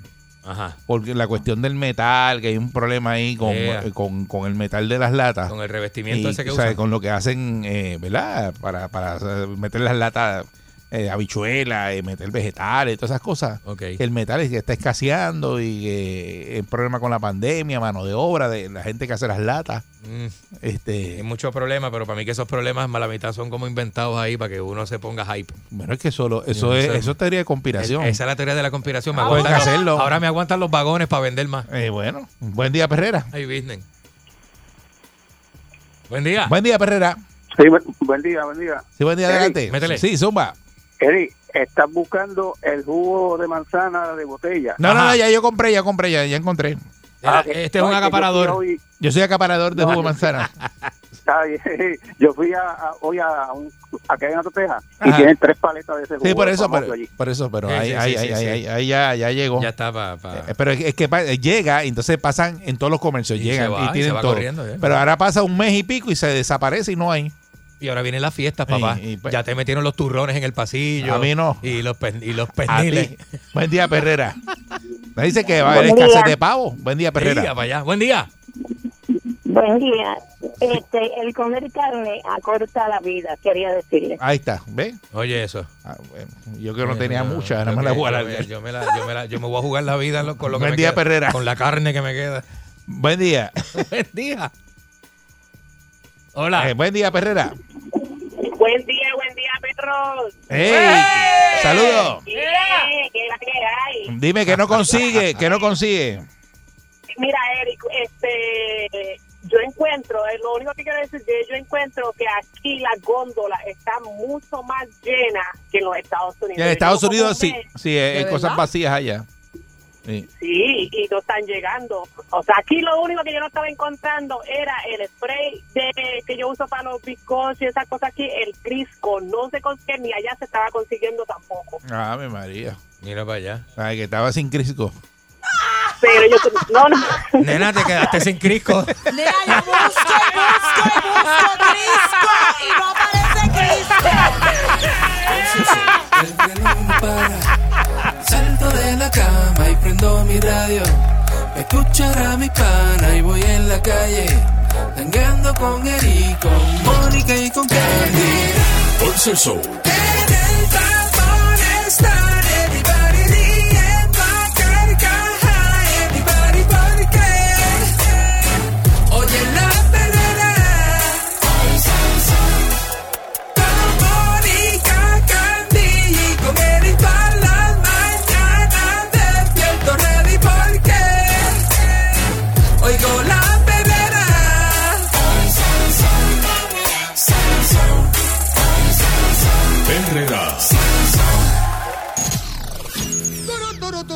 G: Ajá.
D: Porque la cuestión del metal, que hay un problema ahí con, eh,
G: Yeah.
D: con, con el metal de las latas.
G: Con el revestimiento
D: Y,
G: ese que
D: o sea,
G: usan.
D: con lo que hacen, eh, ¿verdad? Para, para eh, meter las latas, eh, habichuelas, eh, meter vegetales, todas esas cosas.
G: Ok.
D: Que el metal es que está escaseando y que el problema con la pandemia, mano de obra, de la gente que hace las latas.
G: Mm, hay
D: Este,
G: muchos problemas, pero para mí que esos problemas, más la mitad son como inventados ahí para que uno se ponga hype.
D: bueno, es que solo,
G: Yo
D: eso
G: no
D: es,
G: sé.
D: eso es teoría de conspiración.
G: Es- esa es la teoría de la conspiración. Me
D: Ah, bueno.
G: aguantan-
D: Hay que hacerlo.
G: Ahora me aguantan los vagones para vender más.
D: Eh, bueno, buen día, Perrera.
G: Ay, business. Buen día.
D: Buen día, Perrera.
H: Sí, buen, día, buen día.
D: Sí, buen día,
H: Ey,
D: adelante.
G: métele.
D: Sí, zumba.
H: Eri, estás buscando el jugo de manzana de botella.
D: No, no,
G: Ajá.
D: no, ya yo compré, ya compré, ya, ya encontré.
H: Ah,
G: Era- este es un acaparador.
D: Yo soy acaparador de
H: No,
D: jugo de
H: yo-
D: manzana.
H: Está bien. (laughs) Yo fui a, a- hoy a, un, a que hay una toteja y
D: Ajá.
H: tienen tres paletas de ese jugo
D: Sí, por eso,
H: famoso
D: pero,
H: allí.
D: por eso, pero
G: Sí,
D: ahí,
G: sí,
D: ahí,
G: sí,
D: ahí,
G: sí, sí.
D: ahí- ahí ya, ya llegó.
G: Ya está para.
D: Eh, Pero es que- es que pa- llega, y entonces pasan en todos los comercios,
G: Y
D: llegan
G: se va,
D: y
G: y
D: tienen
G: se va
D: todo.
G: corriendo, eh.
D: Pero ahora pasa un mes y pico y se desaparece y no hay.
G: Y ahora vienen las fiestas, papá.
D: Y- y, pues-
G: ya te metieron los turrones en el pasillo.
D: A mí no.
G: Y los, pen- y los
D: A
G: pendiles.
D: ti. Buen día, Perrera. Me dice que va a haber
N: Buen
D: escasez
N: día.
D: de pavo. Buen día,
G: Buen día,
D: Perrera.
G: para allá. Buen día.
N: Buen día. Este, el comer carne acorta la vida, quería decirle.
D: Ahí está, ¿ves?
G: Oye, eso.
D: Ah, bueno, yo que no tenía mucha, nada más la
G: yo que-
D: voy a
G: yo
D: largar.
G: me- Yo me, la, yo, me la- yo me voy a jugar la vida lo- con lo que
D: Buen
G: me
D: día,
G: queda,
D: Perrera.
G: Con la carne que me queda.
D: Buen día.
G: (laughs) Buen día. Hola.
D: Eh, buen día, Perrera.
N: Buen día, buen día, perros.
D: ¡Ey! ¡Saludos!
N: Eh, ¿Qué es la que hay?
D: Dime que no consigue, que no consigue.
N: Mira, Eric, este, yo encuentro, eh, lo único que quiero decir que yo encuentro que aquí la góndola está mucho más llena que en los Estados Unidos.
D: En
N: Yo
D: Estados
N: llevo como
D: Unidos
N: un
D: sí,
N: mes,
D: sí, hay
F: ¿De
D: cosas
F: verdad?
D: vacías allá. Sí.
N: Sí, y no están llegando. O sea, aquí lo único que yo no estaba encontrando era el spray de que yo uso para los bizcochos y esas cosas aquí, el Crisco. No se consigue, ni allá se estaba consiguiendo tampoco.
D: Ave Ah, María.
G: Mira para allá.
D: Ay, que estaba sin crisco.
N: Pero yo, no, no.
G: Nena, te quedaste sin
D: (laughs)
G: crisco.
D: Pues
F: Nena, yo busco y busco y busco Crisco y no aparece Crisco.
C: El que no para. Salto de la cama y prendo mi radio. Me escuchará mi pana y voy en la calle. Tangando con Eri, con Mónica y con Candy.
A: Pulse el show.
C: En el tapón están everybody riendo a carcaja. Everybody, porque Oye la perrera. Con Mónica, Candy y con Eric todas las mañanas. Despierto ready porque Oigo la perrera.
A: Perrera.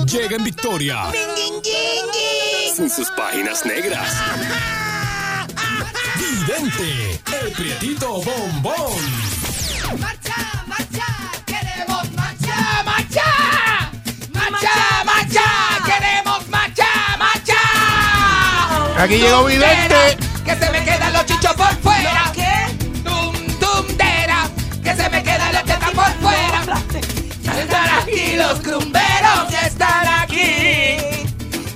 A: Llega en victoria. Sin sus páginas negras. Vidente, el prietito bombón.
C: Marcha, marcha, queremos marcha, marcha. Marcha, marcha, queremos marcha, marcha.
D: Aquí llegó Vidente.
C: Que se me quedan los chichos por fuera. ¿Qué? Tum, tumdera. Que se me quedan los tetas por fuera. Ya están aquí los crumberos, ya están aquí.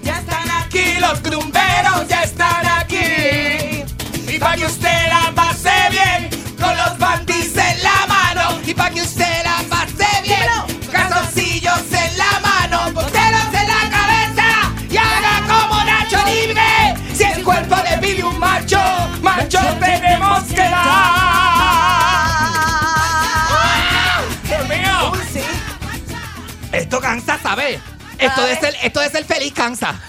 C: Ya están aquí los crumberos, ya están aquí. Y para que usted la pase bien, con los bandis en la mano. Y para que usted la pase bien, calzoncillos en la mano, boteros en la cabeza. Y haga como Nacho Libre. Si el cuerpo de Billy un macho, macho tenemos que dar. ¡Dios mío! Esto cansa, ¿sabes? Esto de ser, esto de ser feliz cansa.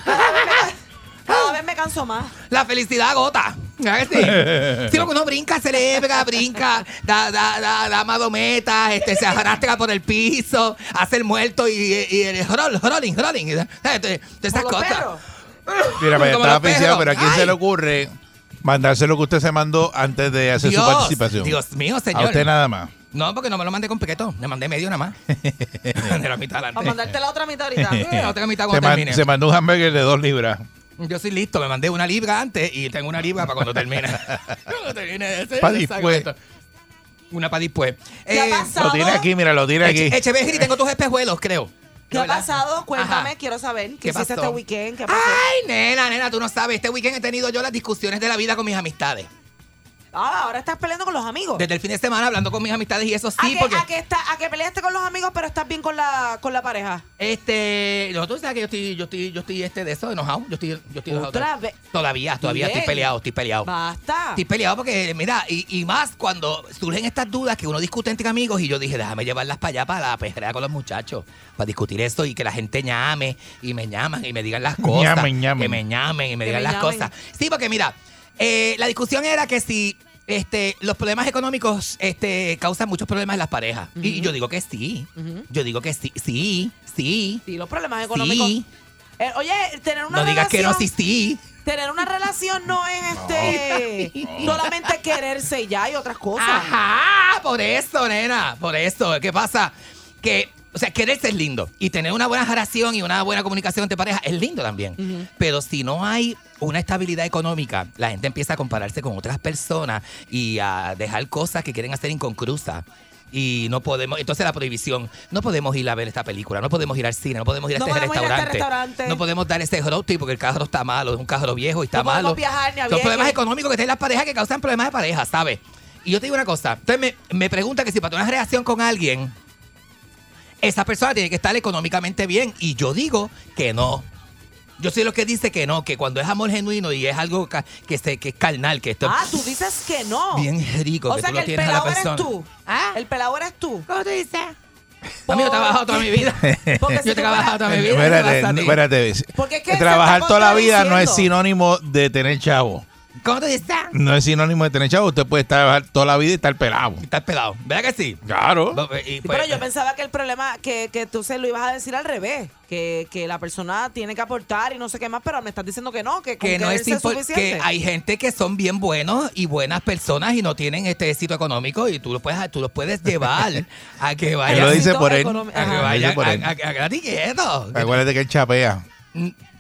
F: Cada vez me canso más.
C: La felicidad agota. ¿verdad que (laughs) Sí, Sí, porque uno brinca, celebra, brinca, da, da, da, da madometas, este, se arrastra por el piso, hace el muerto y, y el roll, rolling, rolling. ¿sabes? Este, De esas
F: Como los
C: cosas. (laughs)
F: perros.
D: Mira, pues,
C: Como
D: estaba
C: los perros.
D: oficial, pero ¿a quién se
C: Ay.
D: le ocurre mandarse lo que usted se mandó antes de hacer su participación?
C: Dios mío,
D: A
C: señor.
D: usted nada más.
C: No, porque no me lo mandé completo. Le mandé medio
D: (laughs)
C: nada más. de la mitad
F: Para
C: adelante.
F: mandarte la otra mitad ahorita.
C: La otra mitad
D: Se,
C: cuando
D: man-
C: termine.
D: se mandó un hamburger de dos libras.
C: Yo soy listo, me mandé una libra antes y tengo una libra para
D: (laughs)
C: cuando termine. Cuando termine ese-
D: Pa'
C: ese
D: después.
C: segmento. Una para después.
F: ¿Qué ha
C: Eh,
F: pasado?
D: Lo tiene aquí, mira, lo tiene aquí.
C: Eche- Echeverri,
D: (laughs)
C: tengo tus espejuelos, creo.
F: ¿Qué ha
C: ¿Verdad?
F: pasado? Cuéntame,
C: Ajá.
F: quiero saber. ¿Qué,
C: ¿Qué
F: hiciste
C: pasó?
F: este weekend? ¿Qué pasó?
C: Ay, nena, nena, tú no sabes. Este weekend he tenido yo las discusiones de la vida con mis amistades.
F: Ah, ahora estás peleando con los amigos.
C: Desde el fin de semana hablando con mis amistades y eso sí,
F: ¿A, que,
C: porque
F: a que está- a que peleaste con los amigos, pero estás bien con la, con la pareja.
C: este, no, tú sabes que yo estoy, yo estoy, yo estoy este de eso enojado. Yo estoy, yo estoy enojado.
F: Otra vez.
C: Todavía, todavía
F: Bien.
C: estoy peleado, estoy peleado.
F: Basta.
C: Estoy peleado porque, mira, y, y más cuando surgen estas dudas que uno discute entre amigos y yo dije, déjame llevarlas para allá, para la perrera con los muchachos, para discutir esto y que la gente ñame y me llaman y me digan las cosas.
D: Ñamen, ñamen.
C: Que me ñamen y me
F: Que
C: digan
F: me
C: las
F: llamen.
C: cosas. Sí, porque mira, eh, la discusión era que si este, los problemas económicos este, causan muchos problemas en las parejas. Y yo digo que sí.
F: Ujú.
C: Yo digo que sí, sí, sí.
F: Sí, los problemas económicos.
C: Sí.
F: Eh, oye, tener una
C: No digas que no, sí,
F: relación-
C: sí.
F: Tener una relación no es (laughs) este solamente quererse y ya hay otras cosas.
G: Ajá, Ah, por esto, nena, por esto. ¿Qué pasa? Que, o sea, quererse es lindo. Y tener una buena relación y una buena comunicación entre pareja es lindo también. Pero si no hay una estabilidad económica, la gente empieza a compararse con otras personas y a dejar cosas que quieren hacer inconcrustas. Y no podemos, entonces la prohibición, no podemos ir a ver esta película, no podemos ir al cine, no podemos ir a
F: No
G: este
F: podemos ir a este
G: restaurante,
F: restaurante.
G: no podemos dar este road trip porque el carro está malo, es un carro viejo y está
F: No podemos
G: malo.
F: viajar ni a
G: Son
F: Vieques.
G: problemas económicos que tienen las parejas que causan problemas de pareja, ¿sabes? Y yo te digo una cosa, entonces me, me pregunta que si para tener una relación con alguien, esa persona tiene que estar económicamente bien. Y yo digo que no. Yo soy lo que dice que no, que cuando es amor genuino y es algo ca- que, se, que es carnal, que esto
F: Ah, tú dices que no.
G: bien rico,
F: o
G: que
F: sea
G: tú lo
F: que el
G: tienes a la
F: pelado
G: persona.
F: eres tú. El pelado eres tú.
G: Ah. ¿Cómo tú dices? Amigo, he trabajado toda mi vida.
F: Porque si
G: Yo he
F: tú-
G: trabajado toda mi vida. ¿qué
D: Espérate,
G: pasa a ti?
D: espérate.
F: Porque es que se
D: Trabajar
F: está
D: toda la vida no es
F: contradiciendo.
D: sinónimo de tener chavo.
G: (laughs) ¿Cómo tú dices?
D: No es sinónimo de tener chavo. Usted puede trabajar toda la vida y estar pelado.
G: Estás pelado. ¿Verdad que sí?
D: Claro.
G: Y,
F: Sí,
G: pues,
F: pero yo pensaba que el problema, que, que tú se lo ibas a decir al revés, que, que la persona tiene que aportar y no sé qué más, pero me estás diciendo que no, que, con
G: que no es
F: quererse
G: impor-
F: suficiente.
G: que hay gente que son bien buenos y buenas personas y no tienen este éxito económico y tú los puedes tú los puedes llevar a que
D: Él lo
G: vayan
D: dice por él.
F: Económico,
G: a que
F: ajá.
D: Lo dice
G: vayan
D: por
G: a,
D: él.
G: a- a quedarte quieto.
D: Acuérdate que él chapea.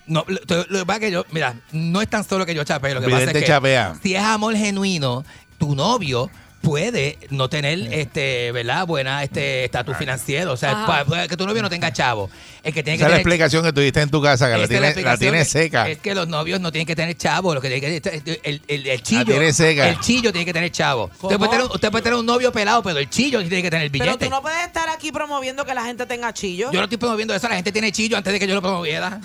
G: No, lo, lo- lo que pasa es que yo, mira, no es tan solo que yo chapeo, lo que pasa
D: Vidente
G: es que
D: chapea.
G: si es amor genuino, tu novio puede no tener este, ¿verdad? Buena este estatus financiero, o sea, pa- pa- que tu novio no tenga chavo. El que
D: Esa
G: tiene que
D: es la
G: tener
D: explicación que tuviste en tu casa, que la
G: esa es la
D: tiene, la
G: explicación.
D: tiene seca.
G: Es que los novios no tienen que tener chavo. Lo que tienen que, el, el, el chillo.
D: tiene seca.
G: El chillo tiene que tener chavo. Usted
F: ¿Cómo?
G: puede tener, usted puede tener un novio pelado, pero el chillo tiene que tener
F: pero
G: billete.
F: tú no puedes estar aquí promoviendo que la gente tenga chillo.
G: Yo no estoy promoviendo eso, la gente tiene chillo antes de que yo lo promoviera.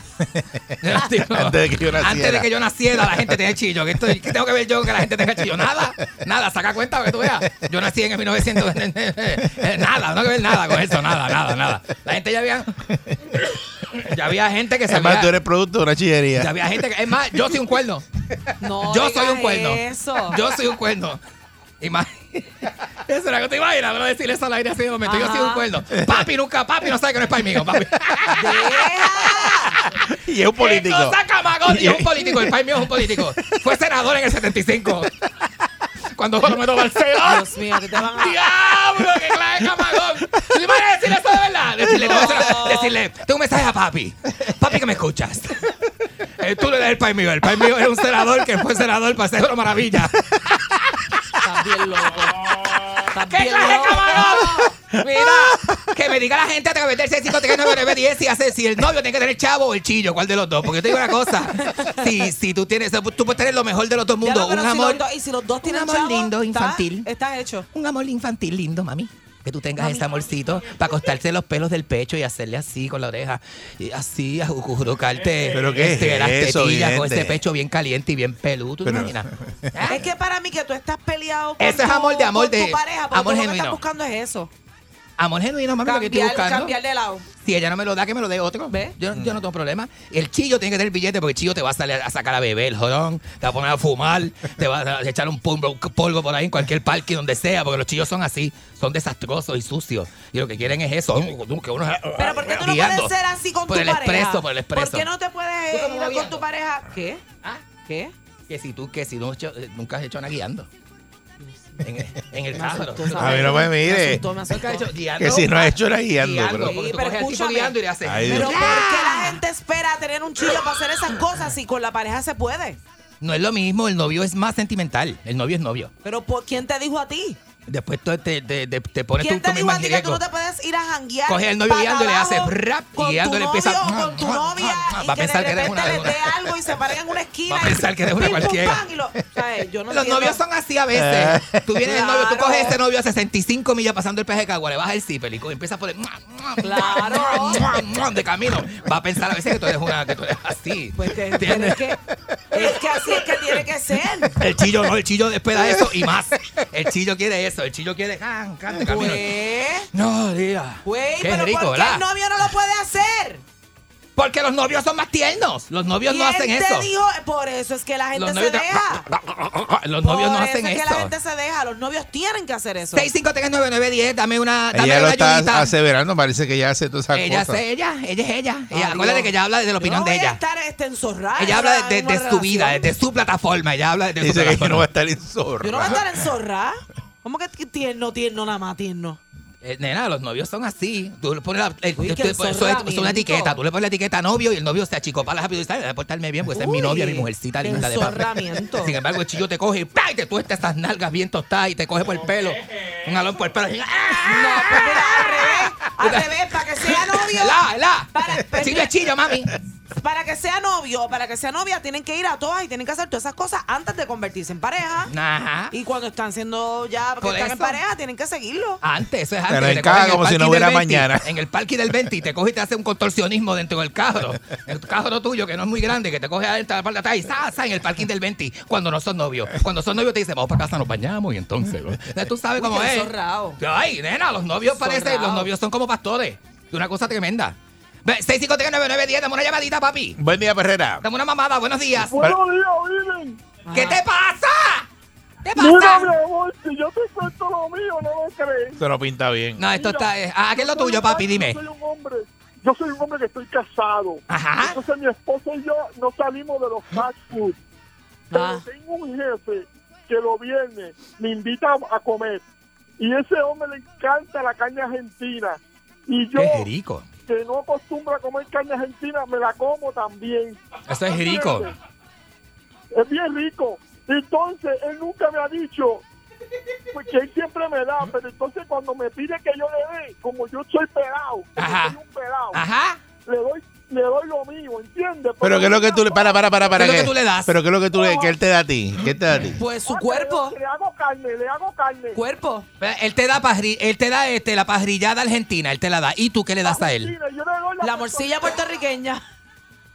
G: Yo no estoy-
D: Antes de que yo naciera.
G: Antes de que yo naciera, la gente tiene chillo. ¿Qué, estoy- qué tengo que ver yo con que la gente tenga chillo? Nada, nada, saca cuenta para que tú veas. Yo nací en el (laughs) 1900. nada, no hay que ver nada con eso, nada,
D: (laughs)
G: nada, nada. La gente ya había. Ya había gente que se
D: Además,
G: había-
D: tú eres producto de una chillería.
G: ya había gente que, es más, yo soy un cuerno.
F: (laughs) No
G: yo soy
F: digas
G: un cuerno.
F: Eso.
G: Yo soy un cuerno. Ima- (laughs) Eso era que te imaginas, no decir eso al aire así de momento. Yo soy un
F: Ajá.
G: cuerno. Papi nunca, papi no sabe que no es para mío, papi.
F: Deja.
D: Y es un político.
G: Esto saca magón, y es un político, el país mío es un político. Fue senador en el
F: (laughs)
G: 75. Cuando Romero Barceló.
F: Dios mío, que te van
G: (laughs)
F: a-
G: ¡Diablo! ¡Qué clase de camagón! ¿Tú te imaginas decirle eso de verdad? Decirle, no,
F: No.
G: decirle, tengo un mensaje a papi. Papi, que me escuchas. Eh, tú le das el país mío. El país mío es un senador que fue senador para hacer una maravilla.
F: Estás bien loco. Estás
G: ¡Qué
F: bien
G: clase de
F: loco.
G: camagón! Mira, que me diga la gente hasta que meterse 5, 3, 9, 9, 10 y hace si el novio tiene que tener chavo o el chillo, ¿cuál de los dos? Porque yo te digo una cosa, si, si tú tienes, tú puedes tener lo mejor de los dos
F: Ya
G: mundos,
F: lo, pero
G: un
F: si
G: amor.
F: los dos- y si los dos
G: un
F: tienen
G: amor
F: chavo,
G: lindo,
F: está-
G: infantil.
F: Está hecho.
G: Un amor infantil lindo, mami. Que tú tengas ese amorcito para acostarse los pelos del pecho y hacerle así con la oreja. Y así, a jujurucarte.
D: Eh, ¿Pero qué
G: este,
D: es
G: las
D: eso,
G: tetillas con
D: vidente?
G: ese pecho bien caliente y bien peludo. ¿Tú te
D: Pero-
G: imaginas?
F: Es que para mí que tú estás peleado con
G: ¿Eh? Ese es
F: tu-
G: amor de amor
F: con tu
G: de-
F: pareja, porque
G: amor
F: tú lo que
G: genuino.
F: estás buscando es eso.
G: Amor genuino, mami, lo que estoy
F: Cambiar,
G: buscando.
F: cambiar de lado.
G: Si ella no me lo da, que me lo dé otro.
F: ¿Ves?
G: Yo, yo
D: Mm.
G: no tengo problema. El chillo tiene que tener billete porque el chillo te va a, salir a sacar a beber, el jorón, te va a poner a fumar, te va a echar un polvo, un polvo por ahí en cualquier parque, donde sea, porque los chillos son así, son desastrosos y sucios. Y lo que quieren es eso. Que uno,
F: Pero ¿por qué tú no puedes ser así con
G: Por
F: tu
G: el
F: pareja?
G: expreso, por el expreso.
F: ¿Por qué no te puedes eh,
G: Yo como
F: ir con
G: guiando.
F: tu pareja? ¿Ah? ¿Qué? ¿Qué?
G: Que si tú, que si no, yo- eh, nunca has hecho nada guiando. En, en el carro.
F: asustó,
D: A mí no me
F: Me
D: mire.
F: asustó, me asustó.
G: Nunca has hecho guiando.
D: Que si no ha hecho la guiando.
G: guiando,
D: pero-
G: porque
F: Sí,
G: tú
F: pero
G: coges al tipo
F: escúchame.
G: guiando y le haces.
D: Ay, Dios.
F: Pero ¿por qué la gente espera tener un chillo para hacer esas cosas si con la pareja se puede?
G: No es lo mismo, el novio es más sentimental. El novio es novio.
F: Pero ¿por quién te dijo a ti?
G: Después tú te, te, te, te pones tú,
F: ¿Quién
G: tú
F: te dijo
G: misma
F: a
G: en
F: ti que tú
G: riesgo.
F: no te puedes ir a janguear?
G: Coge al novio
F: para
G: guiando y le
F: abajo
G: hace rap,
F: con
G: guiando
F: tu
G: y le empieza-
F: novio
G: (laughs)
F: o Con tu novia y
G: Va a
F: que
G: pensar
F: de
G: que eres
F: repente
G: una-
F: les dé algo y se paren en una
G: (laughs)
F: esquina.
G: Va a pensar
F: y,
G: que eres una
F: pim, pum,
G: cualquiera.
F: pam, y lo- ¿sabes? eh, Yo no
G: Los
F: entiendo.
G: novios son así a veces. Tú vienes el novio, tú
F: Claro.
G: coges este novio a 65 millas pasando el peje de Cagua, le bajas el zipper y co- empiezas por el... mua, mua,
F: Claro.
G: (laughs) mua, mua, mua, De camino. Va a pensar a veces que tú eres una... que tú eres así.
F: Pues que,
G: ¿Entiendes?
F: es que es que así es que tiene que ser.
G: El chillo no, el chillo espera eso y más. El chillo quiere eso, el chillo quiere... ah, de camino.
F: Güey,
G: No, tía.
F: Pues, güey,
G: Qué
F: ¿Eh? pero
G: rico,
F: ¿por qué
G: ¿verdad?
F: el novio no lo puede hacer?
G: Porque los novios son más tiernos. Los novios no hacen
F: ¿Quién
G: eso.
F: te dijo? Por eso es que la gente
G: Los
F: se
G: novios te-
F: deja.
G: (laughs) Los novios no
F: Por
G: hacen
F: eso es que la
G: eso.
F: gente se deja. Los novios tienen que hacer eso.
G: 6539910, dame una
D: (laughs)
G: dame
D: Ella lo
G: una
D: está
G: ayudita.
D: aseverando, parece que ya hace todas esas
G: Ella es
D: cosas.
G: ella, ella es ella. Ella-
F: Adiós.
G: acuérdate que ella habla desde la
F: Yo
G: opinión
F: no
G: de
F: voy a
G: ella.
F: estar este, enzorrada.
G: Ella habla de, de-
F: en una
G: de su vida,
F: relación.
G: desde su plataforma. Ella habla de su
D: Dice que yo
G: plataforma.
D: no va a estar en
F: Yo no voy a
D: zorra.
F: estar
G: (laughs)
F: enzorrada. ¿Cómo que tierno, tierno, nada más, tierno?
G: Eh, nena, los novios son así. Tú le pones la- eh,
F: Uy,
G: tú-
F: qué
G: tú- eso, es, eso es
F: enzorramiento.
G: una etiqueta. Tú le pones la etiqueta novio y el novio se achicopala rápido y dice, "Ay, voy a portarme bien porque esta es mi
F: Uy,
G: novia, mi mujercita
F: qué
G: linda de papel. (laughs)
F: enzorramiento.
G: Sin embargo, el chillo te coge y ¡pah! y te tuesta estas nalgas bien tostadas y te coge por el
F: (laughs)
G: pelo. Un jalón por el pelo. ¡Ah!
F: No, pues mira, al revés. Al revés, para que sea novio.
G: (laughs) ¡La, la! (laughs)
F: Para, pues
G: Chillo
F: mira,
G: es chillo, mami.
F: para que sea novio o para que sea novia, tienen que ir a todas y tienen que hacer todas esas cosas antes de convertirse en pareja.
G: Ajá.
F: Y cuando están siendo ya, que
G: Por
F: están en
G: eso.
F: pareja, tienen que seguirlo.
G: Antes, eso es antes.
D: Pero
G: que
D: en
G: te cogen
D: caja
G: el
D: como si
G: parking
D: no hubiera
G: del 20,
D: mañana.
G: En el parque del 20 y te coge y te hace un contorsionismo dentro del carro. El carro tuyo, que no es muy grande, que te coge adentro de la parte de atrás y sa, sa, en el parking del 20 cuando no son novios. Cuando son novios te dicen, vamos para casa, nos bañamos y entonces. ¿no? Entonces, Tú sabes cómo
F: Uy, qué
G: es.
F: zorrao.
G: Ay, nena, los novios parecen,
F: Zorrao.
G: los novios son como pastores. Es una cosa tremenda. 6539910, dame una llamadita, papi.
D: Buen día, Perrera.
G: Dame una mamada, buenos días.
H: Buenos días, Irene.
G: ¿Qué te pasa? ¿Qué pasa?
H: Mira, mi amor, si yo te cuento lo mío, no lo crees.
D: Eso no pinta bien.
G: No, esto está. eh, Ah, ¿qué es lo
H: Yo soy
G: tuyo,
H: un-
G: papi? Dime.
H: Yo soy un hombre. Yo soy un hombre que estoy casado.
G: Ajá.
H: Entonces mi esposa y yo no salimos de los fast food. Pero
F: Ah.
H: tengo un jefe que los viernes me invita a- a comer. Y ese hombre le encanta la caña argentina. Y yo,
G: Qué rico.
H: que no acostumbro a comer caña argentina, me la como también.
G: Eso es rico.
H: Es bien rico. Entonces, él nunca me ha dicho pues, que él siempre me da, pero entonces cuando me pide que yo le dé, como yo soy pelado, como
G: Ajá.
H: soy un pelado,
G: Ajá.
H: le doy le doy lo mío, ¿entiendes?
D: Pero qué es lo que tú le para para para para
G: ¿Qué es lo que tú le das?
D: Pero qué es lo que tú le que él te da a ti? ¿Qué te da a ti?
F: Pues su
H: Ah,
F: cuerpo,
H: Le, le hago carne, le hago carne.
F: cuerpo.
G: Él te da parri- él te da este, la parrillada argentina, él te la da. ¿Y tú qué le das a él?
H: Mira, yo le doy
F: La morcilla puertorriqueña.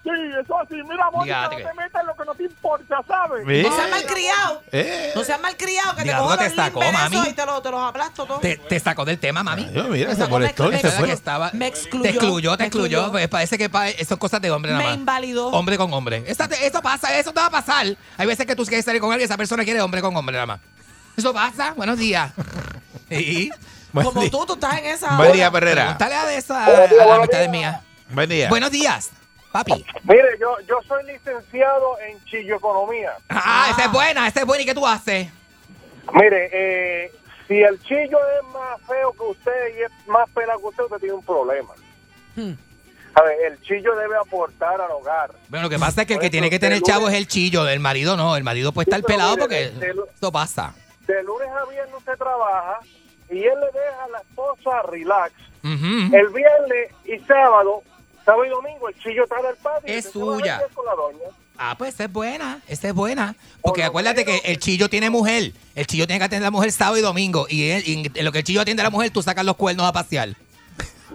H: Sí, eso así. Mira, Mónica,
G: Dígate
H: no
G: que-
H: te metas en lo que no te importa, ¿sabes?
D: ¿Eh?
F: No seas malcriado.
D: Eh.
F: No seas malcriado, que te
G: Diablo,
F: cojo
G: te
F: los
G: sacó,
F: limberesos
G: mami.
F: y te, lo- te los aplasto todos.
G: Te, te sacó del tema, mami.
D: Dios, mira, se
F: Sacó la
D: molestó y se
F: exclusión.
D: fue.
G: Que estaba-
F: Me excluyó.
G: Te excluyó,
F: Me
G: te excluyó.
F: excluyó.
G: Pues parece que pa- son cosas de hombre nada
F: Me
G: más.
F: invalidó.
G: Hombre con hombre. Esta te- eso pasa, eso te va a pasar. Hay veces que tú quieres salir con alguien y esa persona quiere hombre con hombre nada más. Eso pasa. Buenos días. Sí.
D: Buen
F: Como
D: día.
F: tú, tú estás en esa.
D: Buen día,
F: hora.
D: Perrera.
G: Pregúntale a de esa, a la mitad de mía.
D: Buen día.
G: Buenos días, papi.
H: Mire, yo, yo soy licenciado en chilloeconomía.
G: Ah, esa es buena, esa (laughs) es buena. ¿Y qué tú haces?
H: Mire, eh, si el chillo es más feo que usted y es más pena que usted, usted tiene un problema.
G: Hmm.
H: A ver, el chillo debe aportar al hogar.
G: Bueno, lo que pasa es que el
H: Por
G: que
H: eso,
G: tiene que tener
H: de
G: chavo
H: lunes-
G: es el chillo, del marido no, el marido puede estar
H: pero
G: pelado
H: mire,
G: porque
H: de lu-
G: esto pasa.
H: De lunes a viernes usted trabaja y él le deja a la esposa relax.
G: Ujú.
H: El viernes y sábado, sábado y domingo, el chillo está en el patio. y
G: Es
H: se va a
G: suya.
H: beber con la doña.
G: Ah, pues esa es buena, esa es buena. Porque
H: Por lo
G: acuérdate que
H: menos-
G: el chillo tiene mujer, el chillo tiene que atender a la mujer sábado y domingo, y, él- y en lo que el chillo atiende a la mujer, tú sacas los cuernos a (laughs) pasear.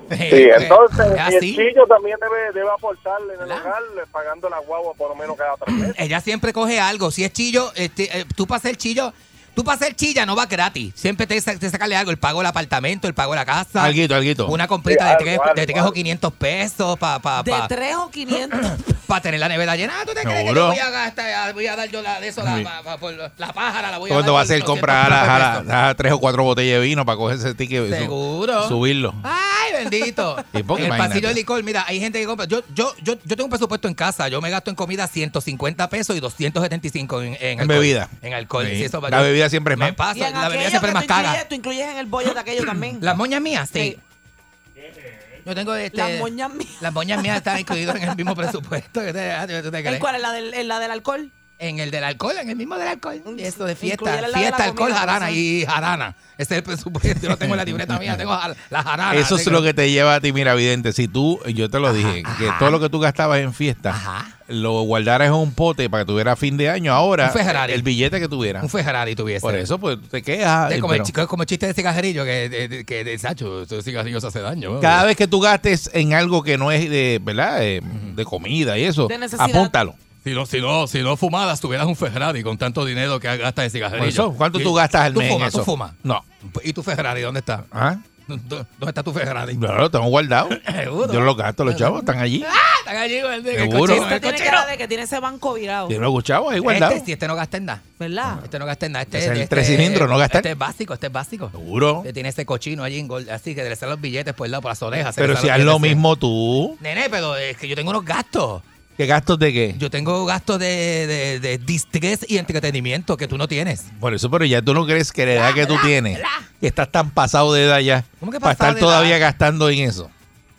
G: Eh,
H: Sí, entonces
G: Es
H: el
G: así.
H: chillo también debe, debe aportarle en el
G: Ah, ¿Verdad?
H: hogar, le- pagando la guagua por lo menos cada tres meses.
G: Ella siempre coge algo. Si es chillo, este, eh, tú para ser chillo, tú para ser chilla no va gratis. Siempre te, sa- te sacarle algo. El pago del apartamento, el pago de la casa.
D: Alguito, alguito.
G: Una comprita de
H: Sí,
G: tres,
H: algo,
G: de
H: algo,
G: tres o
H: algo.
G: 500 pesos para pa,
F: De
G: pa-
F: 3 o 500.
G: pa tener la nevera llena. Ah, ¿Tú te crees que
D: Seguro.
G: yo voy a gastar, voy a dar yo la, de eso, la,
D: Sí.
G: pa- pa- por la pájara, la voy a
D: ¿Cuándo
G: dar
D: va a
G: por
D: hacer
G: 200
D: compra a, la- a la-
G: pesos?
D: a tres o cuatro botellas de vino para coger ese ticket? su-
G: Seguro. Ah,
D: Subirlo.
G: Ay, bendito.
D: (laughs) Y porque
G: el
D: imagínate.
G: pasillo de licor, mira, hay gente que compra. Yo, yo, yo, yo tengo un presupuesto en casa. Yo me gasto en comida 150 pesos y 275 en, en, alcohol.
D: bebida.
G: En alcohol.
D: Sí.
G: Sí, eso va-
D: La bebida siempre es
G: Me
D: más.
F: Y
G: pasa.
F: en
G: La bebida
F: aquello
G: siempre es
F: que
G: más
F: tú
G: cara.
F: incluyes, tú incluyes en el bollo de
G: (coughs)
F: aquello también.
G: Las moñas mías, sí.
F: Sí.
G: Yo tengo este.
F: Las moñas mías.
G: Las moñas mías están incluidas en el mismo presupuesto. (laughs) ¿Qué te- ah, ¿Tú te
F: ¿En
G: crees?
F: cuál? ¿En la del, en la del alcohol?
G: En el del alcohol, en el mismo del alcohol.
F: Mm,
G: Eso de fiesta.
F: incluye la- la de
G: Fiesta,
F: la
G: alcohol,
F: comida,
G: jarana
F: por eso.
G: y jarana. Ese es el presupuesto. Yo no tengo en la libreta mía, tengo jar- la jarana.
D: Eso es
G: Así
D: lo que te lleva a ti, mira, vidente. Si tú, yo te lo dije, que (laughs) todo lo que tú gastabas en fiesta,
G: Ajá.
D: lo guardaras en un pote para que tuviera fin de año. Ahora,
G: Un Ferrari.
D: el billete que tuviera.
G: Un Ferrari tuviese.
D: Por eso, pues te quejas.
G: Es como, el
D: pero
G: chico- como el chiste de cigarrillo que, de, de- que de Sacho, estos cigarrillos hace daño. ¿no?
D: cada vez que tú gastes en algo que no es de, ¿verdad? Eh, de comida y eso,
F: De necesidad.
D: apúntalo.
G: Si no, si, no, si no fumadas, tuvieras un Ferrari con tanto dinero que gastas de cigarrillo.
D: Por eso, ¿cuánto
G: Y-
D: tú gastas al
G: ¿Tú
D: mes en
G: fumas,
D: eso?
G: ¿Tú fumas?
D: No.
G: ¿Y tu Ferrari dónde está?
D: ¿Ah?
G: ¿Dó- ¿Dónde está tu Ferrari?
D: Claro, lo tengo guardado.
G: (laughs) Seguro.
D: Yo los gasto, los chavos están allí.
G: ¡Ah! Están allí, el de- el
D: Seguro.
G: cochino, el
F: Usted tiene
G: cochino.
F: cara de que tiene ese banco virado,
D: Yo los chavos Ah, ahí guardados.
G: Este, si este no gasta en nada.
F: ¿verdad?
G: Este no gasta en nada. Este,
D: Ese es el
G: este-
D: tres cilindros, no gastar.
G: Este es básico, este es básico.
D: Seguro.
G: Este tiene este cochino allí, en gol- así que le salen los billetes por el lado, por las orejas. se le
D: Pero
G: salen
D: si
G: los
D: haz lo
G: billetes.
D: mismo tú.
G: Nene, pero es que yo tengo unos gastos.
D: ¿Qué gastos de qué?
G: Yo tengo gastos de, de, de distrés y entretenimiento que tú no tienes.
D: Por eso, pero ya tú no crees que la edad que tú tienes, que estás tan pasado de edad ya,
G: ¿Cómo que
D: para
G: pasado
D: estar
G: de
D: todavía
G: edad?
D: gastando en eso.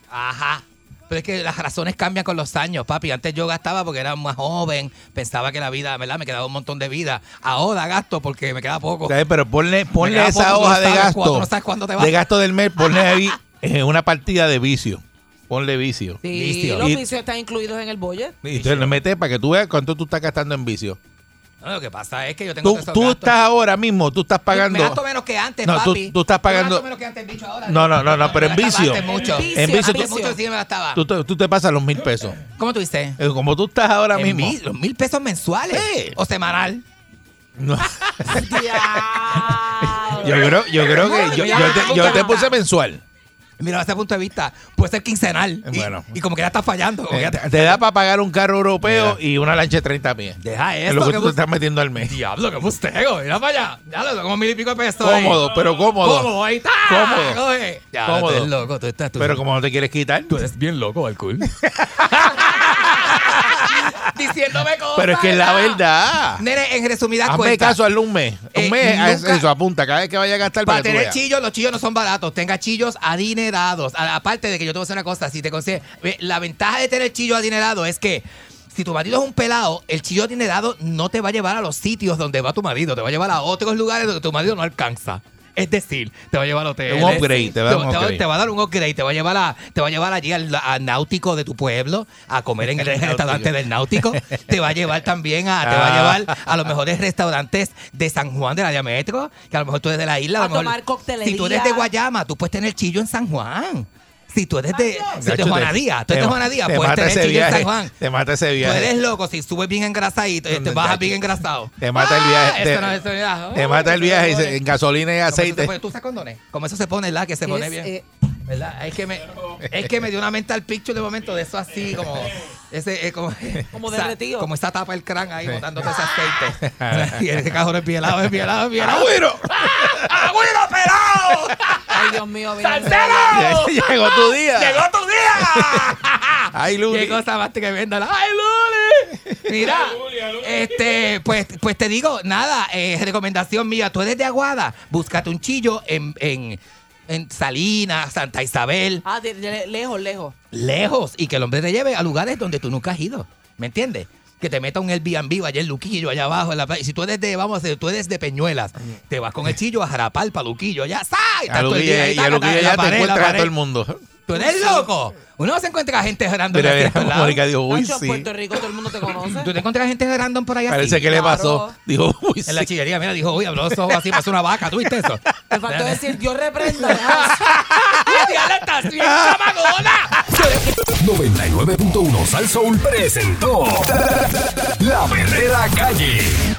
G: Ajá. Pero es que las razones cambian con los años, papi. Antes yo gastaba porque era más joven, pensaba que la vida, ¿verdad? Me quedaba un montón de vida. Ahora gasto porque me queda poco.
D: ¿Sabes? Pero ponle, ponle
G: queda poco,
D: esa
G: tú no
D: hoja de
G: sabes cuándo-
D: gasto,
G: no sabes cuándo te va.
D: de gasto del mes, ponle
G: (laughs)
D: ahí eh, una partida de vicio. Ponle vicio.
F: Sí,
G: Vicio.
F: los
D: Y-
F: vicios están incluidos en el budget.
D: Y te lo metes para que tú veas cuánto tú estás gastando en vicio.
G: No, lo que pasa es que yo tengo
D: Tú,
G: todos esos
D: tú
G: gastos.
D: estás ahora mismo, tú estás
G: Me gasto
D: pagando.
G: menos que antes,
D: No, tú-
G: papi.
D: tú estás
G: Yo
D: pagando-
G: gasto menos que antes, bicho, ahora.
D: No, no, no, no, pero en
G: Me gastaba
D: vicio.
G: antes mucho.
F: En
D: En vicio,
G: Antes
F: vicio.
G: mucho sí me gastaba.
D: tú, tú- tú te pasas los mil pesos.
G: ¿Cómo tú dices?
D: Eh, Como tú estás ahora
G: En
D: mismo.
G: mil- los mil pesos mensuales. O semanal.
D: No.
F: Ya.
D: Yo creo, yo creo que yo, yo te, yo te puse mensual.
G: Mira, desde ese punto de vista, puede ser quincenal. Y,
D: Bueno.
G: y como que ya está fallando. como
D: Eh,
G: que ya
D: Te,
G: está-
D: te da para pagar un carro europeo y una lancha de 30 pies.
G: Deja
D: Es
G: eso.
D: lo que tú te
G: bus-
D: estás metiendo al mes.
G: Diablo, qué bustego. Mira para allá. Ya lo tengo mil y pico de pesos. ahí.
D: Cómodo, pero cómodo.
G: Cómodo, ahí está.
D: Cómodo.
G: Coge. Ya,
D: Cómodo.
G: Tú eres loco, tú estás. Tú
D: Pero como no te quieres quitar.
G: tú eres bien loco, alcohol. Diciéndome cosas.
D: (laughs) Pero es que es la verdad.
G: Nene, en resumidas
D: Hazme
G: cuentas.
D: caso, hazle un mes. Un
G: Eh,
D: mes, haz
G: nunca-
D: eso, apunta. Cada vez que vaya a gastar, para
G: Para
D: que tú
G: tener
D: veas.
G: chillos, los chillos no son baratos. Tenga chillos adinerados. A- Aparte de que yo te voy a decir una cosa, si te consigues. ve, La ventaja de tener chillos adinerados es que si tu marido es un pelado, el chillo adinerado no te va a llevar a los sitios donde va tu marido, te va a llevar a otros lugares donde tu marido no alcanza. Es decir, te va a llevar a hoteles.
D: Un upgrade, te va a dar un
G: te
D: upgrade.
G: te va a dar un upgrade, te va a llevar a, te va a llevar allí al, a náutico de tu pueblo, a
D: (laughs)
G: comer en el restaurante del náutico. Te va a llevar también a, te
D: Ah.
G: va a llevar a los mejores restaurantes de San Juan del área metro, que a lo mejor tú eres de la isla
F: A
G: lo mejor-
F: tomar coctelería.
G: Si tú eres de Guayama, tú puedes Pues tener chillo en San Juan. Si tú eres de, si
D: Nacho,
G: de
D: te-
G: Juanadía, tú eres de Juanadía,
D: te
G: puedes
D: mata
G: tener
D: ese
G: chillo en
D: viaje,
G: San Juan.
D: Te mata ese
G: Tú eres
D: viaje.
G: loco si subes bien engrasadito, eh, te
D: No,
G: bajas
D: Nacho.
G: bien engrasado.
D: Te mata el viaje.
G: Ah,
D: te,
G: eso no, eso ya.
D: te
G: Ay,
D: mata el
G: eso
D: viaje y
G: se
D: se-
G: pone.
D: en gasolina y
G: Como eso se
D: aceite.
G: pone- ¿Tú usas condones? Como eso se pone, la que se
F: Que
G: pone
F: es,
G: bien.
F: eh,
G: ¿Verdad? Es que, me, es que me dio una mental picture de momento de eso así, como. Ese, eh, como, (laughs)
F: Como
G: o sea,
F: derretido.
G: Como esa tapa del crán ahí, botándote ese
D: (laughs)
G: aceite. (laughs) y ese cajón es pielado, es pielado, es
D: Ah,
G: pielado. ¡Agüero pelado!
F: Ay, Dios mío, bien.
D: (laughs)
G: ¡Salsero!
D: Llegó tu día.
G: ¡Llegó tu día!
D: (laughs) Ay, Luli.
G: ¡Qué cosa más tremenda! la- ¡Ay, Luli! Mira, este, pues, pues te digo, nada, eh, recomendación mía, tú eres de Aguada, búscate un chillo en, en, en Salinas, Santa Isabel,
F: Ah, de- de- lejos, lejos.
G: lejos, y que el hombre te lleve a lugares donde tú nunca has ido, ¿me entiendes? Que te meta un Airbnb allá en Luquillo, allá abajo en la playa. Y si tú eres de, vamos a decir, tú eres de Peñuelas, te vas con el chillo a Jarapal, para Luquillo, allá, ¡sa!
D: A
G: Y estás todo el
D: Luquilla,
G: día ahí,
D: y a
G: taca, taca,
D: Luquilla
G: en
D: ya
G: la
D: te
G: pared, en la
D: encuentras a
G: pared.
D: todo el mundo.
G: ¡Tú eres loco! Uno no se encuentra gente random
D: Mira,
G: así
D: mira,
G: por lado.
D: Mónica dijo, uy,
F: Nacho, en
D: sí.
F: Puerto Rico todo el mundo te
G: ¿Tú
F: conoce.
G: te encuentras gente random por ahí así?
D: Parece que le
F: claro.
D: pasó. Dijo, uy,
G: En la
D: sí.
G: chillería, mira, dijo, uy, habló los ojos así, pasó una vaca, ¿tú viste eso?
F: Te faltó decir, Dios
G: (laughs)
F: reprenda. Nacho.
G: ¡Ay, diablo, estás
D: (laughs)
G: bien chamagona!
A: 99.1 Sal Soul presentó La Verdadera Calle.